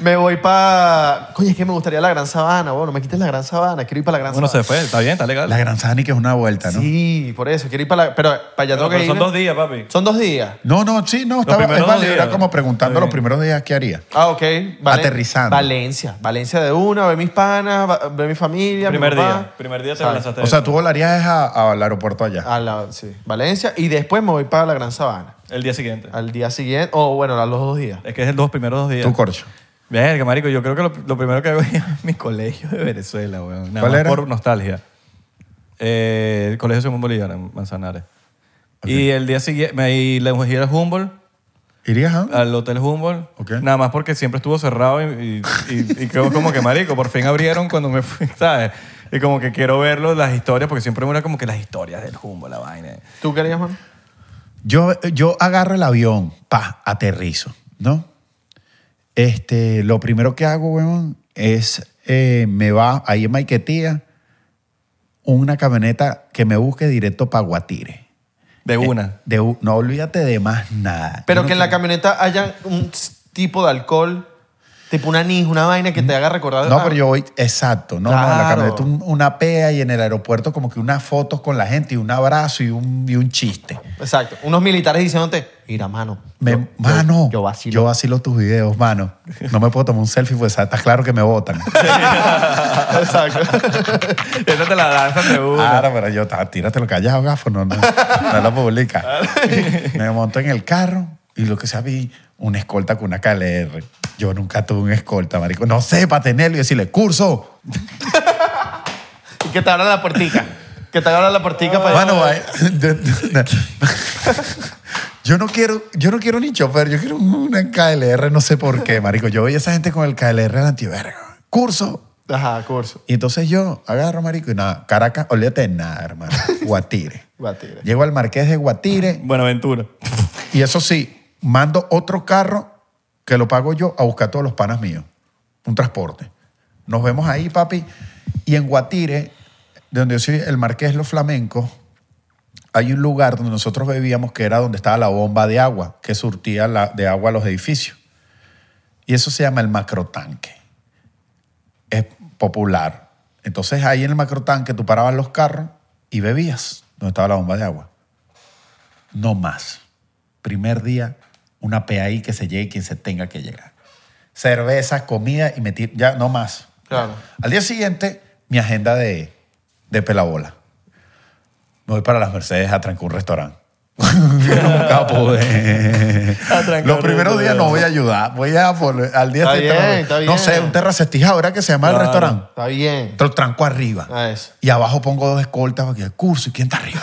S1: me voy para... Coño, es que me gustaría la Gran Sabana. Bueno, me quites la Gran Sabana. Quiero ir para la Gran
S2: Bueno, se
S1: Sabana.
S2: fue, está bien, está legal.
S4: La Gran Sani que es una vuelta, ¿no?
S1: Sí, por eso. Quiero ir para la... Pero para allá
S2: Pero-
S1: tengo que
S2: pero
S1: ir.
S2: son dos días, papi.
S1: Son dos días.
S4: No, no, sí, no, estaba,
S2: primeros
S4: es
S2: dos
S4: válido,
S2: días.
S4: era como preguntando
S2: Está
S4: los
S2: bien.
S4: primeros días qué haría.
S1: Ah, ok.
S4: Aterrizando.
S1: Valencia. Valencia de una, ver mis panas, va- ver mi familia, mi
S2: Primer
S1: papá.
S2: día. Primer día te
S1: ¿Sabes?
S2: lanzaste.
S4: O sea, tú volarías es a- a- al aeropuerto allá.
S1: A la- sí, Valencia. Y después me voy para la Gran Sabana.
S2: El día siguiente.
S1: Al día siguiente, o bueno, a los dos días.
S2: Es que es el dos primeros dos días.
S4: Tú, Corcho.
S2: Verga, marico, yo creo que lo, lo primero que hago es ir a mi colegio de Venezuela, weón. Nada
S4: ¿Cuál
S2: más
S4: era?
S2: por nostalgia. Eh, el colegio Simón Bolívar en Manzanares. Y el día siguiente me y le fui al Humboldt,
S4: ¿Irías a?
S1: Ah.
S2: al Hotel Humboldt.
S4: Ok.
S2: Nada más porque siempre estuvo cerrado y, y, y- y creo como que, marico, por fin abrieron cuando me fui, ¿sabes? Y como que quiero verlo, las historias, porque siempre me era como que las historias del Humboldt, la vaina.
S1: ¿Tú querías, Juan?
S4: Yo, yo agarro el avión, pa, aterrizo, ¿no? Este, lo primero que hago, weón, es eh, me va ahí en Maiquetía una camioneta que me busque directo para Guatire. Eh.
S2: De una.
S4: De u- no olvídate de más nada.
S1: Pero
S4: Uno
S1: que en la camioneta haya un s- tipo de alcohol, tipo un anís, una vaina que te haga recordar.
S4: No,
S1: ah,
S4: pero yo voy, exacto, no, no, la
S1: Claro.
S4: camioneta un- una pea y en el aeropuerto como que unas fotos con la gente y un abrazo y un, y un chiste.
S1: Exacto. Unos militares diciéndote, mira, mano.
S4: Me-
S1: yo- yo-
S4: mano,
S1: Yo vacilo.
S4: tus videos, mano. No me puedo tomar un selfie, pues estás claro que me votan.
S1: Exacto.
S2: Esa te la danzan de una.
S4: Ahora, pero yo, ah, tíratelo callado, gafo, no, no, no lo publica. me monto en el carro y lo que sea, vi un escolta con una KLR. Yo nunca tuve un escolta, marico. No sé, para tenerlo y decirle, curso,
S1: Y que te abran la puertica. Que te abran la puertica para...
S4: Mano, vaya. yo no quiero, yo no quiero ni chofer, yo quiero una KLR, no sé por qué, marico. Yo veía a esa gente con el KLR al antiverga. Curso.
S1: Ajá, curso.
S4: Y entonces yo agarro, marico, y nada, Caracas, olvídate de nada, hermano. Guatire.
S1: Guatire.
S4: Llego al Marqués de Guatire
S2: Buenaventura.
S4: y eso sí, mando otro carro que lo pago yo a buscar a todos los panas míos. Un transporte. Nos vemos ahí, papi. Y en Guatire, de donde yo soy el Marqués Los Flamencos, hay un lugar donde nosotros bebíamos que era donde estaba la bomba de agua, que surtía la- de agua a los edificios. Y eso se llama el macrotanque. Es popular. Entonces ahí en el macrotanque tú parabas los carros y bebías donde estaba la bomba de agua. No más. Primer día, una PAI que se llegue quien se tenga que llegar. Cerveza, comida y metir. Ya, no más.
S1: Claro.
S4: Al día siguiente, mi agenda de, de pelabola. Me voy para las Mercedes a trancar un restaurante. Nunca pude.
S2: A trancar
S4: Los
S2: un
S4: primeros días no voy a ayudar. Voy a por- al día
S1: Está
S4: siguiente,
S1: bien, está
S4: No
S1: bien.
S4: sé, un terracetija ahora que se llama el
S2: Claro.
S4: restaurante.
S1: Está bien.
S4: Te lo tranco arriba.
S1: Ah, eso.
S4: Y abajo pongo dos escoltas para que el curso. ¿Y quién está arriba?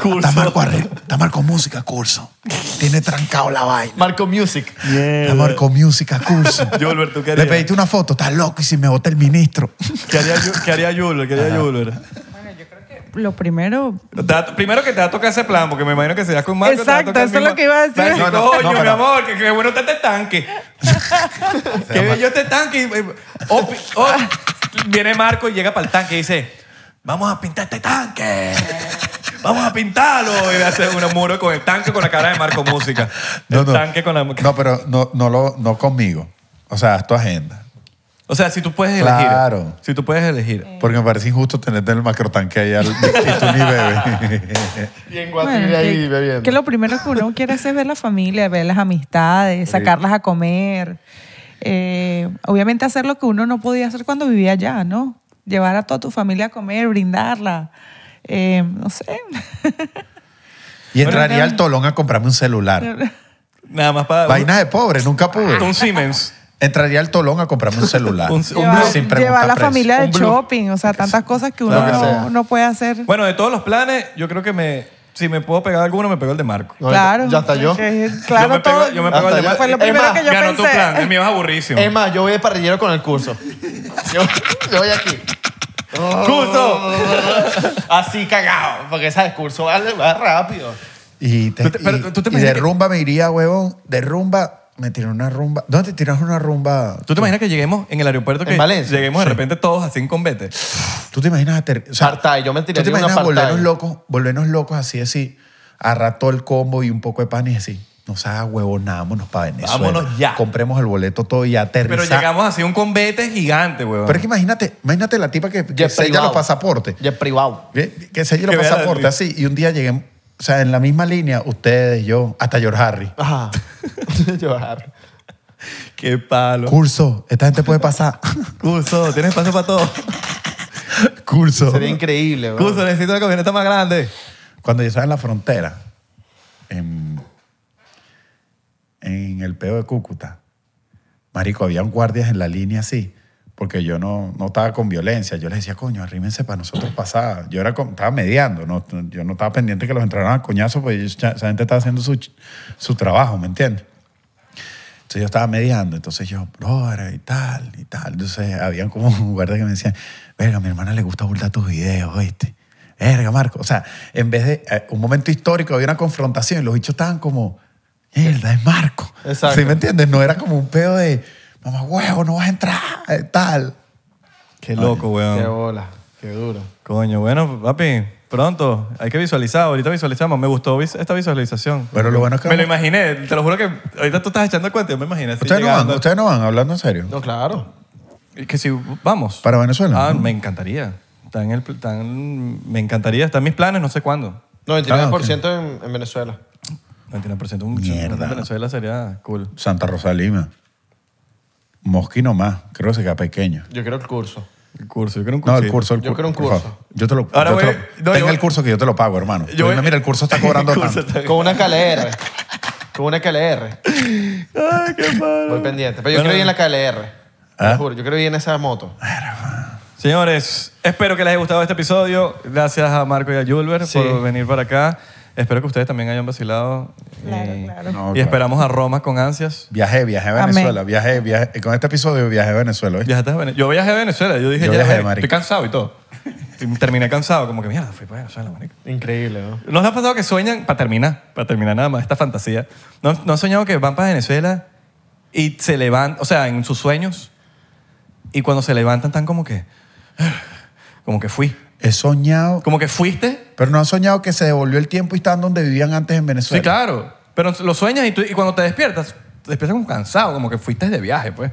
S2: Curso.
S4: Está Marco arriba. Está Marco Música, curso. Tiene trancado la vaina.
S1: Marco Music.
S4: Está Marco Música, curso.
S2: Julber, ¿tú qué
S4: Le
S2: harías?
S4: pediste una foto. Estás loco y si me vota el ministro.
S2: ¿Qué haría, Ju- qué haría Julber? ¿Qué haría Julber?
S3: Lo primero,
S2: Te va- Primero que te va a tocar ese plan, porque me imagino que serías con Marco. te va a
S3: Exacto,
S2: tocar el
S3: eso es
S2: mismo-
S3: lo que iba a decir.
S2: Va decir,
S4: No, no,
S2: coño,
S4: no,
S2: mi
S4: no.
S2: amor, que, que bueno está este tanque. que bello este tanque. y- y- oh, pi- oh, viene Marco y llega para el tanque y dice, vamos a pintar este tanque. Vamos a pintarlo. Y le hace un muro con el tanque con la cara de Marco Música.
S4: No,
S2: el
S4: no.
S2: tanque con la...
S4: No, pero no, no, lo, no conmigo. O sea, haz tu agenda.
S2: O sea, si tú puedes elegir.
S4: Claro.
S2: Si tú puedes elegir.
S4: Porque me parece injusto tenerte en el macrotanque ahí al, y tú ni bebes.
S1: Y en
S3: bueno, que, que lo primero que uno quiere hacer es ver la familia, ver las amistades, sacarlas a comer. Eh, obviamente hacer lo que uno no podía hacer cuando vivía allá, ¿no? Llevar a toda tu familia a comer, brindarla. Eh, no sé.
S4: Y entraría al tolón a comprarme un celular.
S2: Nada más para...
S4: Vaina de pobre, nunca pude.
S2: Ah, Un Siemens.
S4: Entraría al tolón a comprarme un celular.
S2: Un- un
S3: llevar,
S2: blue.
S4: Sin preguntar
S3: llevar a la
S4: precio.
S3: familia de
S2: Un blue.
S3: shopping, o sea, tantas cosas que uno
S1: Claro. Lo que sea.
S3: no, no puede hacer.
S2: Bueno, de todos los planes, yo creo que me... Si me puedo pegar alguno, me pego el de Marco.
S1: No,
S3: claro.
S1: ya está yo.
S3: que- Claro,
S2: yo me pego,
S3: todo.
S2: yo me pego
S1: Hasta
S2: el de
S1: yo.
S2: Marco.
S3: Fue lo
S1: Es
S3: primero
S1: más,
S3: que yo
S2: ganó
S3: pensé.
S2: tu plan. El mío es aburrísimo.
S1: Es más, yo voy de parrillero con el curso. Yo, yo voy aquí.
S2: ¡Curso!
S1: Así cagado. Porque ese curso va, va rápido.
S4: Y, te-
S2: Tú te- pero
S4: y-
S2: tú te
S4: y
S2: imaginas
S4: de
S2: que-
S4: rumba me iría, huevón. De rumba me tiré una rumba. ¿Dónde te tiras una rumba?
S2: ¿Tú te imaginas que lleguemos en el aeropuerto que
S1: En Valencia.
S2: lleguemos de repente todos así en combete?
S4: ¿Tú te imaginas ater- o sea,
S1: Apartheid, yo me tiraría
S4: ¿Tú te
S1: una
S4: imaginas
S1: apartheid.
S4: volvernos locos, volvernos locos así, así, a rato el combo y un poco de pan y así, nos haga huevonámonos para Venezuela.
S2: Vámonos ya.
S4: Compremos el boleto todo y aterrizar.
S2: Pero llegamos así a un combete gigante, weón.
S4: Pero es que imagínate, imagínate la tipa que, que
S1: Jet
S4: sella
S1: privado.
S4: los pasaportes.
S1: Jet privado.
S4: Que que sella los
S2: Que vea la
S4: pasaportes
S2: lista.
S4: así y un día lleguemos, o sea, en la misma línea, ustedes, yo, hasta George Harry.
S1: Ajá. yo Harry.
S2: ¡Qué palo!
S4: Curso, esta gente puede pasar.
S2: Curso, tienes espacio para todo.
S4: Curso.
S1: Sería increíble, bro.
S2: Curso, necesito una camioneta más grande.
S4: Cuando yo estaba en la frontera, en, en el peo de Cúcuta, marico, había guardias en la línea así, porque yo no, no estaba con violencia. Yo les decía, coño, arrímense para nosotros pasar. Yo era, como- estaba mediando, no, yo no estaba pendiente que los entraran a coñazo, porque ellos- esa gente estaba haciendo su, ch- su trabajo, ¿me entiendes? Entonces yo estaba mediando, entonces yo, brother, y tal, y tal. Entonces habían como guardias que me decían, verga, a mi hermana le gusta burlar tus videos, ¿oíste? Verga, Marco. O sea, en vez de eh, un momento histórico había una confrontación y los bichos estaban como, mierda, es Marco.
S1: Exacto.
S4: ¿Sí me entiendes? No era como un pedo de, mamá, huevo, no vas a entrar, eh, tal.
S2: Qué loco, weón.
S1: Qué bola, qué duro.
S2: Coño, bueno, papi, pronto. Hay que visualizar. Ahorita visualizamos. Me gustó vis- esta visualización.
S4: Pero lo bueno es que...
S2: Me lo imaginé. Te lo juro que ahorita tú estás echando cuenta. Yo me imaginé así
S4: Ustedes no van,
S2: llegando.
S4: ustedes no van, hablando en serio.
S1: No, claro.
S2: Que si vamos.
S4: Para Venezuela.
S2: Ah,
S4: ¿no?
S2: me encantaría. Está en el, pl- está en- me encantaría. Están mis planes, no sé cuándo.
S1: 99% en, en Venezuela.
S2: 99% un
S4: Mierda.
S2: en Venezuela sería cool.
S4: Santa Rosa Lima. Mosquino más. Creo que se queda pequeño.
S1: Yo quiero el curso.
S2: El curso, yo creo un curso.
S4: No, el curso. El
S1: Yo
S4: cu-
S1: quiero un
S4: por
S1: curso.
S4: favor. Yo te lo,
S2: Ahora
S4: yo te
S2: voy-
S4: lo-
S2: no,
S4: tenga
S2: yo-
S4: el curso que yo te lo pago, hermano.
S2: Yo voy-
S4: Dime, mira, el curso está cobrando
S2: El curso
S4: tanto.
S2: está-
S1: Con una KLR. Con una KLR.
S2: Ay, qué padre. ¿Ah?
S1: Voy pendiente. Pero yo quiero ir en la KLR. Te lo juro, yo quiero ir en esa moto.
S2: Señores, espero que les haya gustado este episodio. Gracias a Marco y a Julber
S1: Sí.
S2: por venir para acá. Espero que ustedes también hayan vacilado. eh,
S3: Claro,
S2: y,
S3: claro.
S4: No,
S2: y
S4: claro.
S2: esperamos a Roma con ansias.
S4: Viajé, viajé a
S3: Amén.
S4: Venezuela. Viajé, viajé. Con este episodio viajé a Venezuela. ¿oíste?
S2: Viajaste a Venezuela. Yo viajé a Venezuela. Yo dije,
S4: Yo
S2: ya,
S4: viajé,
S2: eh,
S4: marico.
S2: estoy cansado y todo. Y terminé cansado, como que mierda, fui para Venezuela, marico.
S1: Increíble, ¿no?
S2: ¿Nos ha pasado que sueñan, para terminar, para terminar nada más esta fantasía, ¿no, no han soñado que van para Venezuela y se levantan, o sea, en sus sueños, y cuando se levantan están como que, como que fui,
S4: He soñado.
S2: como que fuiste
S4: Pero no han soñado que se devolvió el tiempo y están donde vivían antes en Venezuela.
S2: Sí, claro. Pero lo sueñas y, tú- y cuando te despiertas, te despiertas como cansado, como que fuiste de viaje, pues.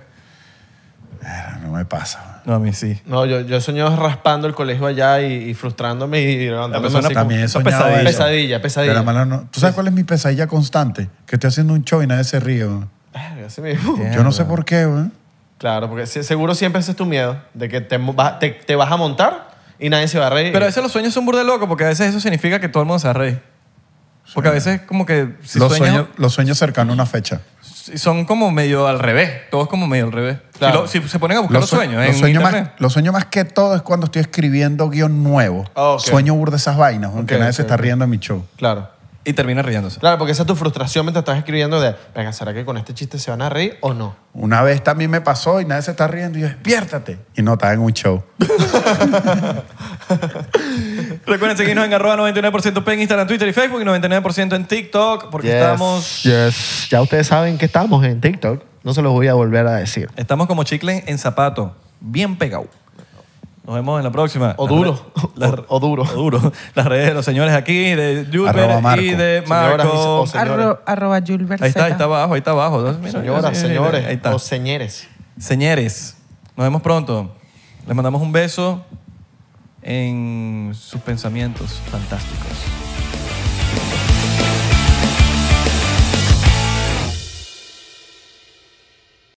S4: Claro, No me pasa.
S2: No, a mí sí.
S1: No, yo, yo soñé raspando el colegio allá y, y frustrándome y levantándome
S2: persona
S1: así como-
S4: También he
S2: Son
S4: soñado
S2: pesadillas.
S4: eso.
S1: Pesadilla, pesadilla.
S4: Pero la mala no. ¿Tú sabes cuál es mi pesadilla constante? Que estoy haciendo un show y nadie se ríe. weón.
S1: Verga, así mismo.
S4: Yo no sé por qué, weón.
S1: Claro, porque se- seguro siempre ese es tu miedo, de que te, mo- vas- te, te vas a montar y nadie se va a reír.
S2: Pero a veces los sueños son burde loco porque a veces eso significa que todo el mundo se reír. Porque a veces como que si
S4: los,
S2: sueñas,
S4: sueños, los sueños cercanos a una fecha.
S2: si- son como medio al revés. Todos como medio al revés. Si
S1: Claro.
S2: lo- Si, se ponen a buscar los,
S4: sue-
S2: sueños
S4: los
S2: en
S4: sueños más,
S2: internet.
S4: los sueños más que todo es cuando estoy escribiendo guión nuevo.
S1: Ah, ok.
S4: Sueño burda esas vainas, aunque
S1: Ok,
S4: nadie
S1: ok,
S4: se está
S1: ok.
S4: riendo en mi show.
S1: Claro.
S2: Y termina riéndose.
S1: Claro, porque esa es tu frustración mientras estás escribiendo de, venga, ¿será que con este chiste se van a reír o no?
S4: Una vez también me pasó y nadie se está riendo y yo, despiértate. Y no, estaba en un show.
S2: Recuerden seguirnos en arroba 99% en Instagram, Twitter y Facebook y 99% en TikTok porque
S1: Yes,
S2: estamos...
S1: yes. Ya ustedes saben que estamos en TikTok. No se los voy a volver a decir.
S2: Estamos como chicle en zapato, bien pegado. Nos vemos en la próxima.
S1: O
S2: Las
S1: duro.
S2: re- las-
S1: O- o duro.
S2: O duro. Las redes de los señores aquí, de
S4: Arroba
S2: Julber
S4: Marco.
S2: y
S1: Señoras
S2: de
S1: y-
S2: Marco.
S1: o sea- Señores.
S3: Arro- arroba Julber
S2: Ahí está, ahí
S3: Z.
S2: está abajo, ahí está abajo. Mira,
S1: Señoras,
S2: mira,
S1: señores
S2: Ahí está.
S1: o señores.
S2: Señores, nos vemos pronto. Les mandamos un beso en sus pensamientos fantásticos.